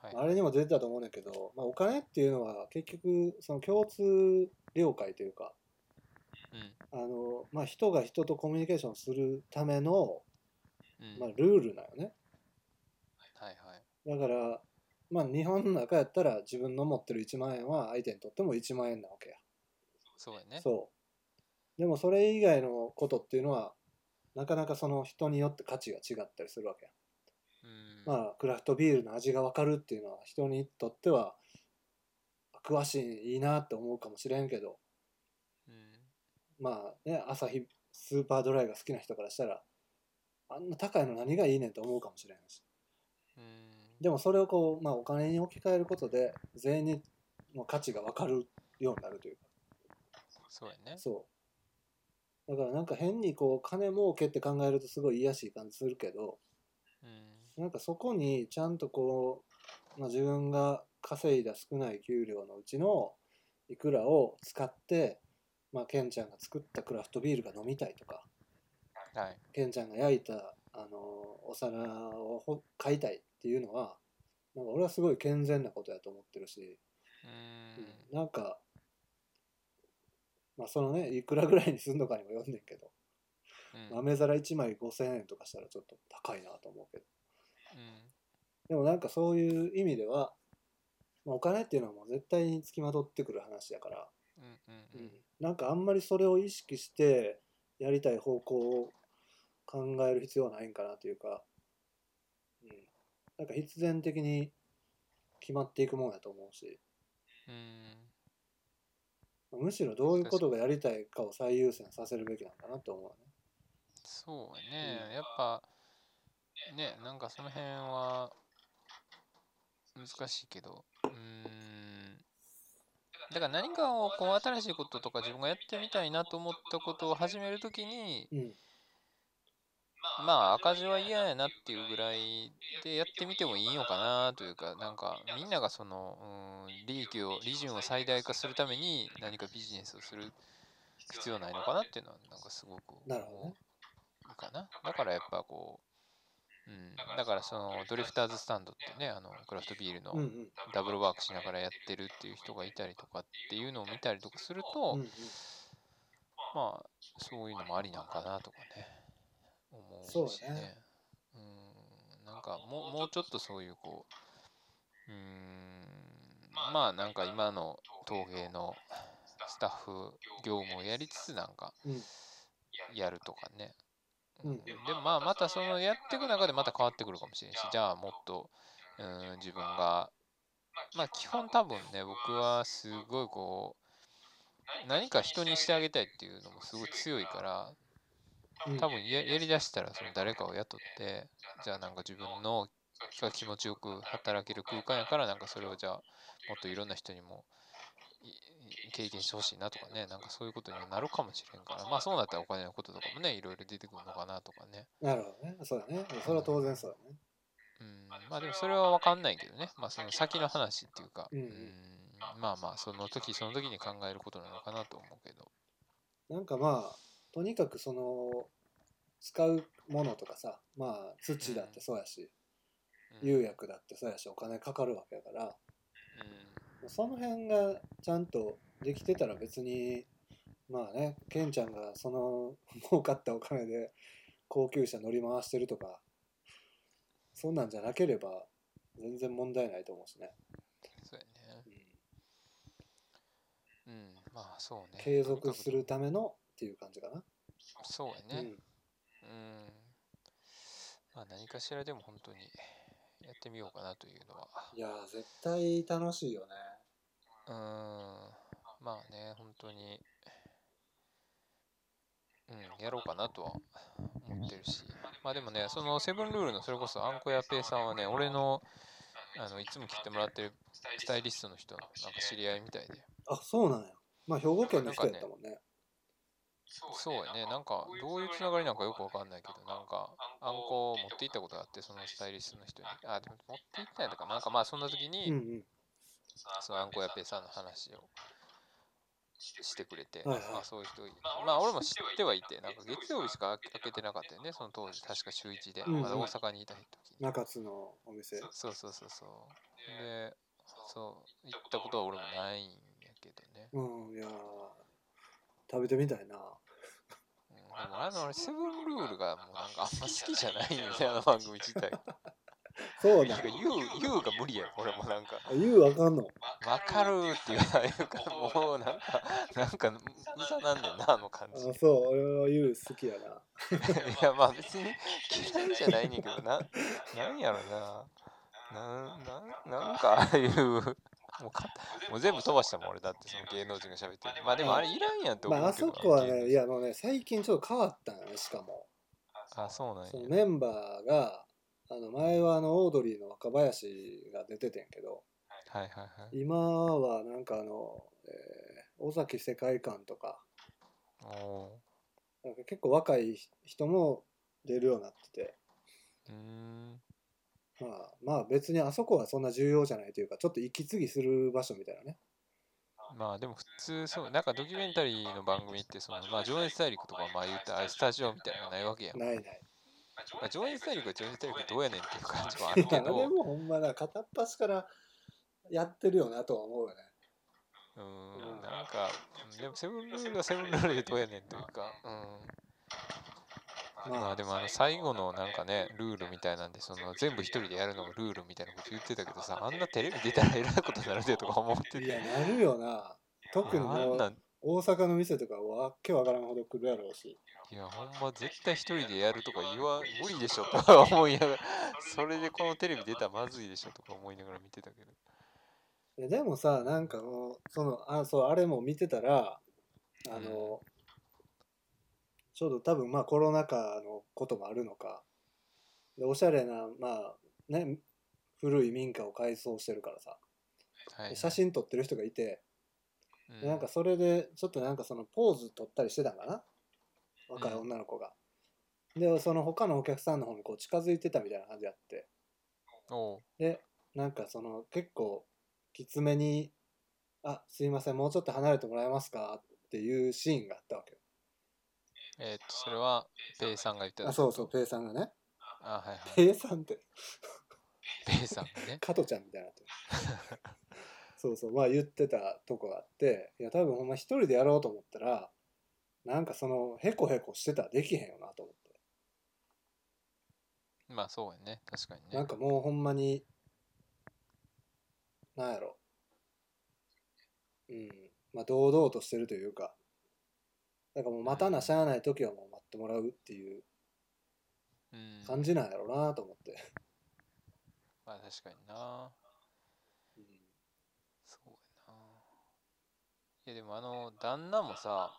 S1: はい
S2: あれにも出てたと思うねんだけど、まあ、お金っていうのは結局その共通了解というか
S1: うん
S2: あの、まあ、人が人とコミュニケーションするための、
S1: うん
S2: まあ、ルールなよね
S1: はいはい
S2: だから、まあ、日本の中やったら自分の持ってる1万円は相手にとっても1万円なわけや
S1: そうやね
S2: そうでもそれ以外のことっていうのはなかなかその人によって価値が違ったりするわけ
S1: う
S2: や、
S1: ん
S2: まあクラフトビールの味が分かるっていうのは人にとっては詳しいいいなって思うかもしれんけど
S1: うん
S2: まあね朝日スーパードライが好きな人からしたらあんな高いの何がいいねんと思うかもしれんし
S1: うん
S2: でもそれをこう、まあ、お金に置き換えることで全員にの価値が分かるようになるというか
S1: そうやね
S2: そうだからなんか変にこう金儲けって考えるとすごい癒やしい感じするけど
S1: うん
S2: なんかそこにちゃんとこう、まあ、自分が稼いだ少ない給料のうちのいくらを使って、まあ、ケンちゃんが作ったクラフトビールが飲みたいとか
S1: はい
S2: ケンちゃんが焼いたあのお皿をほ買いたいっていうのはなんか俺はすごい健全なことやと思ってるし、
S1: うん
S2: なんか、まあ、そのねいくらぐらいにすんのかにもよんねんけど
S1: うん
S2: 豆皿1枚5,000円とかしたらちょっと高いなと思うけど
S1: うん
S2: でもなんかそういう意味では、まあ、お金っていうのはもう絶対につきまとってくる話だから、
S1: うんうん
S2: う
S1: うんん
S2: なんかあんまりそれを意識してやりたい方向を考える必要はないんかなというか、うん、なんか必然的に決まっていくもんやと思うし
S1: うん
S2: むしろどういうことがやりたいかを最優先させるべきなんだなと思うね。
S1: そうやねやっぱねなんかその辺は難しいけどうーんだから何かをこう新しいこととか自分がやってみたいなと思ったことを始めるときに
S2: うん
S1: まあ赤字は嫌やなっていうぐらいでやってみてもいいのかなというかなんかみんながそのうん利益を利潤を最大化するために何かビジネスをする必要ないのかなっていうのはなんかすごく
S2: なるほどね
S1: 思うかなだからやっぱこう、うん、だからそのドリフターズスタンドってねあのクラフトビール
S2: うんう
S1: の
S2: ん
S1: ダブルワークしながらやってるっていう人がいたりとかっていうのを見たりとかすると、
S2: うんうん
S1: まあそういうのもありなんかなとかね
S2: そ
S1: 思
S2: う
S1: うし
S2: だね
S1: ねうんなんかもうもうちょっとそういうこううーんまあなんか今の陶芸のスタッフ業務をやりつつなんか
S2: うん
S1: やるとかね、
S2: うん
S1: でもまあまたそのやっていく中でまた変わってくるかもしれんしじゃあもっとうん自分がまあ基本多分ね僕はすごいこう何か人にしてあげたいっていうのもすごい強いから
S2: うん
S1: 多分ややりだしたらその誰かを雇ってじゃあなんか自分のが気持ちよく働ける空間やからなんかそれをじゃあもっといろんな人にもいい経験してほしいなとかねなんかそういうことにはなるかもしれんからまあそうなったらお金のこととかもねいろいろ出てくるのかなとかね
S2: なるほどねそうだねそれは当然そうだね
S1: うんまあでもそれは分かんないけどねまあその先の話っていうか
S2: うんうん
S1: まあまあその時その時に考えることなのかなと思うけど
S2: なんかまあとにかくその使うものとかさまあ土だってそうやし、
S1: うん
S2: 釉薬だってそうやしお金かかるわけだから
S1: うん
S2: その辺がちゃんとできてたら別にまあねケンちゃんがその儲かったお金で高級車乗り回してるとかそんなんじゃなければ全然問題ないと思うしね、
S1: そうやね
S2: うん
S1: うんまあそうね
S2: 継続するためのっていう感じかな、
S1: そうやね、
S2: うん
S1: うん。まあ何かしらでも本当にやってみようかなというの
S2: いやー絶対楽しいよね
S1: は。まあね、本当に、うん、やろうかなとは思ってるし、まあでもね、そのセブンルールのそれこそアンコヤペイさんはね、俺のあのいつも切ってもらってるスタイリストの人のなんか知り合いみたいで、
S2: あそうなんやまあ兵庫県の人やったもんね
S1: そうやね、なんかどういうつながりなんかよくわかんないけど、なんかアンコを持って行ったことがあって、そのスタイリストの人に、あ、でも持って行ったんやったかな、なんかまあそんな時
S2: うんう
S1: に、
S2: ん
S1: そのアンコヤペイさんの話をしてくれて、
S2: はいはい
S1: まあ、そういう人いまあ俺も知ってはいて、なんか月曜日しか開けてなかったよね、その当時、確か週1で、
S2: うんうん
S1: まだ大阪にいた時に。
S2: 中津のお店
S1: そうそうそうそう。で、そう、行ったことは俺もないんやけどね。
S2: うんいやー食べてみたい
S1: う
S2: な
S1: ん、でもあの俺、セブンルールがもうなんかあんま好きじゃないんよね、あの番組自体。
S2: そう
S1: な
S2: なんん
S1: か YOU YOU が無理や、俺もなんか。
S2: 言うあかんの
S1: わかるっていうか、いうかもうなんか、なんか、うざなんねんな、あの感
S2: あ
S1: じ。
S2: そう俺は言う好きやない
S1: やまあ別に嫌いじゃないねんけどななんやろななんなんなんかああいうもうかもう全部飛ばしたもん俺だってその芸能人が喋ってるまあでもあれいらんやんって思
S2: ま
S1: うけど
S2: ああそこは
S1: 芸能
S2: ね
S1: 人
S2: いやあのね最近ちょっと変わったんよねしかも
S1: あそうなんや
S2: そのメンバーがあの前はあのオードリーの若林が出ててんけど
S1: はいはいはい
S2: 今はなんかあの、えー尾崎世界観とか
S1: おお
S2: なんか結構若い人も出るようになってて
S1: ーうーん
S2: まあまあ別にあそこはそんな重要じゃないというかちょっと息継ぎする場所みたいなね
S1: まあでも普通そうなんかドキュメンタリーの番組ってそのまあ情熱大陸とかまあ言ったらスタジオみたいなのがないわけやん、ま
S2: ない ない
S1: あ、情熱大陸は情熱大陸どうやねんっていう感じはあ る
S2: いやあ
S1: け
S2: れ
S1: ど
S2: もほんまな片っ端からやってるよなとは思うよね
S1: う、
S2: うんん
S1: なんか、うんでもセブンルールはセブンルールでどうやねんというか、うん。まあでもあの最後のなんかね、ルールみたいなんで、その全部一人でやるのがルールみたいなこと言ってたけどさ、あんなテレビ出たら偉いことになるでとか思って
S2: いや
S1: て。
S2: なるよな特に
S1: あ
S2: も
S1: んな
S2: うん大阪の店とかわっけわからんほど来るやろうし
S1: いやほんま絶対一人でやるとか言わ無理でしょとか思いな がらそれでこのテレビ出たらまずいでしょとか思いながら見てたけど
S2: いやでもさなんかもうそのあそうあれも見てたらあの、ちょうど多分まあコロナ禍のこともあるのかでおしゃれなまあね古い民家を改装してるからさ、
S1: はいはい
S2: 写真撮ってる人がいて、
S1: う
S2: でなんかそれでちょっとなんかそのポーズ撮ったりしてたんかな若い
S1: うん
S2: 女の子が、でその他のお客さんの方にこう近づいてたみたいな感じあって
S1: おう
S2: でなんかその結構きつめに「あすいませんもうちょっと離れてもらえますか?」っていうシーンがあったわけよ
S1: えーっとそれはペイさんが言ってた
S2: あそうそうペイさんがね
S1: あはいはい
S2: ペイさんって
S1: ペイさんがね
S2: 加トちゃんみたいになってるそうそうまあ言ってたとこがあっていや多分ほんま一人でやろうと思ったらなんかそのヘコヘコしてたらできへんよなと思って。
S1: まあそうやね確かにね
S2: なんかもうほんまに、なんやろ。うん。まあ、堂々としてるというか、なんかもう待たなしゃあない時はもう待ってもらうっていう
S1: うん
S2: 感じなんやろうなと思って。
S1: まあ確かにな
S2: うん
S1: そうやないやでもあの旦那もさ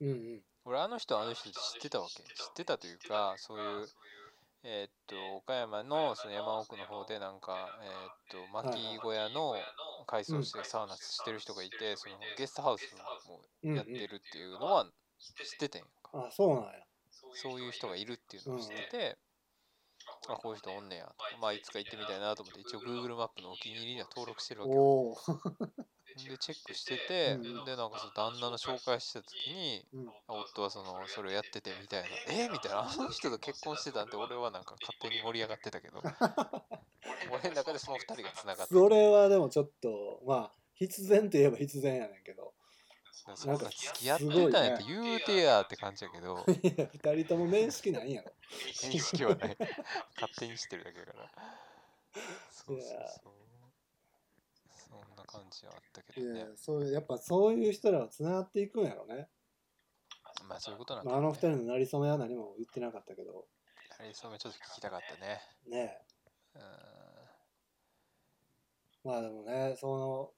S2: うんうん。
S1: 俺あの人あの人知ってたわけ知ってたというかそういうえーっと岡山のその山奥の方でなんかえーっと
S2: はいはい
S1: 薪小屋の改装してサウナしてる人がいてそのゲストハウスも
S2: うんうん
S1: やってるっていうのは知っててんやんか
S2: あ、そうなんや。
S1: そういう人がいるっていうのを知ってて、あこういう人おんねやとかまあいつか行ってみたいなと思って一応 Google マップのお気に入りには登録してるわけよ
S2: おお。
S1: でチェックしてて、
S2: うん
S1: でなんかその旦那の紹介してた時に
S2: うん
S1: 夫はそのそれをやっててみたいな「えみたいなあの人と結婚してたんで俺はなんか勝手に盛り上がってたけど俺の中でその2人がつながって
S2: それはでもちょっと、まあ、必然といえば必然やねんけど。
S1: そんな付き合っ
S2: すご
S1: て
S2: い
S1: たんやって
S2: ね
S1: 言うてやって感じやけど
S2: いや、二人とも面識ないん やろ。
S1: 認識はない勝手にしてるだけだからそうそうそうそんな感じはあったけ
S2: い
S1: ど
S2: や
S1: ね、
S2: そう、やっぱそういう人らは繋がっていくんやろね。
S1: まあそういうことなんだ
S2: まあ、
S1: ろ
S2: あ
S1: う
S2: の
S1: ね
S2: 二人のなりそめは何も言ってなかったけど。
S1: あれそうちょっと聞きたかったね
S2: ね
S1: う
S2: え
S1: ん
S2: まあでもね、その、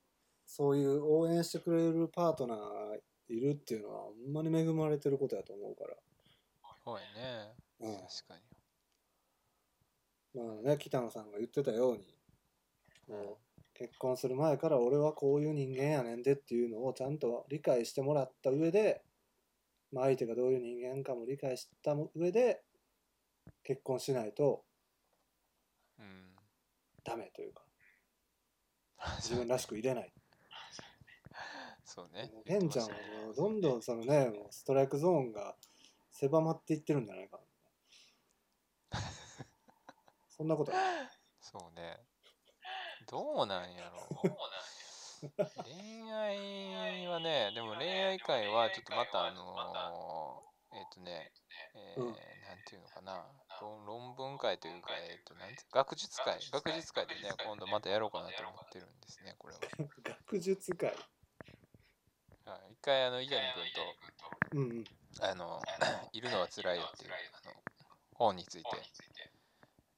S2: そういう応援してくれるパートナーがいるっていうのはほんまに恵まれてることやと思うから、
S1: そうやね。
S2: うん
S1: 確かに。
S2: まあね北野さんが言ってたように
S1: うん
S2: もう結婚する前から俺はこういう人間やねんでっていうのをちゃんと理解してもらった上で、まあ、相手がどういう人間かも理解した上で結婚しないと
S1: うん。
S2: ダメというか自分らしくいれない
S1: そうね。
S2: もうケンちゃんはもうどんどんそのねもうストライクゾーンが狭まっていってるんじ ゃないかなそんなことない
S1: そうね。どうなんやろ恋愛はね、でも恋愛会はちょっとまたあのーえっ、とね、えー
S2: う
S1: な
S2: ん
S1: んていうのかな、論論文会というか、えっ、と、なんていう学術会、学術会でね、今度またやろうかなと思ってるんですね、これは。
S2: 学術界
S1: はい一回、あの、伊谷君と、
S2: うんうん
S1: あの、いるのは辛いよっていう、あの、本について、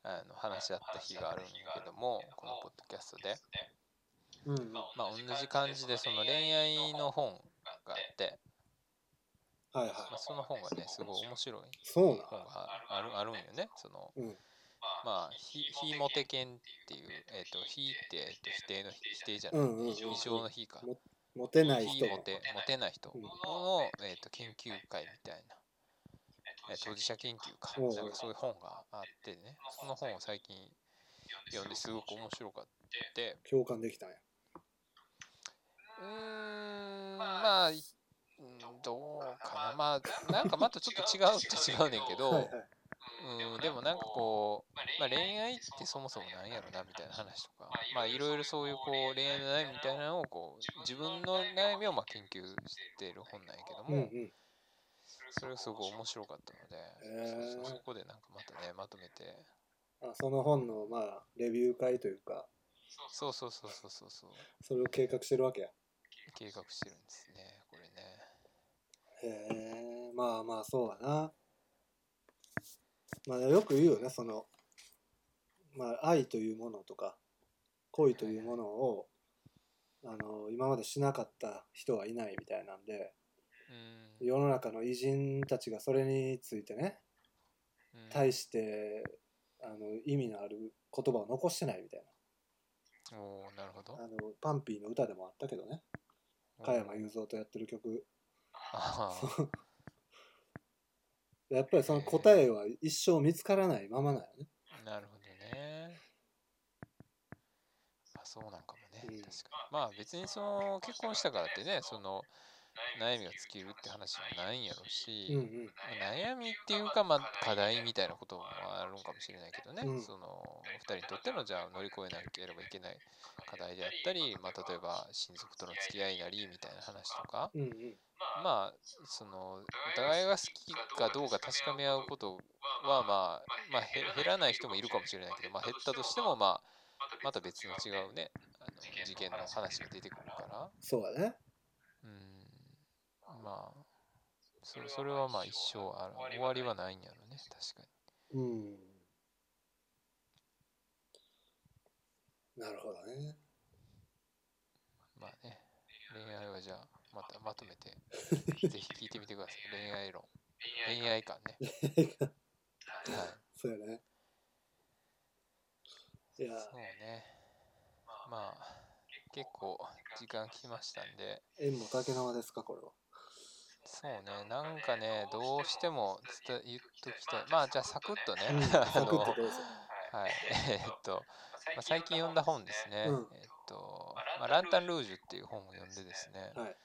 S1: あの、話し合った日があるんだけども、このポッドキャストで。
S2: うんうんは
S1: まあ、同じ感じで、その恋愛の本があって、
S2: いはい
S1: まあ、その本がね、すごい面白い
S2: そうな
S1: 本
S2: ん
S1: があるあるんよね。その、
S2: うん
S1: まあ、ひ、ひもてけんっていう、えっ、と、ひって、えっ、と、否定のひ否定じゃな
S2: う
S1: い、
S2: んうんうん
S1: 異常のひか。
S2: モテない
S1: ひ
S2: 人
S1: も
S2: も
S1: て、モテない人
S2: うん
S1: の、えっ、と、研究会みたいな。え当事者研究か
S2: おうおう
S1: なんかそういう本があってねその本を最近読んですごく面白かった
S2: 共感できたんや
S1: うーんまあいうんどうかなまあなんかまたちょっと違うって違うねんけど、
S2: はいはい
S1: うん、でもなんかこう、まあ、恋愛ってそもそもなんやろなみたいな話とかまあいろいろそういうこう恋愛の悩みみたいなのをこう自分の悩みをまあ研究している本なんやけど
S2: うん
S1: も、
S2: うん
S1: それがすごい面白かったので、
S2: へー
S1: そうそうそこでなんかまたねまとめて
S2: あその本のまあレビュー会というか
S1: そうそうそうそうそうそう
S2: それを計画してるわけや
S1: 計画してるんですねこれね
S2: へえまあまあそうだなまあよく言うよねそのまあ愛というものとか恋というものをあの今までしなかった人はいないみたいなんで
S1: うん
S2: 世の中の偉人たちがそれについてね
S1: うん
S2: 対してあの意味のある言葉を残してないみたい
S1: おおなるほど
S2: なあのパンピーの歌でもあったけどね加山雄三とやってる曲
S1: あー
S2: やっぱりその答えは一生見つからないままなのね
S1: なるほどねあそうなんかもね
S2: うん
S1: 確かにまあ別にその結婚したからってねその悩みが尽きるって話もないんやろし、
S2: うんうん
S1: まあ悩みっていうか、まあ、課題みたいなこともあるのかもしれないけどね、
S2: うん
S1: その2人にとってのじゃあ乗り越えなければいけない課題であったり、まあ、例えば親族との付き合いなりみたいな話とか
S2: うんうん
S1: まあそのお互いが好きかどうか確かめ合うことは、まあ、まあへ減らない人もいるかもしれないけど、まあ、減ったとしても、まあ、また別の違うねあの事件の話が出てくるから。
S2: そうだね
S1: うんまあそそれはまあ一生ある終わりはないんやろね確か
S2: うんなるほどね
S1: にまあね恋愛はじゃあまたまとめてぜひ聞いてみてください恋愛論恋愛観ねはい
S2: そうやねいや
S1: そうねまあ結構時間きましたんで
S2: 縁も竹縄ですかこれは
S1: そうねなんかねどうしても伝え言っときたいまあじゃあサクッとね
S2: うん
S1: あ
S2: サクッと
S1: の
S2: どうぞ
S1: はい、 えーっと、まあ、最近読んだ本ですね、
S2: うん
S1: えーっと、まあ、ランタン・ルージュっていう本を読んでですね、
S2: はい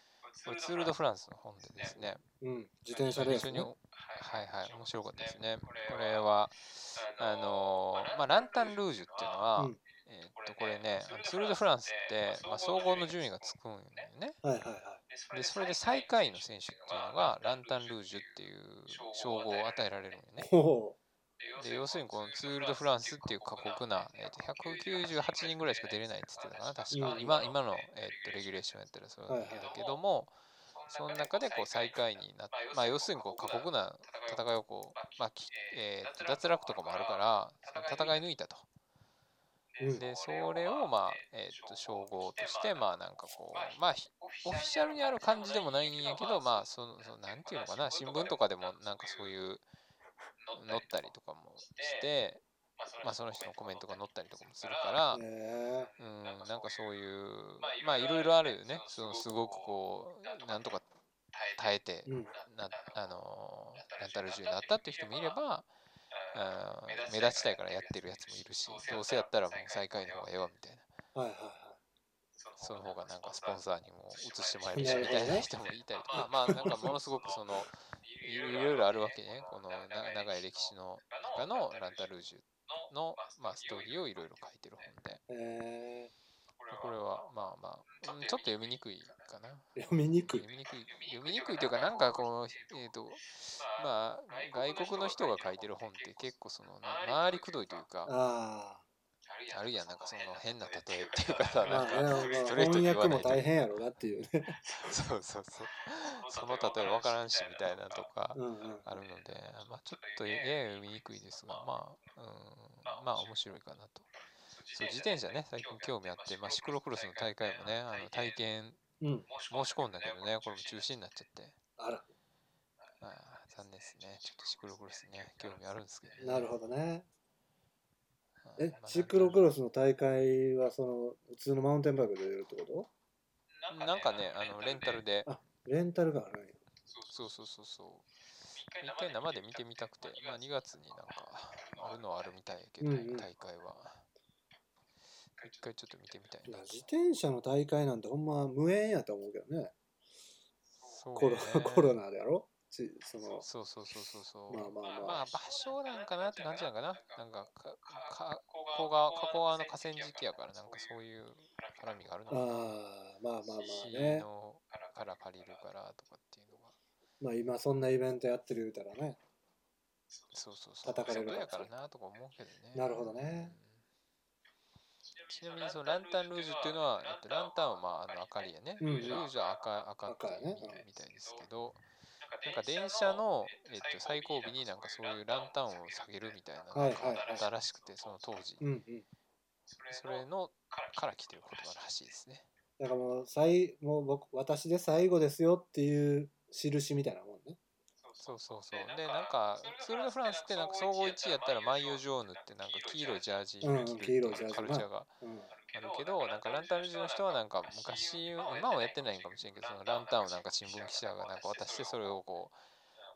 S1: これツール・ド・フランスの本でですね、
S2: うん自転車レー
S1: 非
S2: ス
S1: 常に
S2: ね
S1: おはいはい、面白かったですね。これは、あのーまあ、ランタン・ルージュっていうのは、
S2: うん
S1: えーっと、これね、ツール・ド・フランスって、まあ、総合の順位がつくんよね。
S2: はいはいは
S1: で、それで最下位の選手っていうのが、ランタン・ルージュっていう称号を与えられるんよね
S2: い。ほ
S1: で要するにこのツール・ド・フランスっていう過酷な、えー、と198人ぐらいしか出れないって言ってたかな確か
S2: うん
S1: 今今の、えー、とレギュレーションやったらそうなんだけどもその中でこう最下位になって、まあ、要するにこう過酷な戦いをこう、まあきえーと脱落とかもあるからその戦い抜いたと
S2: うん
S1: でそれをまあ、えー、と称号としてまあなんかこうまあひオフ
S3: オフ
S1: ィ
S3: ィ
S1: シ
S3: シ
S1: ャ
S3: ャ
S1: ル
S3: ル
S1: に
S3: に
S1: あ
S3: あ
S1: る
S3: る
S1: 感
S3: 感
S1: じ
S3: じ
S1: で
S3: で
S1: も
S3: も
S1: な
S3: ないい
S1: ん
S3: ん
S1: や
S3: や
S1: け
S3: け
S1: ど
S3: ど
S1: ま
S3: ま
S1: あ
S3: あ
S1: そ
S3: そ
S1: の
S3: の
S1: そ
S3: そ
S1: の
S3: の
S1: な
S3: なんん
S1: て
S3: て
S1: い
S3: いうう
S1: の
S3: の
S1: か
S3: か
S1: な
S3: な
S1: 新
S3: 新
S1: 聞
S3: 聞
S1: とか
S3: とか
S1: で
S3: で
S1: も
S3: も
S1: な
S3: なんん
S1: か
S3: か
S1: そ
S3: そう
S1: い
S3: ういうう
S1: 載
S3: 載
S1: っ
S3: ったた
S1: り
S3: り
S1: と
S3: と
S1: か
S3: か
S1: も
S3: も
S1: し
S3: して
S1: てまあ
S3: まあ
S1: そ
S3: そ
S1: の
S3: の
S1: 人
S3: 人
S1: の
S3: の
S1: コ
S3: コ
S1: メ
S3: メ
S1: ン
S3: ン
S1: ト
S3: ト
S1: が
S3: が
S1: 載
S3: 載
S1: っりとかもする
S3: ったたりとかもする
S1: か
S3: からら
S1: うんなんかそういうま
S3: ま
S1: あ
S3: あ
S1: いろ
S3: いろ
S1: い
S3: い
S1: ろ
S3: ろ
S1: あ
S3: あ
S1: る
S3: る
S1: よ
S3: よ
S1: ね
S3: ね
S1: そ
S3: そ
S1: の
S3: の
S1: す
S3: す
S1: ご
S3: ご
S1: く
S3: く
S1: こ
S3: こ
S1: う
S3: う
S1: な
S3: なんん
S1: と
S3: と
S1: か
S3: か
S1: 耐
S3: 耐
S1: えて
S3: えて
S2: うん
S3: な
S1: なあ
S3: あ
S1: の
S3: の
S1: な
S3: な
S1: った
S3: た
S1: る
S3: る
S1: じ
S3: じ
S1: ゅ
S3: ゅ
S1: うにな
S3: うにな
S1: っ
S3: ったた
S1: っ
S3: ってて
S1: い
S3: い
S1: 人もい
S3: うう人もい
S1: れ
S3: れ
S1: ば
S3: ば
S1: うん目
S3: 目
S1: 立
S3: 立
S1: ちた
S3: ちた
S1: い
S3: い
S1: か
S3: からら
S1: や
S3: や
S1: っ
S3: って
S1: る
S3: てる
S1: や
S3: や
S1: つ
S3: つ
S1: も
S3: も
S1: い
S3: い
S1: る
S3: る
S1: し
S3: し
S1: ど
S3: ど
S1: う
S3: う
S1: せ
S3: せ
S1: や
S3: や
S1: っ
S3: ったた
S1: ら
S3: ら
S1: も
S3: も
S1: う
S3: う
S1: 最
S3: 最
S1: 下
S3: 下
S1: 位
S3: 位
S1: の方
S3: の方
S1: がえ
S3: がえ
S1: え
S3: え
S1: わ
S3: わ
S1: み
S3: み
S1: た
S3: た
S1: い
S3: い
S1: な
S3: な
S1: その方がなかスポンサーにも移しもらえるしみたいな
S2: はいはいは
S3: その方がなんんかスポンサーにも移しててもらえるしみたいな
S1: 人
S3: 人
S1: も
S3: も
S1: いたりと
S3: いたりと
S1: かま あ
S3: かまあ
S1: な
S3: なんん
S1: か
S3: か
S1: ものすごくそのい
S3: ものすごくそのい
S1: ろい
S3: ろい
S1: ろ
S3: ろ
S1: い
S3: い
S1: ろ
S3: ろ
S1: あ
S3: あ
S1: る
S3: る
S1: わ
S3: わ
S1: け
S3: け
S1: ね
S3: ね
S1: こ
S3: こ
S1: の
S3: の
S1: な
S3: な
S1: 長
S3: 長
S1: い
S3: い
S1: 歴
S3: 歴
S1: 史
S3: 史
S1: の
S3: の
S1: がの
S3: の
S1: ラ
S3: ラ
S1: ン
S3: ン
S1: タ
S3: タ
S1: ル
S3: ル
S1: ージ
S3: ジ
S1: ュの、ま
S3: ま
S1: あ、
S3: あ
S1: ス
S3: ス
S1: ト
S3: ト
S1: ー
S3: ー
S1: リ
S3: リ
S1: ー
S3: ー
S1: を
S3: を
S1: い
S3: い
S1: ろい
S3: ろ
S1: ろ
S3: いろ
S1: 書
S3: 書
S1: いてる本で
S2: いえ
S1: これはまあまあうんちょっと読みにくいかな
S2: ー、読みにくい
S1: 読みにくい読みにくいというかなんかこうえっ、とまあ外国の人が書いてる本って結構そのな回りくどいというか
S2: あ
S1: あ
S3: あ
S1: る
S3: る
S1: や
S3: や
S1: ん
S3: ん
S1: な
S3: なんん
S1: か
S3: か
S1: そ
S3: そ
S1: の
S3: の
S1: 変
S3: 変
S1: な
S3: な
S1: 例
S3: 例
S1: え
S3: え
S1: っ
S3: ってて
S1: い
S3: いうう
S1: か
S3: か
S1: さ
S3: さ
S2: あま
S1: な
S3: なんん
S1: か
S3: か
S2: あね
S1: ストレートに言
S2: 翻
S1: わ
S2: 訳
S1: な
S2: も
S1: いと
S2: 大変やろなっていうね
S1: そうそうそうその例え分からんしみたいなとか
S2: うんうん
S1: あるのでまあちょっとやや読みにくいですがまあうんまあ面白いかなと
S3: そ
S1: そうう
S3: 自
S1: 自
S3: 転
S1: 転
S3: 車
S1: 車
S3: ね
S1: ね
S3: 最
S1: 最
S3: 近
S1: 近興
S3: 興
S1: 味
S3: 味あ
S1: あ
S3: っ
S1: ってて
S3: ま
S1: ま
S3: あ
S1: あ
S3: シ
S1: シ
S3: ク
S1: ク
S3: ロ
S1: ロ
S3: ク
S1: ク
S3: ロ
S1: ロ
S3: ス
S1: ス
S3: の
S1: の大
S3: 大会
S1: 会
S3: も
S1: も
S3: ね
S1: ね
S3: あ
S1: あ
S3: の
S1: の
S3: 体
S1: 体
S3: 験
S1: 験
S2: うん
S3: 申
S1: 申
S3: し
S1: し
S3: 込
S1: 込
S3: ん
S1: ん
S3: だ
S1: だ
S3: け
S1: け
S3: ど
S1: ど
S3: ね
S1: ね
S3: こ
S1: これ
S3: れも
S1: も
S3: 中
S1: 中
S3: 止
S1: 止
S3: に
S1: にな
S3: なっ
S1: っ
S3: ち
S1: ち
S3: ゃ
S1: ゃ
S3: っ
S1: ってて
S2: あら
S1: ああ残念ですねちょっとシクロクロスね興味あるんですけどね
S2: なるほどね
S1: はい
S2: え
S1: まあ
S2: シクロクロ
S1: なん
S2: スの大会はその普通のマウンテンバイクで出るってこ
S1: かなんかねあのレンタルで
S2: とあレンタルがあるんや
S1: そうそうそうそう
S3: 一
S1: 一回生
S3: 生
S1: で
S3: で
S1: 見
S3: 見
S1: て
S3: て
S1: み
S3: み
S1: た
S3: た
S1: く
S3: く
S1: て
S3: て、
S1: ま
S3: ま
S1: あ
S3: あ、
S1: 2
S3: 2
S1: 月
S3: 月
S1: に
S3: に
S1: な
S3: なんん
S1: か
S3: か
S1: あ
S3: あ
S1: る
S3: る
S1: の
S3: の
S1: はあ
S3: はあ
S1: る
S3: る
S1: み
S3: み
S1: た
S3: た
S1: い
S3: い
S1: や
S3: や
S1: け
S3: け
S1: ど
S3: ど、
S2: うんうん
S1: 大会は
S3: 一回ち
S1: 一回ちょっ
S3: ょっと
S1: と見てみたい
S2: いや
S1: な
S2: 自転車の大会なんてほんま無縁やと思うけどね
S1: そう
S2: コロ,、
S1: ね
S2: コロナでやろちその
S1: そうそうそうそうそう
S2: まあまあまあ
S1: まあ場所なんかなって感じなんかななんかかかこ
S3: こ
S1: こ
S3: こ
S1: が
S3: が
S1: 加
S3: 加
S1: 古川
S3: 古川
S1: の
S3: の
S1: 河
S3: 河
S1: 川
S3: 川
S1: 敷
S3: 敷
S1: や
S3: や
S1: か
S3: からら
S1: な
S3: なんん
S1: か
S3: か
S1: そ
S3: そうう
S1: い
S3: いうう
S1: 絡
S3: 絡
S1: み
S3: み
S1: が
S3: が
S1: ある
S3: ある
S1: のかな
S2: あ
S3: のかな
S2: あまあまあまあ
S1: 市
S2: ね
S1: のから借りるからとかっていうのが
S2: まあ今そんなイベントやってる言うたらね
S1: そうそうそう
S2: 叩かれる
S1: 外
S2: か
S1: や
S2: ら
S1: からなとか思うけどね
S2: なるほどね
S1: うんちなみにそのランタンルージュっていうのはえっとランタンはまああの明かりやね
S2: う
S1: ル
S2: んうん
S1: ージュは赤赤っていう意味
S2: 赤やねうん
S1: みたいですけどな
S3: なんん
S1: か
S3: か
S1: 電
S3: 電
S1: 車
S3: 車
S1: の
S3: の、
S1: え
S3: え
S1: っ
S3: っ
S1: と最
S3: と、最
S1: 後
S3: 後
S1: 尾
S3: 尾
S1: に
S3: に
S1: な
S3: なんん
S1: か
S3: か
S1: そ
S3: そうう
S1: い
S3: いうう
S1: ラ
S3: ラ
S1: ン
S3: ン
S1: タ
S3: タ
S1: ン
S3: ン
S1: を
S3: を
S1: 下
S3: 下
S1: げ
S3: げ
S1: る
S3: る
S1: み
S3: み
S1: た
S3: た
S1: いな
S3: いな
S1: の
S2: はいはい
S1: が
S2: はい
S1: あったらしくてその当時
S2: うんうん
S1: それのから来てる言葉らしいですね
S2: だからもう最もう僕私で最後ですよっていう印みたいなもんね
S1: そうそうそう
S3: で
S1: で
S3: な
S1: なんん
S3: か
S1: かツール・ド・フランスってなんか総合1位やったらマイユ・ジョーヌってなんか黄色いジャージ
S2: うん
S1: 着るって
S2: 黄色いジャージ
S1: カルチャーが
S2: うん
S1: あるけどなんかランタンルージュの人はなんか昔今はやってないんかもしれんけどそのランタンをなんか新聞記者がなんか渡してそれをこ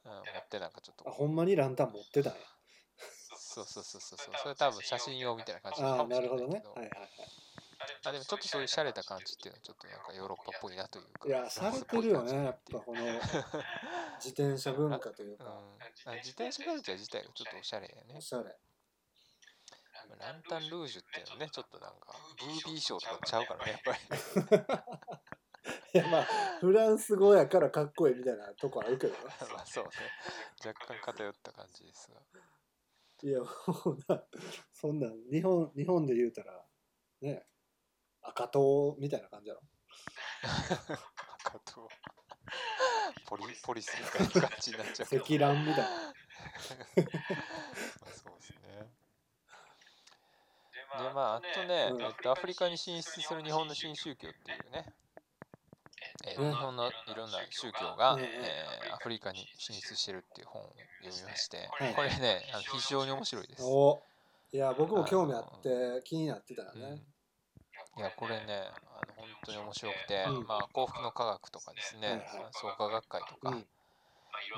S1: う、うん、持ってなんかちょっと
S2: あ
S1: こう
S2: ほんまにランタン持ってたんや
S1: そうそうそうそうそうそれ多分写真用みたいな感じ
S2: あ
S1: か
S2: あ
S1: もし
S2: な
S1: れ
S2: る
S1: な
S2: ほ
S1: い
S2: ど
S1: け
S2: ね
S1: ど
S2: はいはいはい
S1: あでもちょっとそういう洒落た感じっていうのはちょっとなんかヨーロッパっぽいなというか
S2: いやされてるよねやっぱこの自転車文化という
S1: う
S2: か
S1: ん、 あ自転車カルチャー自体がちょっとおしゃれやね
S2: おしゃれ
S1: ランタンルージュっていうのねちょっとなんかブービー賞とかちゃうからねやっぱり
S2: いやまあフランス語やからかっこいいみたいなとこあるけどね
S1: まあそうね若干偏った感じですが
S2: いやも うなそんなん日本日本で言うたらね赤党みたいな感じやろ
S1: 赤とポリポリスみたいな感じになっちゃうけど
S2: 赤蘭みたいな
S1: まあそうですね
S3: で
S1: でまああとね、
S2: うん
S1: えっと、アフリカに進出する日本の新宗教っていうね、えー
S2: うん
S1: 日本のいろんな宗教が、
S2: うん
S1: えーアフリカに進出してるっていう本を読みまして、
S3: はい
S1: これねあの非常に面白いです、
S2: おいや僕も興味あって気になってたよ
S1: うん
S2: ね、
S1: いやこれねあの本当に面白くて、
S2: うん
S1: まあ、幸福の科学とかですね、
S2: はいはい
S1: 創価学会と
S2: う
S1: か、
S2: ん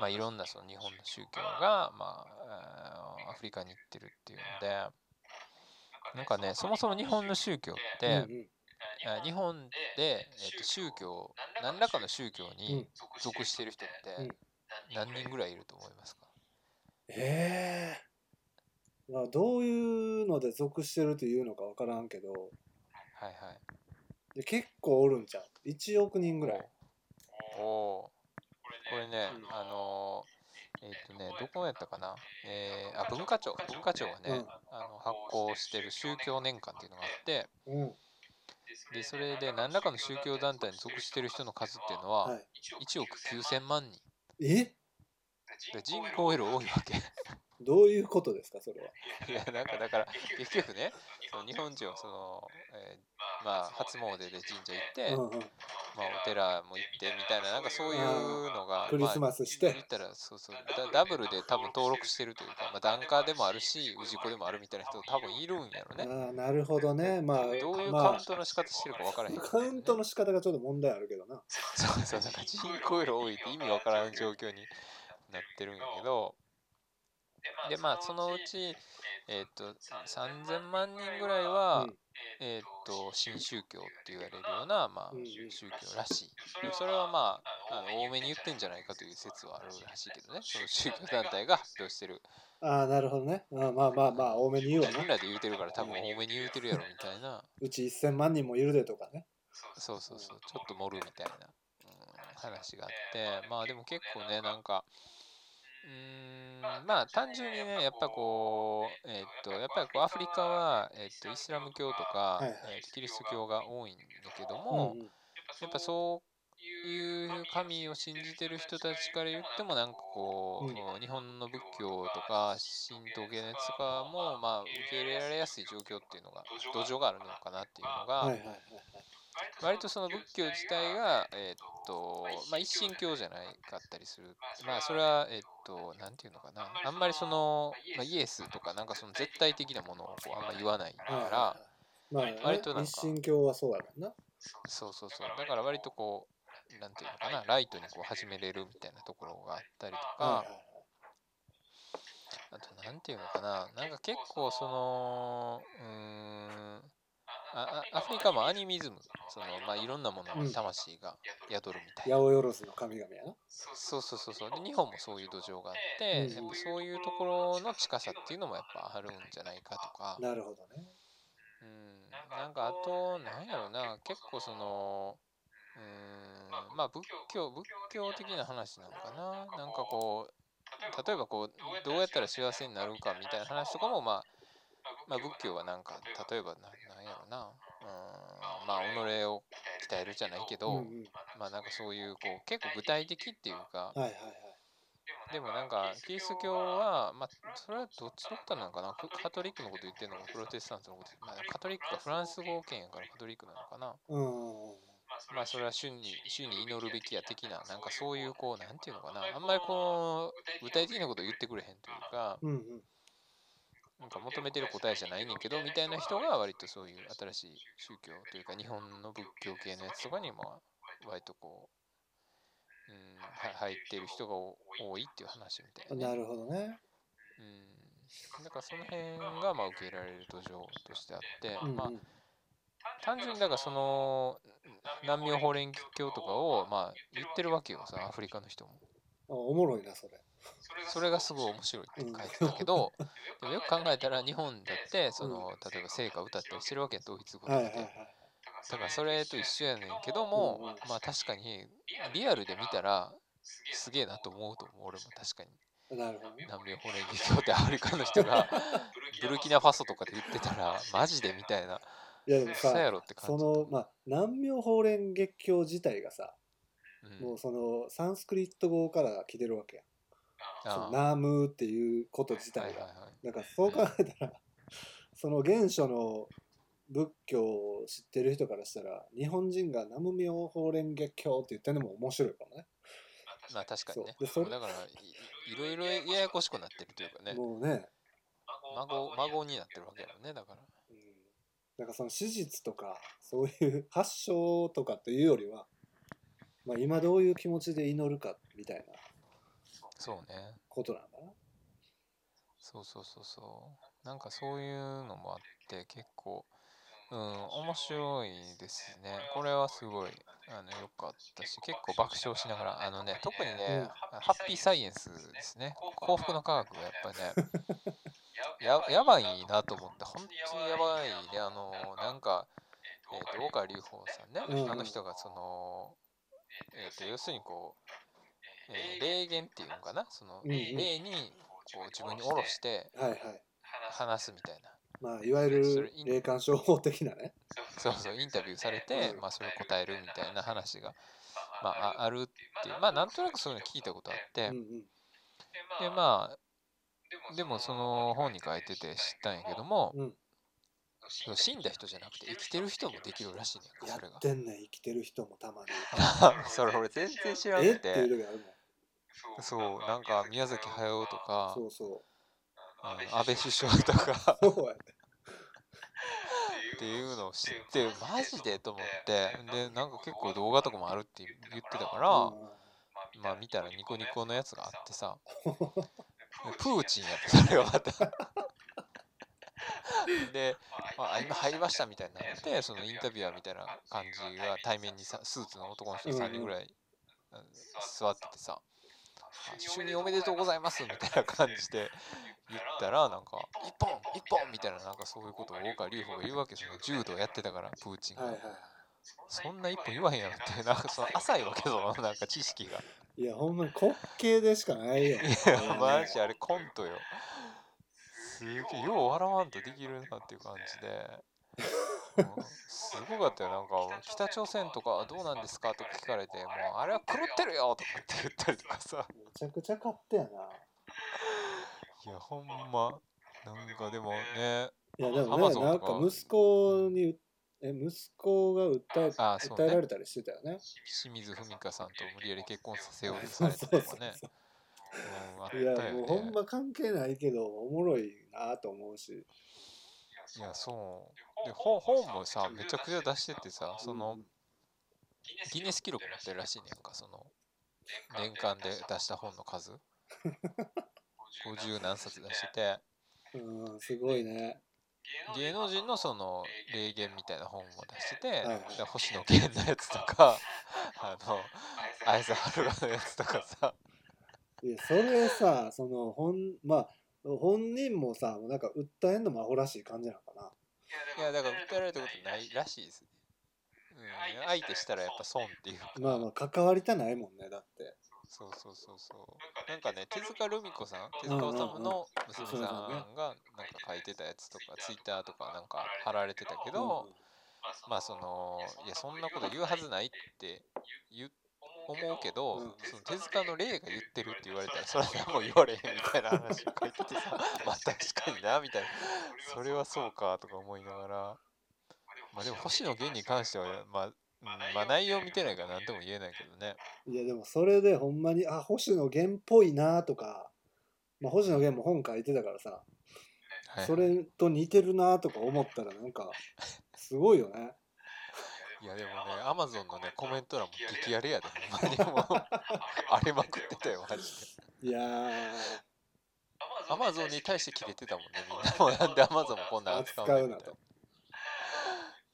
S1: まあ、いろんなその日本の宗教が、まあ、あーアフリカに行ってるっていうのでなんかねそもそも日本の宗教って、
S2: うんうん
S1: えー日本で、えっと宗教何らかの宗教に属してる人って何人ぐらいいると思いますか、
S2: ええまあどういうので属してるというのか分からんけど
S1: はいはい
S2: で結構おるんちゃう1億人ぐらい
S1: おおーこ
S3: こ
S1: れ
S3: れ
S1: ね
S3: ね、
S1: あ
S3: あの
S1: のーえっ、とねどこやったかなえーあ文化庁文化庁がね、
S2: うん
S1: あの発行してる宗教年間っていうのがあって
S2: うん
S1: でそれで何らかの宗教団体に属してる人の数っていうのは
S2: は
S1: 1億9000万人
S2: いえ
S1: で人口より多いわけ
S2: どういうことですかそれは。
S1: いやなんかだから結局ねその日
S3: 日
S1: 本人
S3: 本人
S1: は
S3: は
S1: そ
S3: その、
S1: の、えー
S3: ま
S1: ま
S3: あ
S1: あ、初
S3: 初詣
S1: 詣
S3: で
S1: で
S3: 神
S1: 神
S3: 社
S1: 社
S3: 行
S1: 行
S3: っ、
S1: ってて、
S2: うんうん
S1: まあ、お寺も行ってみたいななんかそういうのが、
S2: クリスマスして
S1: まあ、言ったらそうそうダダブルで多分登録してるというか、まあ、ダンカーでもあるし氏子でもあるみたいな人多分いるんやろね
S2: ああなるほどね。まあ
S1: どういうカウ
S2: ま
S1: ントの仕方してるか分からへん、
S2: あカウントの仕方がちょっと問題あるけどな。
S1: そうそうなんか人口量多いって意味分からん状況になってるんやけどで
S3: で
S1: ま
S3: ま
S1: あ
S3: あ
S1: そ
S3: そ
S1: の
S3: の
S1: う
S3: う
S1: ち
S3: ち、
S1: え
S3: え
S1: っ
S3: っ
S1: と
S3: と
S1: 3000
S3: 3000
S1: 万
S3: 万
S1: 人
S3: 人
S1: ぐ
S3: ぐ
S1: ら
S3: ら
S1: い
S3: い
S1: は
S3: は、
S2: うん
S1: え
S3: え
S1: っ
S3: っ
S1: と
S3: と
S1: 新
S3: 新
S1: 宗
S3: 宗
S1: 教
S3: 教
S1: っ
S3: ってて
S1: 言
S3: 言
S1: われるよ
S3: われるよ
S1: う
S3: う
S1: な
S3: な、
S1: まあ
S2: うん
S1: 宗教らしいで
S3: で
S1: も
S3: も
S1: そ
S3: そ
S1: れ
S3: れ
S1: は
S3: はま
S1: まあ
S3: あ
S1: あ
S3: あ
S1: の
S3: の
S1: 多
S3: 多
S1: め
S3: め
S1: に言っ
S3: に言ってて
S1: ん
S3: ん
S1: じ
S3: じ
S1: ゃ
S3: ゃ
S1: な
S3: ないい
S1: か
S3: か
S1: とい
S3: というう
S1: 説
S3: 説
S1: は
S3: は
S1: あ
S3: あ
S1: る
S3: る
S1: ら
S3: ら
S1: し
S3: し
S1: い
S3: い
S1: け
S3: け
S1: ど
S3: ど
S1: ね
S3: ね、
S1: その宗教団体が発表し
S3: その宗教団体が発表してて
S1: る
S3: る。
S2: ああなるほどね。あまあまあまあ多めに言うわ
S1: 自分
S2: な。
S1: らで言うてるから多分多めに言うてるやろみたいな
S2: うち1000万人もいるでとかね。
S1: そう
S3: そう
S1: そうそう
S3: うん
S1: ちょっと盛るみたいな、うん、話
S3: 話
S1: が
S3: が
S1: あ
S3: あ
S1: っ
S3: ってて
S1: まあでも結構ねなんかうーんま
S3: ま
S1: あ
S3: あ
S1: 単
S3: 単
S1: 純
S3: 純
S1: に
S3: に
S1: ねや
S3: ねや
S1: っ
S3: っ
S1: ぱ
S3: ぱ
S1: こ
S3: こ
S1: う
S3: う
S1: えっと
S3: えっと
S1: やっぱりこうアフリカはえっとイスラム教とか
S2: はいはい
S1: えっとキリスト教が多いんだけども
S2: うんう
S1: や
S2: ん
S3: や
S1: っ
S3: っ
S1: ぱ
S3: ぱそ
S1: そう
S3: う
S1: い
S3: いうう
S1: 神
S3: 神
S1: を
S3: を
S1: 信
S3: 信
S1: じ
S3: じ
S1: て
S3: て
S1: る
S3: る
S1: 人
S3: 人
S1: た
S3: た
S1: ち
S3: ち
S1: か
S3: からら
S1: 言っ
S3: 言ってて
S1: も
S3: も
S1: な
S3: なんん
S1: か
S3: か
S1: こ
S3: こ
S1: う、
S3: う、
S1: 日本の仏
S3: 仏
S1: 教
S3: 教
S1: と
S3: と
S1: か
S3: か
S1: 神
S3: 神
S1: 道
S3: 道
S1: 系
S3: 系
S1: の
S3: の
S1: やつ
S3: や
S1: と
S3: つ
S1: か
S3: とか
S1: も
S3: も
S1: まあ
S3: まあ
S1: 受
S3: 受
S1: け
S3: け
S1: 入
S3: 入
S1: れ
S3: れ
S1: ら
S3: ら
S1: れ
S3: れ
S1: や
S3: や
S1: す
S3: す
S1: い
S3: い
S1: 状
S3: 状
S1: 況
S3: 況
S1: っ
S3: ってて
S1: い
S3: いうう
S1: の
S3: の
S1: が
S3: が
S1: 土
S3: 土
S1: 壌
S3: 壌
S1: があ
S3: があ
S1: る
S3: る
S1: の
S3: の
S1: か
S3: か
S1: な
S3: な
S1: っ
S3: ってて
S1: い
S3: いうう
S1: の
S3: の
S1: が
S2: はいは
S3: が
S2: いはいはい。
S1: 割
S3: 割
S1: と
S3: と
S1: そ
S3: そ
S1: の
S3: の
S1: 仏教
S3: 仏教
S1: 自
S3: 自
S1: 体
S3: 体
S1: が
S3: が、
S1: え
S3: え
S1: っ
S3: っ
S1: と
S3: と、
S1: ま
S3: ま
S1: あ
S3: あ
S1: 一
S3: 一
S1: 神
S3: 神
S1: 教
S3: 教
S1: じ
S3: じ
S1: ゃ
S3: ゃ
S1: な
S3: ないい
S1: か
S3: か
S1: っ
S3: ったた
S1: り
S3: り
S1: す
S3: す
S1: る
S3: る。
S1: ま
S3: ま
S1: あ
S3: あ
S1: そ
S3: そ
S1: れ
S3: れ
S1: は
S3: は、
S1: え
S3: え
S1: っ
S3: っ
S1: と
S3: と、
S1: な
S3: なんん
S1: て
S3: て
S1: い
S3: い
S1: の
S3: ううの
S1: か
S3: か
S1: な
S3: な、
S1: あ
S3: あ
S1: ん
S3: ん
S1: ま
S3: ま
S1: り
S3: り
S1: そ
S3: そ
S1: の
S3: の、
S1: ま
S3: ま
S1: あ
S3: あ、
S1: イ
S3: イ
S1: エ
S3: エ
S1: ス
S3: ス
S1: と
S3: と
S1: か
S3: か
S1: な
S3: なんん
S1: か
S3: か
S1: そ
S3: そ
S1: の
S3: の
S1: 絶
S3: 絶
S1: 対
S3: 対
S1: 的
S3: 的
S1: な
S3: な
S1: も
S3: も
S1: の
S3: の
S1: を
S3: を
S1: こうあ
S3: あ
S1: ん
S3: ん
S1: ま
S3: ま
S1: 言
S3: 言
S1: わ
S3: わ
S1: な
S3: ないい
S1: か
S2: はいはい
S1: ら
S2: はいまあね
S1: 割となんか
S2: 一神教はそうやもんな。
S1: そうそうそうだから割とこうなんていうのかなライトにこう始めれるみたいなところがあったりと
S2: は
S1: か
S2: いはいはい。
S1: あとなんていうのかななんか結構そのうーんあ
S3: あ
S1: あ
S3: あ
S1: ア
S3: ア
S1: フ
S3: フ
S1: リ
S3: リ
S1: カ
S3: カ
S1: も
S3: も
S1: ア
S3: ア
S1: ニ
S3: ニ
S1: ミ
S3: ミ
S1: ズ
S3: ズ
S1: ム
S3: ム、
S1: そ
S3: そ
S1: の
S3: の、
S1: まあ
S3: まあ、
S1: い
S3: い
S1: ろ
S3: ろ
S1: ん
S3: ん
S1: な
S3: な
S1: も
S3: も
S1: の
S3: の
S1: の
S2: うん
S1: 魂が宿
S3: 宿
S1: る
S3: る
S1: み
S3: み
S1: たい
S2: 八
S1: な
S2: 百万の神々やな。
S1: そ
S3: そうう
S1: そ
S3: そうう
S1: そ
S3: そう
S1: そ
S3: うそうう
S1: 日
S3: 日
S1: 本
S3: 本
S1: も
S3: も
S1: そ
S3: そうう
S1: い
S3: いうう
S1: 土
S3: 土
S1: 壌
S3: 壌
S1: があ
S3: があ
S1: っ
S3: ってて
S1: やっ
S3: やっ
S1: ぱそ
S3: ぱそうう
S1: い
S3: いうう
S1: と
S3: と
S1: こ
S3: こ
S1: ろの
S3: ろの
S1: 近
S3: 近
S1: さ
S3: さ
S1: っ
S3: ってて
S1: い
S3: いうう
S1: の
S3: の
S1: も
S3: も
S1: や
S3: や
S1: っ
S3: っ
S1: ぱ
S3: ぱ
S1: あ
S3: あ
S1: る
S3: る
S1: ん
S3: ん
S1: じ
S3: じ
S1: ゃ
S3: ゃ
S1: な
S3: ないい
S1: か
S3: か
S1: と
S3: と
S1: か
S3: か。
S2: なるほどね。
S1: うんな
S3: なんん
S1: か
S3: か
S1: あ
S3: あ
S1: と
S3: と
S1: な
S3: なんん
S1: や
S3: や
S1: ろ
S3: ろ
S1: な
S3: な
S1: 結
S3: 結
S1: 構
S3: 構
S1: そ
S3: そ
S1: のうーんまあ仏教仏教的な話なのかななんかこう例えばこうどうやったら幸せになるかみたいな話とかもまあま
S3: ま
S1: あ
S3: あ、
S1: 仏
S3: 仏
S1: 教
S3: 教
S1: は
S3: は
S1: な
S3: なんん
S1: か
S3: か
S1: 例
S3: 例
S1: え
S3: え
S1: ば
S3: ば
S1: な
S3: な
S1: な
S3: なんん
S1: や
S3: や
S1: ろ
S3: ろ
S1: な
S3: な
S1: うんまあ己を鍛えるじゃないけ
S2: うんう
S1: ど
S2: ん。
S1: ま
S3: ま
S1: あな
S3: あなんん
S1: か
S3: か
S1: そ
S3: そうう
S1: い
S3: いうう
S1: こ
S3: こ
S1: う
S3: う
S1: 結
S3: 結
S1: 構
S3: 構
S1: 具
S3: 具
S1: 体
S3: 体
S1: 的
S3: 的
S1: っ
S3: ってて
S1: い
S3: いうう
S1: か
S3: か
S2: はいはいはい。
S1: で
S3: で
S1: も
S3: も
S1: な
S3: なんん
S1: か
S3: か
S1: キ
S3: キ
S1: リ
S3: リ
S1: ス
S3: ス
S1: ト
S3: ト
S1: 教
S3: 教
S1: は
S3: は、
S1: まあそれはどっちのことなのかなカカトリックのこと言ってるのかプロテスタントのことまあカトリックかフランス語圏やからカトリックなのかな
S2: うんうんうん。
S1: まあ
S3: まあ
S1: そ
S3: そ
S1: れ
S3: れ
S1: は
S3: は
S1: 主
S3: 主
S1: に
S3: に
S1: 主
S3: 主
S1: に祈
S3: に
S1: る
S3: 祈る
S1: べ
S3: べ
S1: き
S3: き
S1: や
S3: や
S1: 的
S3: 的
S1: な
S3: な
S1: な
S3: なんん
S1: か
S3: か
S1: そ
S3: そうう
S1: い
S3: いうう
S1: こ
S3: こ
S1: う
S3: う
S1: な
S3: なんん
S1: て
S3: て
S1: い
S3: いうう
S1: の
S3: の
S1: か
S3: か
S1: な
S3: な
S1: あ
S3: あ
S1: ん
S3: ん
S1: ま
S3: ま
S1: りこ
S3: りこ
S1: う
S3: う
S1: 具
S3: 具
S1: 体
S3: 体
S1: 的
S3: 的
S1: な
S3: な
S1: こ
S3: ことと
S1: 言
S3: 言
S1: っ
S3: ってて
S1: く
S3: く
S1: れ
S3: れ
S1: へ
S3: へ
S1: ん
S3: ん
S1: と
S3: と
S1: い
S3: いうう
S1: か
S3: か
S2: うんうん。
S1: な
S3: なんん
S1: か求
S3: か求
S1: め
S3: め
S1: て
S3: て
S1: る
S3: る
S1: 答
S3: 答
S1: え
S3: え
S1: じ
S3: じ
S1: ゃ
S3: ゃ
S1: な
S3: ないい
S1: ね
S3: ね
S1: ん
S3: ん
S1: け
S3: け
S1: ど
S3: ど
S1: み
S3: み
S1: た
S3: た
S1: い
S3: い
S1: な
S3: な
S1: 人
S3: 人
S1: が
S3: が
S1: 割
S3: 割
S1: と
S3: と
S1: そ
S3: そうう
S1: い
S3: いうう
S1: 新
S3: 新
S1: し
S3: し
S1: い
S3: い
S1: 宗
S3: 宗
S1: 教
S3: 教
S1: と
S3: と
S1: い
S3: いうう
S1: か
S3: か
S1: 日
S3: 日
S1: 本
S3: 本
S1: の
S3: の
S1: 仏
S3: 仏
S1: 教
S3: 教
S1: 系の
S3: 系の
S1: や
S3: や
S1: つ
S3: つ
S1: と
S3: と
S1: か
S3: か
S1: に
S3: に
S1: も
S3: も
S1: 割とこう、うん、は入っている人がお多いっていう話みたいな、ね。
S2: なるほどね。
S1: うん、だからその辺がまあ受け入れられる土壌としてあって、
S2: うんうん。
S1: まあ
S2: は、
S1: 単純にだからその難民法蓮教とかをまあ言ってるわけよさアフリカの人も
S2: あおもろいな、それ。
S1: それがすごい面白いって書いてたけどでもよく考えたら日本だってその例えば聖歌歌ったりしてるわけやドイツ語
S2: はい
S1: と
S2: は
S1: か
S2: いは
S1: で
S2: い。
S1: だからそれと一緒やねんけど
S2: うんう
S1: も
S2: ん
S1: まあ確かにリアルで見たらす
S3: す
S1: げ
S3: げ
S1: え
S3: え
S1: な
S3: な
S1: と
S3: と
S1: 思
S3: 思
S1: う
S3: う
S1: と
S3: と
S1: 思
S3: 思
S1: う
S3: う
S1: 俺
S3: 俺
S1: も
S3: も
S1: 確かに
S2: なるほど。
S1: 南米ホレンギ教ってアフリカの人 がブルキナファソとかで言ってたらマジでみたいない
S2: やでも
S1: 嘘や
S2: さ、
S1: ろって感
S2: そ
S1: じだ
S2: の、まあ、南明法蓮月経自体がさ、
S1: うん
S2: もうその、サンスクリット語から来てるわけやん。
S1: ああ
S2: そのナームーっていうこと自
S1: はい
S2: 体
S1: はいは
S2: が。
S1: い
S2: だからそう考えたら、その原初の仏教を知ってる人からしたら、日本人が南無妙法蓮月経って言ってんのも面白いかもね。
S1: まあ確かにね
S2: そうでそれ
S1: だからいいろいろややこしくなってるというかね
S2: もうね、
S1: 孫孫になってるわけだよねだから
S2: うんなんかその史実とかそういう発祥とかっていうよりは、まあ、今どういう気持ちで祈るかみたいな
S1: そうね
S2: ことなんだな。
S1: そうそうそうそうなんかそういうのもあって結構うん面白いですねこれはすごいあのよかったし結構爆笑しながらあのね特にね、ハッピーサイエンスですね幸福の科学がやっぱりねややばいなと思って本当にやばいねあのなんかえー、と岡隆法さんね、
S2: うん
S1: あの人がその、えー、と要するにこう、えー霊言っていうのかなその、
S2: うんうん
S1: 霊にこう自分に下ろして
S2: はいはい。
S1: 話すみたいな
S2: まあいわゆ
S1: それ
S2: る
S1: いい
S2: 霊感商法的なね。
S1: そうそうインタビューされて、
S2: うん
S1: まあ、それ答えるみたいな話が、ま
S3: ま
S1: あ、
S3: あ
S1: あ
S3: あ
S1: あるっていうまあなんとなくそういうの聞いたことあって、
S2: うんうん。
S1: で
S3: でまあ
S1: まあでもその本に書いてて知ったんやけども、
S2: うん、
S1: そう死んだ人じゃなくて生きてる人もできるらしいねんか
S2: や
S1: それが
S2: っ。てんねん生きてる人もた まに
S1: それ俺全然知らん
S2: え
S1: く
S2: ってい
S1: て。
S2: う時あるもん
S1: そう、なんか宮崎駿とか、
S2: そうそ
S1: あの安倍首相とか
S2: うそうやね
S1: っていうのを知って、マジでと思って、で、なんか結構動画とかもあるって言ってたから、まあ見たらニコニコのやつがあってさ、プーチンやった、それはまた。で、まあ、今入りましたみたいになって、そのインタビュアーみたいな感じが対面にさスーツの男の人3人ぐらいあの座っててさ、あ就任おめでとうございますみたいな感じで言ったら、なんか、一本一本みたいな、なんかそういうことを大川隆法が言うわけですよ。柔道やってたから、プーチン
S2: はいは
S1: が
S2: い。は
S1: そんな一本言わへんやろって、なんかその浅いわけぞ、なんか知識が。
S2: いいやほんまに滑稽でしかないよ
S1: いや、マジあれコントよ。すげえ、よう笑わんとできるなっていう感じで。うんすごかったよ、なんか北朝鮮とかどうなんですかとか聞かれて、もうあれは狂ってるよとかって言ったりとかさ。
S2: めちゃくちゃ勝手やない
S1: や、ほんま、なんかでもね、
S2: いやでも
S1: Amazon
S2: ねなん
S1: とか
S2: か息子にえ息子が訴え
S1: あそうね
S2: 訴えられたりしてたよね
S1: 清水文香さんと無理やり結婚させようと
S2: そ
S1: さ
S2: う
S1: れた
S2: そう
S1: と か
S2: そう
S1: ね。うん、あった
S2: いや
S1: よ
S2: もう
S1: ね。
S2: ほんま関係ないけどおもろいなと思うし
S1: いや、そう。で、本本もさ、めちゃくちゃ出しててさ、その、ギネス記録持ってるらしいねんか、その、年間で出した本の数。50何冊出してて、
S2: うん、うん、すごいね
S1: 芸能人のその、霊言みたいな本も出してて、
S2: はい
S1: で星野源のやつとか、 あの、綾瀬はるかのやつとかさ、
S2: いやそれさその本まあ本人もさなんか訴えんのもアホらしい感じなのか
S1: いや、だから訴えられたことないらしいですね。うん、相手したらやっぱ損っていうか、
S2: なまあまあ関わりたないもんねだって
S1: そうそうそうそう。なんかね、手塚ルミ子さん、手塚
S2: うんうん
S1: 治虫の娘さん
S2: そう
S1: が
S2: だね
S1: なんか書いてたやつとか、ツイッターとかなんか貼られてたけど、まあその、いや、そんなこと言うはずないって言う思うけど、
S2: うん
S1: その手塚の霊が言ってるって言われたら、それは何も言われへんみたいな話を書いてて さ、まあ確かにな、みたいな、それはそうかとか思いながら、まあでも星野源に関しては、まあ、うんまあ内容見てないから何とも言えないけどね。
S2: いやでもそれでほんまにあ星野源っぽいなとか、まあ、星野源も本書いてたからさ
S1: はい
S2: それと似てるなとか思ったらなんかすごいよね
S1: いやでもね、アマゾンのね、コメント欄も激アレやで、ほんまにもう、荒れまくってたよ、マジで。
S2: いやー
S1: アマゾンに対してキレてた もんね、みんな。もうなんでアマゾンもこんなん扱う
S2: 扱
S1: ね
S2: うん
S1: み
S2: な
S1: たいな
S2: と。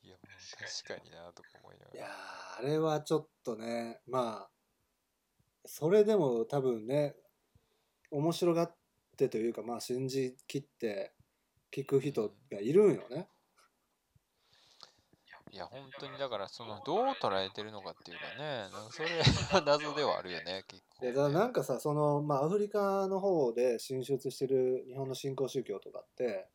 S1: いや、もう確かになとか思い
S2: い
S1: な
S2: や
S1: がら。
S2: ーあれはちょっとねまあそれでも多分ね面白がってというかまあ信じきって聞く人がいるんよね。
S1: いや、本当にだから、その、どう捉えてるのかっていうかね、なんかそれは謎ではあるよ ね、結構ね、
S2: いやだからなんかさその、まあ、アフリカの方で進出してる日本の新興宗教とかって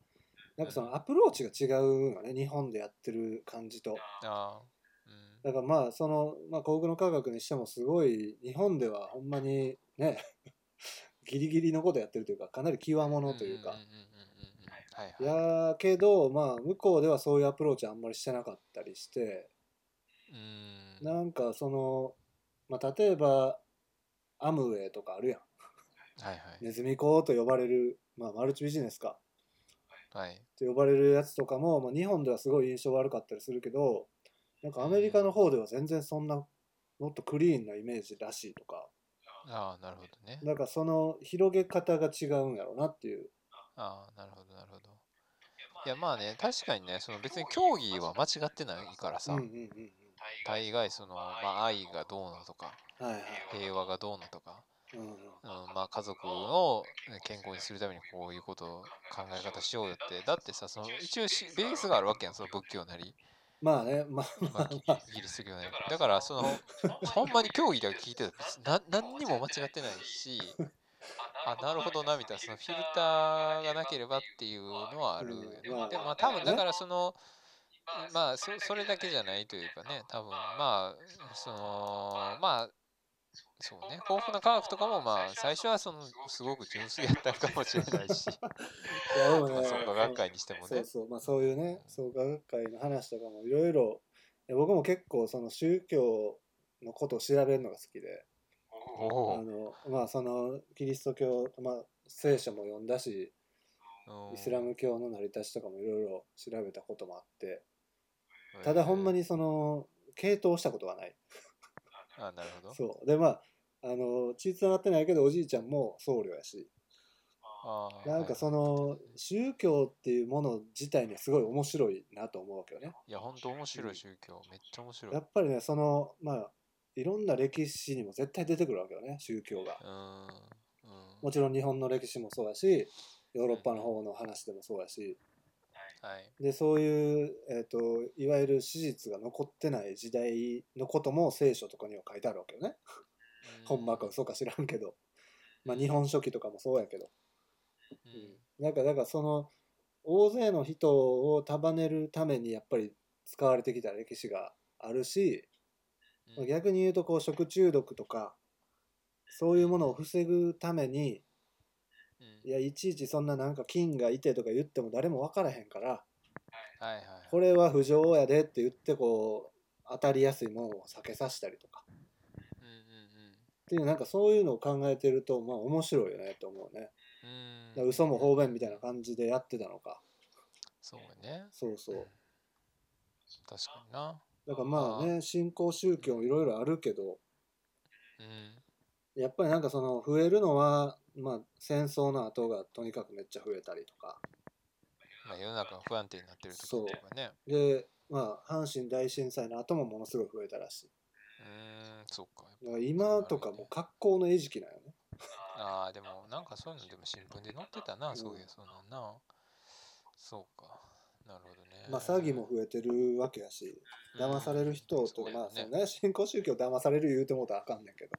S2: なんかそのアプローチが違うよね日本でやってる感じと。
S1: あーうん。
S2: だからまあその、まあ、幸福の科学にしてもすごい日本ではほんまにね ギリギリのことやってるというかかなり際物というか
S1: んんんんうんうんはいはい。
S2: やけどまあ向こうではそういうアプローチあんまりしてなかったりして
S1: うん。
S2: なんかその、まあ、例えばアムウェイとかあるやん
S1: はいはい。
S2: ネズミ講と呼ばれる、まあ、マルチビジネスか
S1: はい。
S2: と呼ばれるやつとかも、まあ、日本ではすごい印象悪かったりするけどなんかアメリカの方では全然そんなもっとクリーンなイメージらしいとか
S1: ああ、なるほどね。
S2: なんかその広げ方が違うんやろうなっていう
S1: ああ、なるほど、なるほど。いや、まあね、確かにね、その別に競技は間違ってないから
S2: うん
S1: さ
S2: うん、うん
S1: 大概その、まあ、愛がどうのとか、
S2: うんはいはい
S1: 平和がどうのとか、
S2: うんうん
S1: うんまあ、家族を健康にするためにこういうことを考え方しようよって、だってさ、その一応しベースがあるわけやん、その仏教なり、
S2: まあね まあま
S1: ま
S2: あ
S1: あ、
S2: まあ
S1: イギリス教なり。だから、その、ほんまに競技だけ聞いてたら、な何にも間違ってないし、あなるほどなみたいなそのフィルターがなければっていうのはあるよね。
S2: うんまあ
S1: でもまあ多分だから
S2: ね
S1: そのまあそそれだけじゃないというかね多分まあそのまあそうね、豊富な科学とかも、まあ、最初はそのすごく純粋やったかもしれない し、
S2: いやでも
S1: まあ、
S2: ね
S1: 創価学会にしても
S2: そう
S1: ね。
S2: そう、まあ、そういうね創価学会の話とかもいろいろいや僕も結構その宗教のことを調べるのが好きで
S1: お
S2: あ
S1: お
S2: の、まあ、そのキリスト教、まあ、聖書も読んだし
S1: うん
S2: イスラム教の成り立ちとかもいろいろ調べたこともあってただほんまにその傾倒したことがない
S1: あなるほど
S2: そうでまああの血つながってないけどおじいちゃんも僧侶やし
S1: あー
S2: なんかその宗教っていうもの自体にはすごい面白いなと思うわけどね
S1: いや本当面白い宗教めっちゃ面白い
S2: やっぱりねそのまあいろんな歴史にも絶対出てくるわけよね宗教が
S1: う。んうん
S2: もちろん日本の歴史もそうだしヨーロッパの方の話でもそうだし
S1: はい
S2: でそういう、えー、といわゆる史実が残ってない時代のことも聖書とかには書いてあるわけよね。ほんまか嘘か知らんけど、まあ、日本書紀とかもそうやけど、
S1: う
S2: うんん、なんかだからその大勢の人を束ねるためにやっぱり使われてきた歴史があるし、
S1: うん
S2: 逆に言うとこう食中毒とかそういうものを防ぐために
S1: うん
S2: いやいちいちそんななんか菌がいてとか言っても誰も分からへんから
S1: はいはい
S2: これは不条やでって言ってこう当たりやすいものを避けさせたりとか
S1: う
S2: っ
S1: ん
S2: ていうなんかそういうのを考えてるとまあ面白いよねと思うね
S1: うんうん
S2: だか
S1: う
S2: ら
S1: ん
S2: 嘘も方便みたいな感じでやってたのか
S1: そうね
S2: そうそう
S1: 確かにな
S2: だからまあね新興宗教いろいろあるけど
S1: うん
S2: やっぱりなんかその増えるのはまあ戦争の後がとにかくめっちゃ増えたりとか
S1: まあ世の中が不安定になってる時とかね
S2: でまあ阪神大震災の後もものすごい増えたらし
S1: うーんそうか
S2: いだから今とかもう格好の餌食なんよね
S1: ああでもなんかそういうのでも新聞で載ってたなそういうそうなんなそうかなるほどね
S2: まあ詐欺も増えてるわけやし騙される人
S1: うん
S2: と
S1: そうや
S2: まあ
S1: ね
S2: そのね新興宗教騙される言うてもうたらあかんねんけど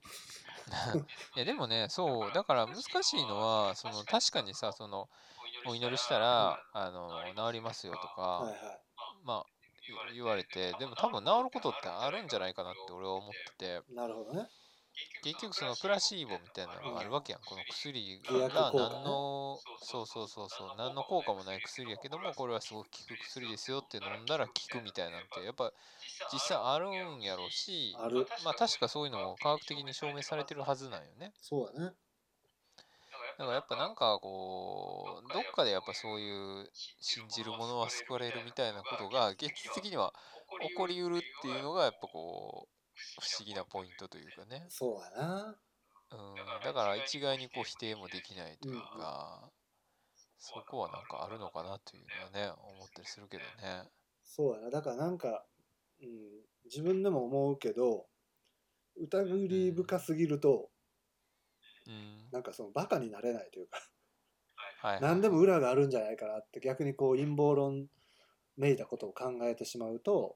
S1: いやでもねそうだから難しいのはその確かにさそのお祈りしたらあの治りますよと
S2: はい
S1: か
S2: は
S1: まあ言言われてでも多分治ることってあるんじゃないかなって俺は思ってて
S2: いなるほどね
S1: 結局そのプラシーボみたいなのがあるわけやんこの薬
S2: 偽薬
S1: が
S2: 効果ね
S1: 何のそうそうそうそう何の効果もない薬やけどもこれはすごく効く薬ですよって飲んだら効くみたいなんてやっぱ実際あるんやろうし
S2: ある
S1: まあ確かそういうのも科学的に証明されてるはずなんよね
S2: そうだね
S1: だからやっぱなんかこうどっかでやっぱそういう信じる者は救われるみたいなことが現実的には起こりうるっていうのがやっぱこう不思議なポイントというかね、
S2: そうやな
S1: うん、だから一概にこう否定もできないというかそこはなんかあるのかなというのはね思ったりするけどね。
S2: そうやなだからなんか、うん、自分でも思うけど疑り深すぎると
S1: うん
S2: なんかそのバカになれないというか
S1: はいはい、
S2: 何でも裏があるんじゃないかなって逆にこう陰謀論めいたことを考えてしまうと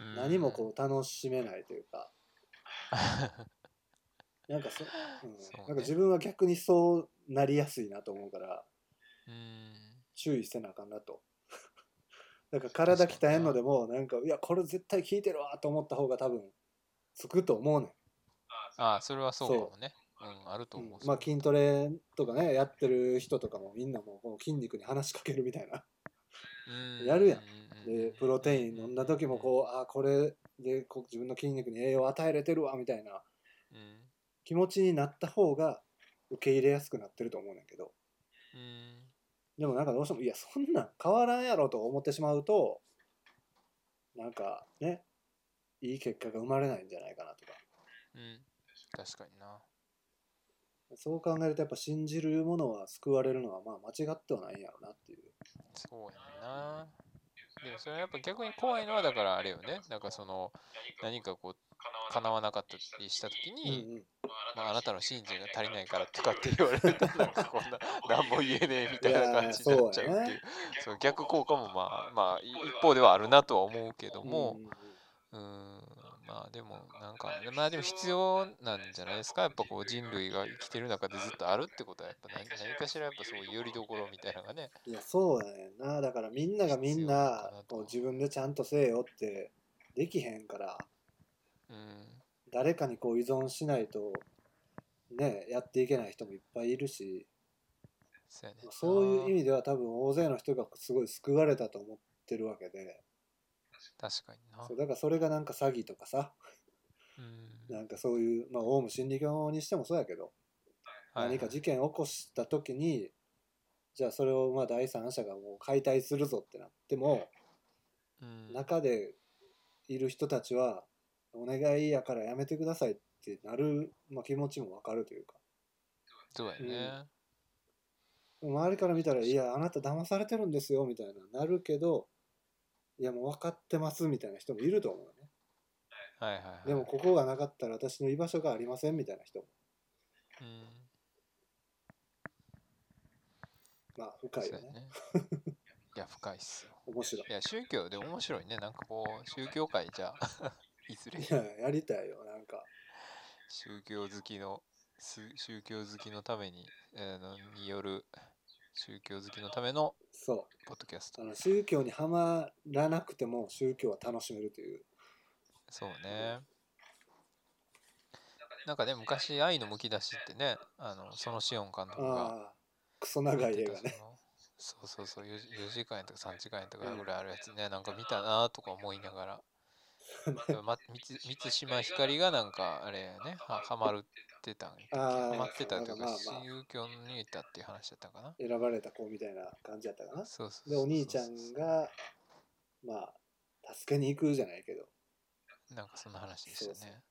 S1: うん
S2: 何もこう楽しめないというかなんかそ、
S1: そう
S2: うん
S1: ね
S2: なんか自分は逆にそうなりやすいなと思うから
S1: うん
S2: 注意せなあかんなと。 なんか体鍛えんのでもなんかいやこれ絶対効いてるわと思った方が多分つくと思うねん。
S1: ああそれはそうかもね。うん、あると思う。
S2: うんまあ、筋トレとかねやってる人とかもみんなもうこの筋肉に話しかけるみたいな
S1: うん
S2: やるやん
S1: ううう
S2: でプロテイン飲んだ時もこうあーこれでこう自分の筋肉に栄養を与えれてるわみたいな
S1: うん、うん
S2: 気持ちになった方が受け入れやすくなってると思うねんけど
S1: うん
S2: でもなんかどうしてもいやそんなん変わらんやろと思ってしまうとなんかねいい結果が生まれないんじゃないかなとか
S1: うん、確かにな。
S2: そう考えるとやっぱ信じるものは救われるのはまあ間違ってはないんやろなっていう
S1: そうやんな。でもそれはやっぱ逆に怖いのはだからあれよね。なんかその何かこう叶わなかったりした時
S2: うん
S1: に、
S2: うん
S1: まあ、あなたの信心が足りないからとかって言われるとなんかこんな 何も言えねえみたいな感じになっちゃうっていう
S2: いやーそうやね
S1: その逆効果もまあまあい一方ではあるなとは思うけど
S2: う
S1: も
S2: んうんうん
S1: うんまあでもなんかまあでも必要なんじゃないですかやっぱこう人類が生きてる中でずっとあるってことはやっぱ何何かしらやっぱそういうよりどころみたいなのがね
S2: いやそうだよなだからみんながみ
S1: 必
S2: ん
S1: 要なの
S2: な
S1: かなと
S2: こう自分でちゃんとせえよってできへんから
S1: うん
S2: 誰かにこう依存しないとねやっていけない人もいっぱいいるし
S1: そうやね
S2: まあそういう意味では多分大勢の人がすごい救われたと思ってるわけで
S1: 確かにな
S2: そうだからそれがなんか詐欺とかさ
S1: うん
S2: なんかそういう、まあ、オウム真理教にしてもそうやけど
S1: はい
S2: 何か事件を起こした時にじゃあそれをまあ第三者がもう解体するぞってなっても
S1: うん
S2: 中でいる人たちはお願いやからやめてくださいってなる、まあ、気持ちもわかるというか
S1: そうやね
S2: 周りから見たら「いやあなた騙されてるんですよ」みたいななるけど「いやもう分かってます」みたいな人もいると思うよね
S1: はいはいはい
S2: でもここがなかったら私の居場所がありませんみたいな人も
S1: うん
S2: まあ深い
S1: そ
S2: よ
S1: うや
S2: ね
S1: ねいや深いっすよ
S2: 面白い
S1: いや宗教で面白いねなんかこう宗教界じゃ あいずれ
S2: いややりたいよなんか
S1: 宗教好きのす宗教好きのために、えーのによる宗教好きのための
S2: そ
S1: ポッドキャス
S2: う
S1: ト
S2: あの宗教にはまらなくても宗教は楽しめるという
S1: そうねなんかね昔「愛のむき出し」ってねあのそのシオン監督が
S2: ああクソ長い映
S1: 出た
S2: 画ね
S1: そのそうそうそうよじ 4, 時間やとか3時間やとかぐらいあるやつねなんか見たなとか思いながらでもま満満島ひかりがなんかあれやねははまるってたんやったっけ
S2: あー
S1: はまってたというか
S2: まあまあ
S1: 宗教にいたっていう話だったかな
S2: 選ばれた子みたいな感じやったかな
S1: そうそう
S2: でお兄ちゃんがまあ助けに行くじゃないけど
S1: なんかそんな話でしたね
S2: そうそう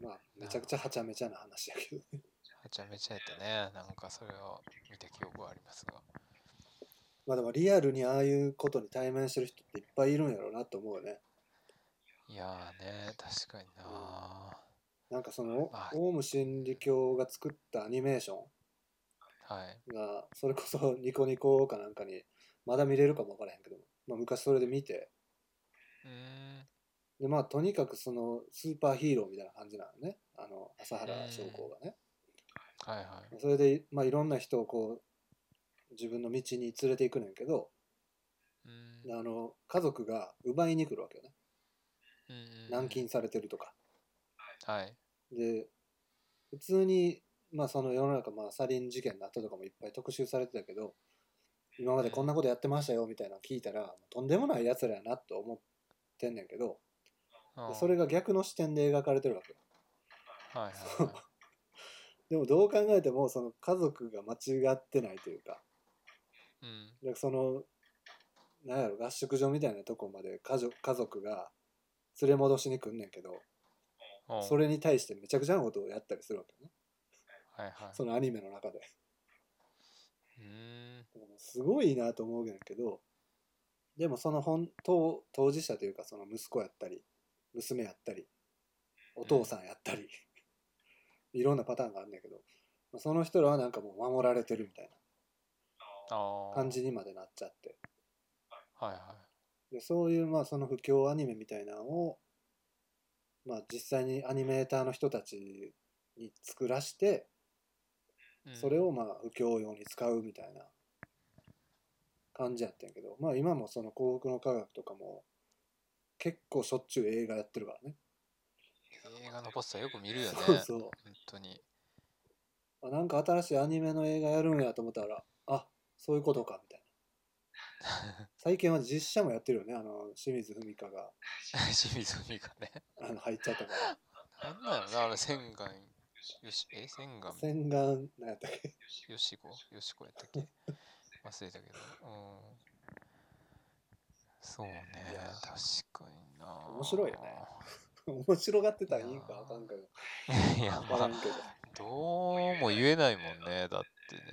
S2: まあめちゃくちゃはちゃめちゃな話やけど
S1: はちゃめちゃやったねなんかそれを見た記憶はありますが
S2: まあでもリアルにああいうことに対面してる人っていっぱいいるんやろうなと思うよね。
S1: いやーね確かにな
S2: なんかその
S1: まあ
S2: オウム真理教が作ったアニメーショ
S1: はい
S2: ンがそれこそ ニコニコかなんかにまだ見れるかもわからへんけど、まあ、昔それで見て
S1: うーん
S2: でまあとにかくそのスーパーヒーローみたいな感じなのねあの朝原将校がね。
S1: はいはい
S2: それで、まあ、いろんな人をこう自分の道に連れていくねんけど
S1: う
S2: で
S1: ーん
S2: あの家族が奪いに来るわけよね
S1: うんうんうん
S2: 軟禁されてるとか。
S1: はい
S2: で普通に、まあ、その世の中、まあ、サリン事件の後とかもいっぱい特集されてたけど今までこんなことやってましたよみたいなの聞いたらとんでもないやつらやなと思ってんねんけど
S1: あ
S2: で
S1: ー
S2: それが逆の視点で描かれてるわけよ
S1: はいはい
S2: そう
S1: はい
S2: でもどう考えてもその家族が間違ってないというか
S1: うん
S2: でそのなんやろ合宿所みたいなとこまで家族家族が連れ戻しに来んねんけど
S1: おう
S2: それに対してめちゃくちゃなことをやったりするわけよね
S1: はいはい
S2: そのアニメの中で。
S1: うーん
S2: すごいなと思うんやけどでもその本当当事者というかその息子やったり娘やったりお父さんやったり、いろんなパターンがあるんだけどまあその人らはなんかもう守られてるみたい
S1: あ
S2: な
S1: ー
S2: 感じにまでなっちゃって
S1: はいは
S2: でそういうまあその不況アニメみたいなのを、まあ、実際にアニメーターの人たちに作らして
S1: い、うん
S2: それをまあ不況用に使うみたいな感じやったんやけどまあ今もその幸福の科学とかも結構しょっちゅう映画やってるからね
S1: 映画のポスターよく見るよね
S2: そうそう
S1: 本当に
S2: あなんか新しいアニメの映画やるんやと思ったらあそういうことかみたいな最近は実写もやってるよねあの清水文香が
S1: 清水美香ね
S2: あの入っちゃったから
S1: なんだろうなあれ千眼よしえ千眼
S2: 洗顔なんやったっけ
S1: よしこよしこやったっけ忘れたけど。うん。そうね
S2: いや。
S1: 確かにな。
S2: 面白いよね面白がってたらいいんかわかんけど
S1: いや、
S2: わか
S1: ま
S2: ら
S1: あ
S2: ん、けど
S1: どうも言えないもんね。だってね。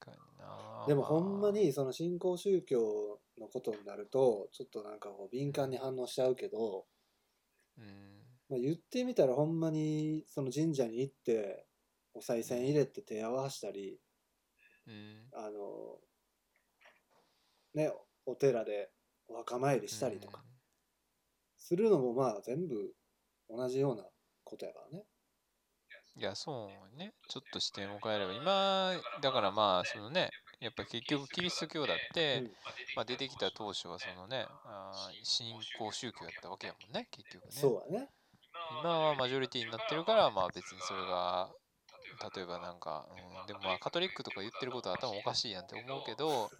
S1: 確かにな。
S2: でもほんま。にその新興宗教のことになるとちょっとなんかこう敏感に反応しちゃうけど、
S1: うん。
S2: まあ、言ってみたらほんまにその神社に行ってお賽銭入れて手合わしたり
S1: うん。
S2: あのねお寺でお墓参りしたりとかするのもまあ全部同じようなことやからね。
S1: うん。いや、そうね。ちょっと視点を変えれば。今、だからまあ、そのね、やっぱ結局キリスト教だって、
S2: うん
S1: まあ、出てきた当初はそのね、あー新興宗教やったわけやもんね、結局ね。
S2: そうやね。
S1: 今はマジョリティになってるから、まあ別にそれが、例えばなんか、うん、でもまあカトリックとか言ってることは頭おかしいやんって思うけど、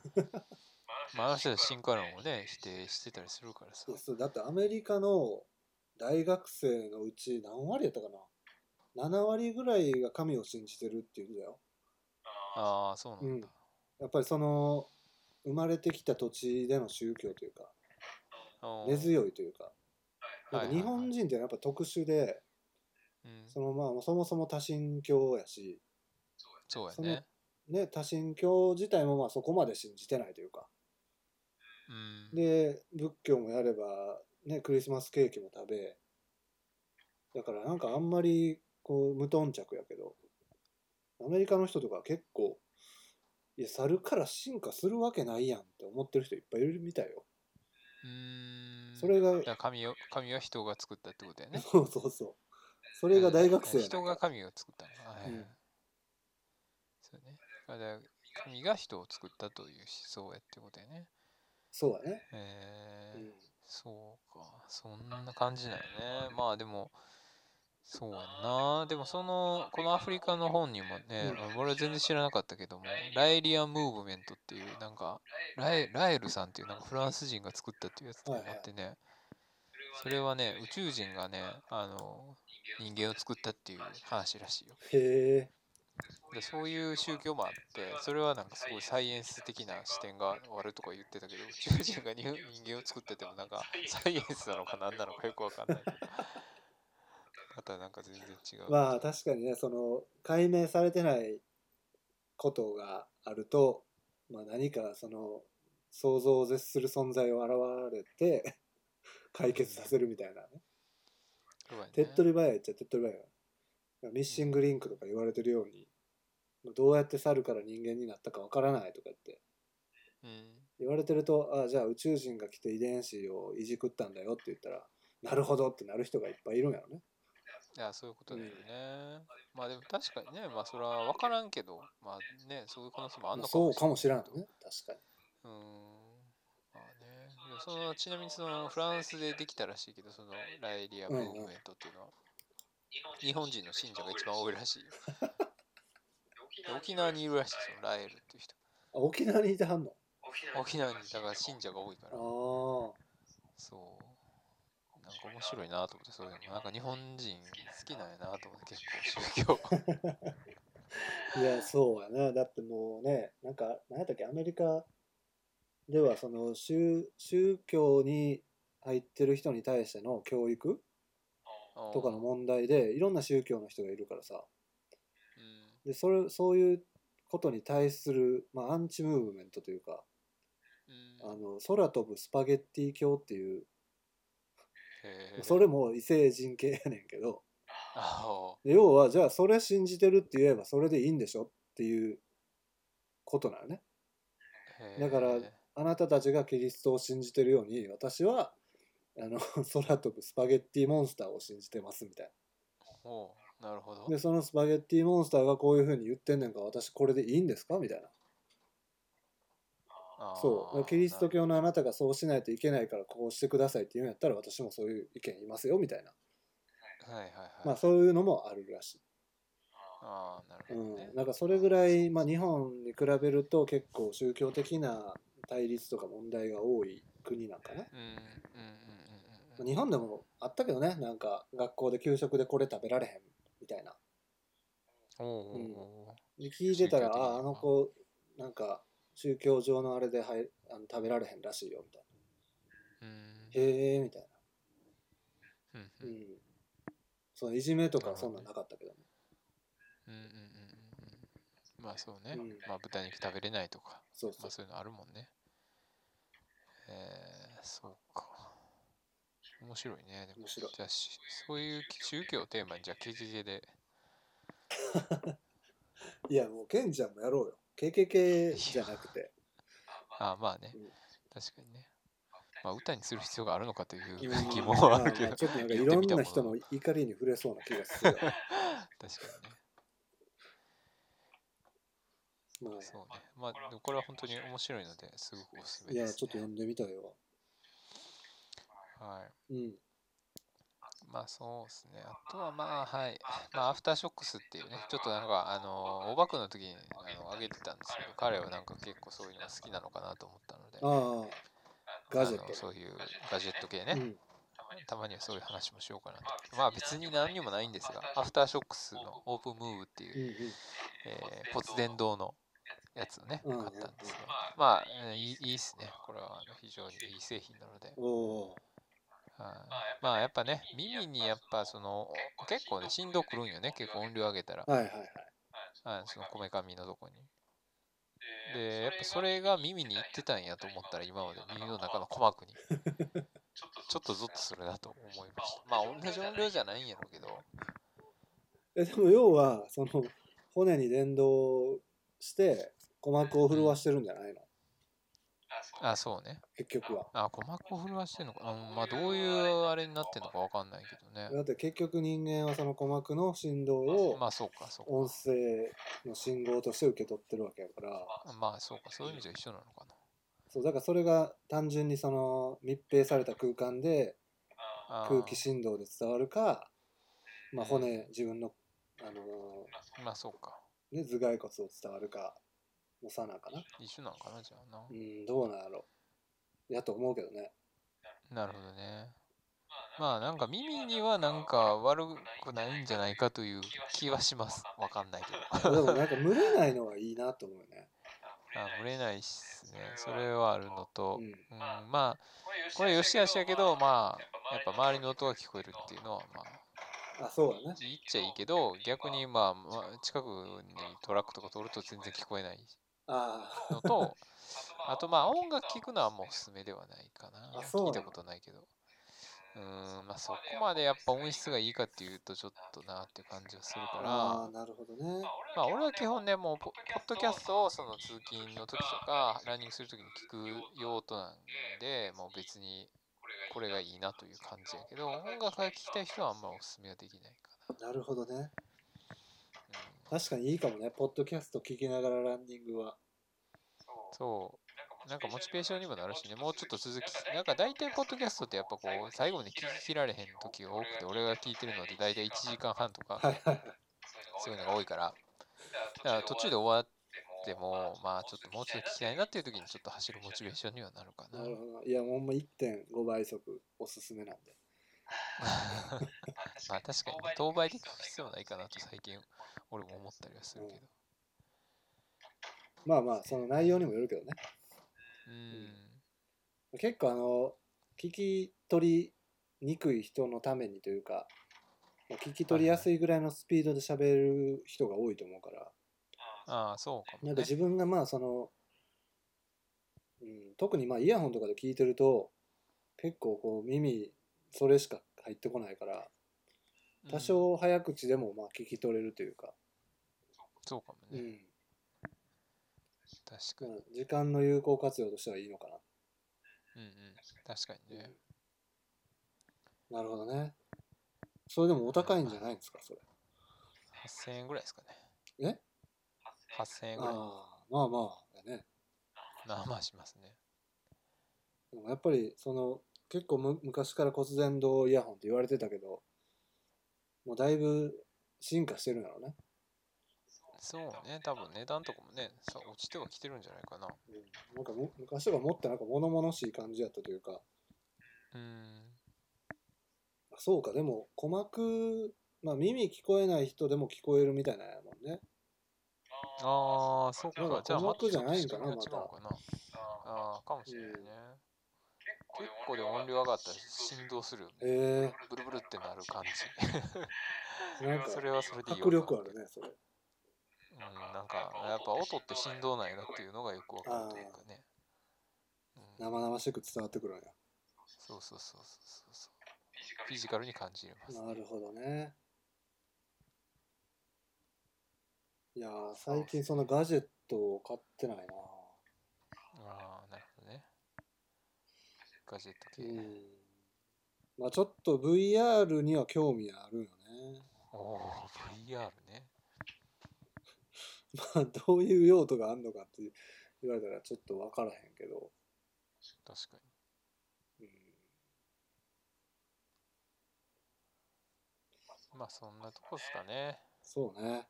S1: まああの人たち進化論をね、否定してたりするからさ
S2: そう。そうだってアメリカの大学生のうち何割やったかな7割ぐらいが神を信じてるっていうんだよ
S1: ああ、そうなんだ。
S2: やっぱりその生まれてきた土地での宗教というか
S1: あー
S2: 根強いというか
S1: はい
S2: なんか日本人ってやっぱ特殊で
S1: うん、
S2: そのまあそもそも多神教やし、
S1: そうや
S2: その
S1: ね。
S2: ね、多神教自体もまあそこまで信じてないというか
S1: うん。
S2: で仏教もやれば、ね、クリスマスケーキも食べだからなんかあんまりこう無頓着やけどアメリカの人とか結構いや猿から進化するわけないやんって思ってる人いっぱいいるみたいよ
S1: うーん
S2: それが
S1: だから神を神は人が作ったってことやね。
S2: そうそうそうそれが大学生
S1: うん
S2: やねん
S1: 人が神を作ったのか。はいはい
S2: うん
S1: そうね。だから神が人を作ったという思想やってことやね。
S2: そうやね、
S1: え
S2: う
S1: ー
S2: ん、
S1: そうか。そんな感じなんやね。まあでも、そうやんな。でもその、このアフリカの本にもね、俺は全然知らなかったけども、ライリアン・ムーブメントっていう、なんか、ラエラエルさんっていうなんかフランス人が作ったっていうやつが
S2: は
S1: あ
S2: いはい
S1: ってね、それはね、宇宙人がね、あの、人間を作ったっていう話らしいよ。
S2: へえ
S1: でそういう宗教もあってそれはなんかすごいサイエンス的な視点があるとか言ってたけど宇宙人が人人間を作っててもなんかサイエンスなのか何なのかよくわかんないけどまたなんか全然違う、
S2: まあ確かにねその解明されてないことがあると、まあ、何かその想像を絶する存在を現れて 解決させるみたいなね
S1: そうやね
S2: 手っ取り早いっちゃ手っ取り早いわミッシングリンクとか言われてるようにどうやって猿から人間になったかわからないとか言って言われてるとあじゃあ宇宙人が来て遺伝子をいじくったんだよって言ったらなるほどってなる人がいっぱいいるんやろね
S1: うんいやそういうことだよね、まあでも確かにねまあそれは分からんけどまあねそういう可能性もあんの
S2: まあ
S1: か
S2: そ
S1: も
S2: う
S1: し
S2: か
S1: れな
S2: も
S1: い
S2: しらん
S1: け
S2: と
S1: ど
S2: ね確かに
S1: うーんまあね、でもそのちなみにそのフランスでできたらしいけど、そのライリア・
S2: うん
S1: ム
S2: うん
S1: ーブメントっていうのは、日本人の信者が一番多いらしいよ。で沖縄にいるらしい、そのラエルっていう人。
S2: あ沖縄にいてはんの
S1: 沖縄にだから信者が多いから、
S2: あ
S1: そう。なんか面白いなと思って、そういうの。なんか日本人好きなんやなと思って、結構宗教。
S2: あいやそうやなだってもうねなんか何やったっけアメリカではその宗宗教に入ってる人に対しての教育 とかの問題でいろんな宗教の人がいるからさ
S1: うん
S2: でそれそういうことに対する、まあ、アンチムーブメントというか
S1: うん
S2: あ
S1: うん
S2: の空飛ぶスパゲッティ教っていう
S1: へえ
S2: それも異星人系やねんけど
S1: あお
S2: で要はじゃあそれ信じてるって言えばそれでいいんでしょっていうことなのね
S1: へえ
S2: だからあなたたちがキリストを信じてるように私はあの 空飛ぶスパゲッティモンスターを信じてますみたい
S1: おうなるほど
S2: な。でそのスパゲッティモンスターがこういうふうに言ってんねんから私これでいいんですかみたいなそうキリスト
S1: 教
S2: 教のあなたがそうしないといけないからこうしてくださいって言うんやったら私もそういう意見言いますよみたいな、
S1: はいはいはい。
S2: まあ、そういうのもあるらしい
S1: ああ、なるほど、ね
S2: うん、なんかそれぐらい、まあ、日本に比べると結構宗教的な対立とか問題が多い国なんかな、
S1: うんうんうんうんう
S2: まあ
S1: ん。
S2: 日本でもあったけどねなんか学校で給食でこれ食べられへんみたいな
S1: おうおうおう
S2: で聞いてたら
S1: 宗教的に
S2: あああの子なんか宗教上のあれではいあの食べられへんらしいよみたい
S1: うん
S2: なへえみたい
S1: うんう
S2: な、うんん、そのいじめと
S1: な
S2: か
S1: るほ
S2: そ
S1: ど
S2: ん
S1: ね
S2: なんなかったけどね
S1: うんうんうんうんまあそうね、
S2: うん
S1: まあ豚肉食べれないとか、
S2: そうそ
S1: ま
S2: う
S1: あそういうのあるもんね。えー、そうか。面白いね。でも
S2: 面白い
S1: じゃあしそういう宗教をテーマにじゃあ KKK で。
S2: いやもうケンちゃんもやろうよ KKK じゃなくて
S1: ああまあね
S2: うん。
S1: 確かにね。まあ歌にする必要があるのかという疑問
S2: まあ
S1: はあ
S2: まあ
S1: る けど。
S2: ちょっとなんかい
S1: 言って
S2: ろん
S1: みたも
S2: な
S1: の
S2: 人の怒りに触れそうな気が するよ
S1: 確かにね。
S2: まあ
S1: そうね。まあ、でもこれは本当に面白いので、すごくおすすめ
S2: い
S1: です、ね。
S2: や、ちょっと読んでみたいわ。
S1: は
S2: うん。
S1: い。まあそうですね。あとはまあはい。まあアフターショックスっていうね、ちょっとなんかあの、おばくの時にあの上げてたんですけど、彼はなんか結構そういうのが好きなのかなと思ったので、
S2: ああ、ガジェッ
S1: あの
S2: ト。
S1: そういうガジェット系
S2: う
S1: ね、
S2: ん、
S1: たまにはそういう話もしようかなと。まあ別に何にもないんですが、アフターショックスのオープンムーブっていう
S2: うん、うん。
S1: えー、骨伝導のやつをね、
S2: う
S1: 買
S2: ん
S1: ったんですけど、まあ、えーいいいいっすね。これはあの非常にいい製品なので。
S2: おお
S1: はいまあやっぱね、耳にやっぱその、お結構ね、振動くるんよね、結構音量上げたら
S2: ー、、はいはいはい。
S1: はいそのこめかみのとこに。で、やっぱそれが耳にいってたんやと思ったら、今まで耳の中の鼓 膜に、ちょっとゾッとするなと思いました。まあ同じ音量じゃないんやろうけど、
S2: えでも要はその骨に連動して鼓膜を震わしてるんじゃないの
S1: あ、そうね。
S2: 結局は。
S1: あ、鼓膜を震わしてるのかな。うんまあどういうあれになってるのかわかんないけどね。
S2: だって結局人間はその鼓膜の振動を
S1: まあそうか、そうか。
S2: 音声の信号として受け取ってるわけやから
S1: まあそうか、そういう意味じゃ一緒なのかな。
S2: そうだからそれが単純にその密閉された空間で
S1: あー
S2: 空気振動で伝わるか、まあ、骨自分の、あの
S1: まあそうか。
S2: ーね、頭蓋骨を伝わるかの差なんかな。
S1: 一緒なのかな、じゃあな
S2: う。んどうなんやろやと思うけどね。
S1: なるほどね。まあなんか耳にはなんか悪くないんじゃないかという気はします。わかんないけど。
S2: でもなんか蒸れないのはいいなと思うよね。
S1: あ、蒸れないっすね。それはあるのと
S2: う、
S1: う
S2: ん
S1: ん、まあこれ良し悪しやけど、まあやっぱ周りの音が聞こえるっていうのはまあ
S2: あそうだね。
S1: 言っちゃいいけど、逆にまあまあ近くにトラックとか通ると全然聞こえない
S2: ああ
S1: のと、あとまあ音楽聴くのはもうおすすめではないかな。
S2: あそう
S1: 聞
S2: な
S1: た
S2: いの
S1: ことないけど。うーん、まあそこまでやっぱ音質がいいかっていうとちょっとなっていう感じはするから、
S2: ああなるほどね。
S1: まあ俺は基本ね、もうポポッドキャストをその通勤の時とか、ランニングする時に聞く用途なんで、もう別にこれがいいなという感じやけど、音楽が聴きたい人はあんまおすすめはできないか
S2: なるほどね。
S1: な。うん、
S2: 確かにいいかもね。ポッドキャスト聞きながらランニン グは。
S1: そう。なんかモチベーションにもなるしね、もうちょっと続き、なんか大体ポッドキャストってやっぱこう、最後に聞き切られへん時が多くて、俺が聞いてるので大体1時間半とか、
S2: はいはいはい。
S1: そういうのが多いから、だから途中で終わっても、まあちょっともうちょっと聞きたいなっていう時にちょっと走るモチベーションにはなるかな
S2: な。るほど。いやもうほんま1.5倍速おすすめなんで。
S1: まあ確かに、ね、当倍で聞く必要ないかなと最近俺も思ったりはするけど。
S2: まあまあその内容にもよるけどね。
S1: うん。
S2: 結構あの聞き取りにくい人のためにというかまあ聞き取りやすいぐらいのスピードで喋る人が多いと思うから
S1: ああ、そうかも、ね。
S2: なんか自分がまあその、うん、特にまあイヤホンとかで聞いてると結構こう耳それしか入ってこないから
S1: うん
S2: 多少早口でもまあ聞き取れるというか、
S1: そうかも
S2: う
S1: ね。
S2: ん
S1: 確か
S2: ま
S1: に。
S2: あ時間の有効活用としてはいいのか
S1: うんうん。確かにね。
S2: ななるほどねそれでもお高いんじゃないんですかそれ
S1: 8000円ぐらいですかね。
S2: え
S1: ?8000 円ぐらい。
S2: ああまあまあだね
S1: まあまあしますね。
S2: でもやっぱりその結構む昔から骨伝導イヤホンって言われてたけどもうだいぶ進化してるんだろうね、
S1: そうね、多分値段とかもね、さ落ちてはきてるんじゃないかな。
S2: うん、なんかむ昔とかもっとなんか物々しい感じやったというか
S1: うん。
S2: そうかでも鼓膜まあ耳聞こえない人でも聞こえるみたいなんやもんね
S1: ああ、そっ
S2: なん
S1: か
S2: か。
S1: じゃあ、
S2: 鼓膜じゃないんかな
S1: またちょっと仕組みが違うのかな。ああ、かもしれないね。結構で音量上がったら振動するよね。
S2: へ
S1: ブルブルってなる感じ。
S2: えなんか
S1: それはそれでいいよ
S2: 迫力あるねそれ
S1: うん、なんか、やっぱ音って振動なんやなっていうのがよくわかるというかね。うん、
S2: 生々しく伝わってくるんや
S1: そうそうそうそうそうそう。フィジカルに感じれます。
S2: なるほどねいやー最近そんなガジェットを買ってないな
S1: ああ、なるほどね。ガジェット
S2: う
S1: 系。
S2: んまあちょっと VR には興味あるよね。
S1: おお、VR ね。
S2: まあどういう用途があるのかって言われたらちょっと分からへんけど。
S1: 確かに。
S2: うん
S1: まあそんなとこですかね。
S2: そうね。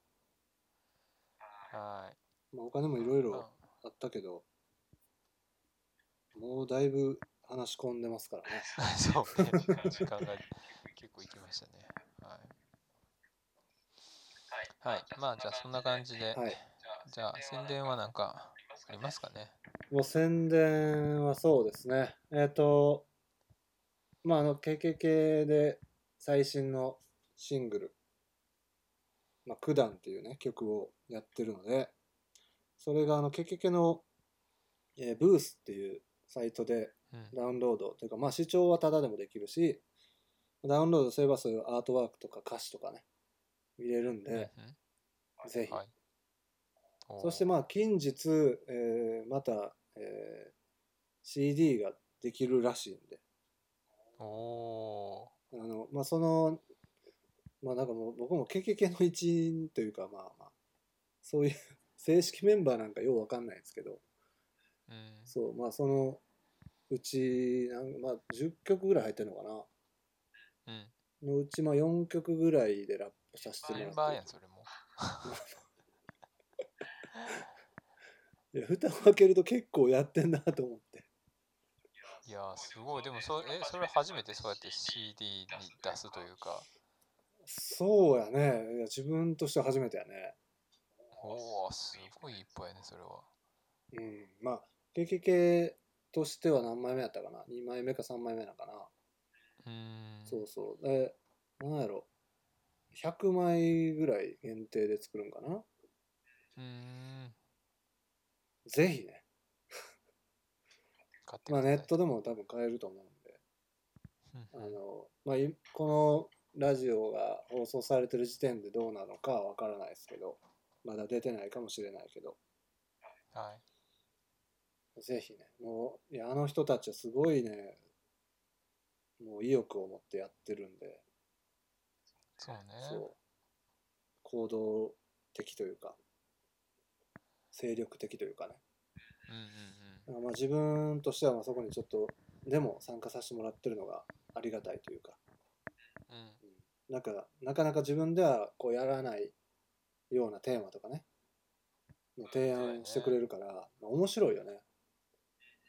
S1: はい。
S2: まあ、お金もいろい
S1: ま
S2: ろ
S1: あ
S2: あったけど、もうだいぶ話し込んでますからね。
S1: そうね、時間が結構いきましたね。はい。はい、まあじゃあそんな感じで、
S2: はい。
S1: じゃあ宣伝はなんかありますかね。
S2: もう宣伝はそうですね。えっ、と、まあ、あの、KKK で最新のシングル、まあ、九段っていうね、曲をやってるので、それがあの、KKK の、えーブースっていうサイトで
S1: うん。
S2: ダウンロードというか、まあ、視聴はタダでもできるし、ダウンロードすればそういうアートワークとか歌詞とかね、見れるんで、
S1: う
S2: ぜひ
S1: ん、はい。おー
S2: そしてまあ近日、えーまた、えー CD ができるらしいんで、
S1: お
S2: あのまあ、その、まあなんかもう僕も KKK の一員というか、まあまあ、そう いう正式メンバーなんかようわかんないですけど、
S1: ー。うん。
S2: そう、まあそのうち、なんまあ10曲ぐらい入ってるのか
S1: うん。
S2: な、のうちまあ4曲ぐらいでラップさせても
S1: メン
S2: ら
S1: バ
S2: っ
S1: ー
S2: て
S1: やん、それも。
S2: いや、蓋を開けると結構やってんなと思って。
S1: いやー、すごい。でもそ、え、それ初めてそうやって CD に出すというか、
S2: そうやね、いや自分としては初めてやね。
S1: おお、すごい一歩やね、それは。
S2: うん、まあ KKK としては何枚目やったかな2枚目か3枚目なのかな、
S1: うーん。
S2: そうそうで何やろ100枚ぐらい限定で作るんかな
S1: うーん。
S2: ぜひね
S1: 買ってく
S2: まあ
S1: ださ
S2: ネ
S1: い
S2: ットでも多分買えると思うんで
S1: うん
S2: あの、まあ、いこのラジオが放送されてる時点でどうなのかわからないですけどまだ出てないかもしれないけど
S1: はい。
S2: ぜひねもういやあの人たちはすごいねもう意欲を持ってやってるんで
S1: そうね。
S2: そう行動的というか精力的というかね
S1: うんうん
S2: だからまあ自分としてはまあそこにちょっとでも参加させてもらってるのがありがたいというか
S1: うん。うん。
S2: なんかなかなか自分ではこうやらないようなテーマとかねの提案をしてくれるから、まあ、面白いよね、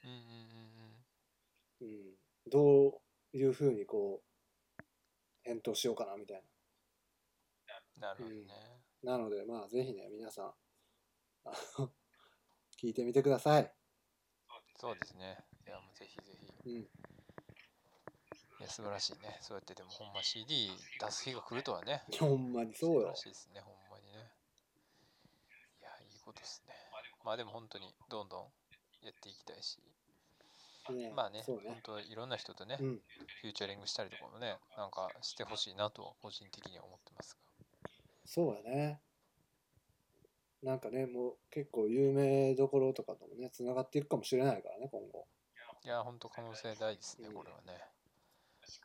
S1: うんうんうんうん。
S2: うん、どういうふうにこう返答しようかなみたいな
S1: なるほど
S2: う
S1: ね
S2: ん。なので、まあ、ぜひね、皆さん、あの、 聞いてみてください。
S1: そうですね。いや、もうぜひぜひ。
S2: うん。
S1: いや、素晴らしいね。そうやって、でも、ほんま CD 出す日が来るとはね。
S2: ほんまにそ
S1: 素
S2: う
S1: 晴
S2: よ
S1: ら。しいですね、ほんまにね。いや、いいことですね。まあでも本当にどんどんやっていきたいし、
S2: ね
S1: まあね、
S2: そう
S1: 本
S2: ね。
S1: 当いろんな人とね、
S2: う
S1: フ
S2: ん。
S1: ューチャリングしたりとかもね、なんかしてほしいなとは個人的には思ってます
S2: そうやね。なんかね、もう結構有名どころとかともね、つながっていくかもしれないからね、今後。
S1: が。いや、本当可能性大ですね、
S2: うん
S1: これはね。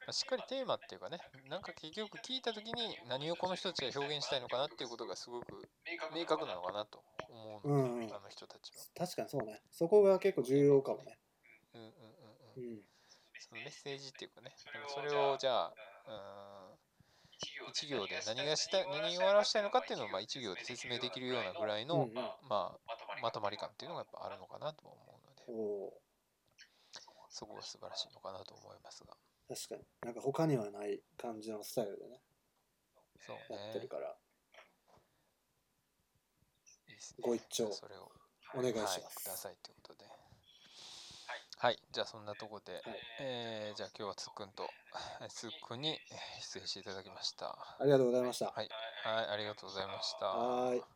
S1: まあしっかりテーマっていうかね、なんか結局聞いたときに何をこの人たちが表現したいのかなっていうことがすごく明確なのかなと思うので、
S2: うんうん
S1: あの人たちは。
S2: 確かにそうね。そこが結構重要かもね。
S1: うんうんうんうん
S2: う。ん。
S1: そのメッセージっていうかね、なんかそれをじゃあ、うーん、1行で何がしたい、何を表したいのかっていうのをまあ1行で説明できるようなぐらいの
S2: うんうん、
S1: まあ、まとまり感っていうのがやっぱあるのかなとは思うので、
S2: おー
S1: そこが素晴らしいのかなと思いますが、
S2: 確かに。なんか他にはない感じのスタイルでね、
S1: そう
S2: やってる
S1: ね。
S2: から、
S1: いいっすね
S2: ご一聴
S1: それを
S2: お願いし
S1: は
S2: ま
S1: い、くだ
S2: す。
S1: さいということで。はい、じゃあそんなとこで、
S2: い
S1: えーじゃあ今日はつっくんと、つっくんにえー出演していただきました。
S2: ありがとうございました。
S1: はい、はい、ありがとうございました。
S2: はーい。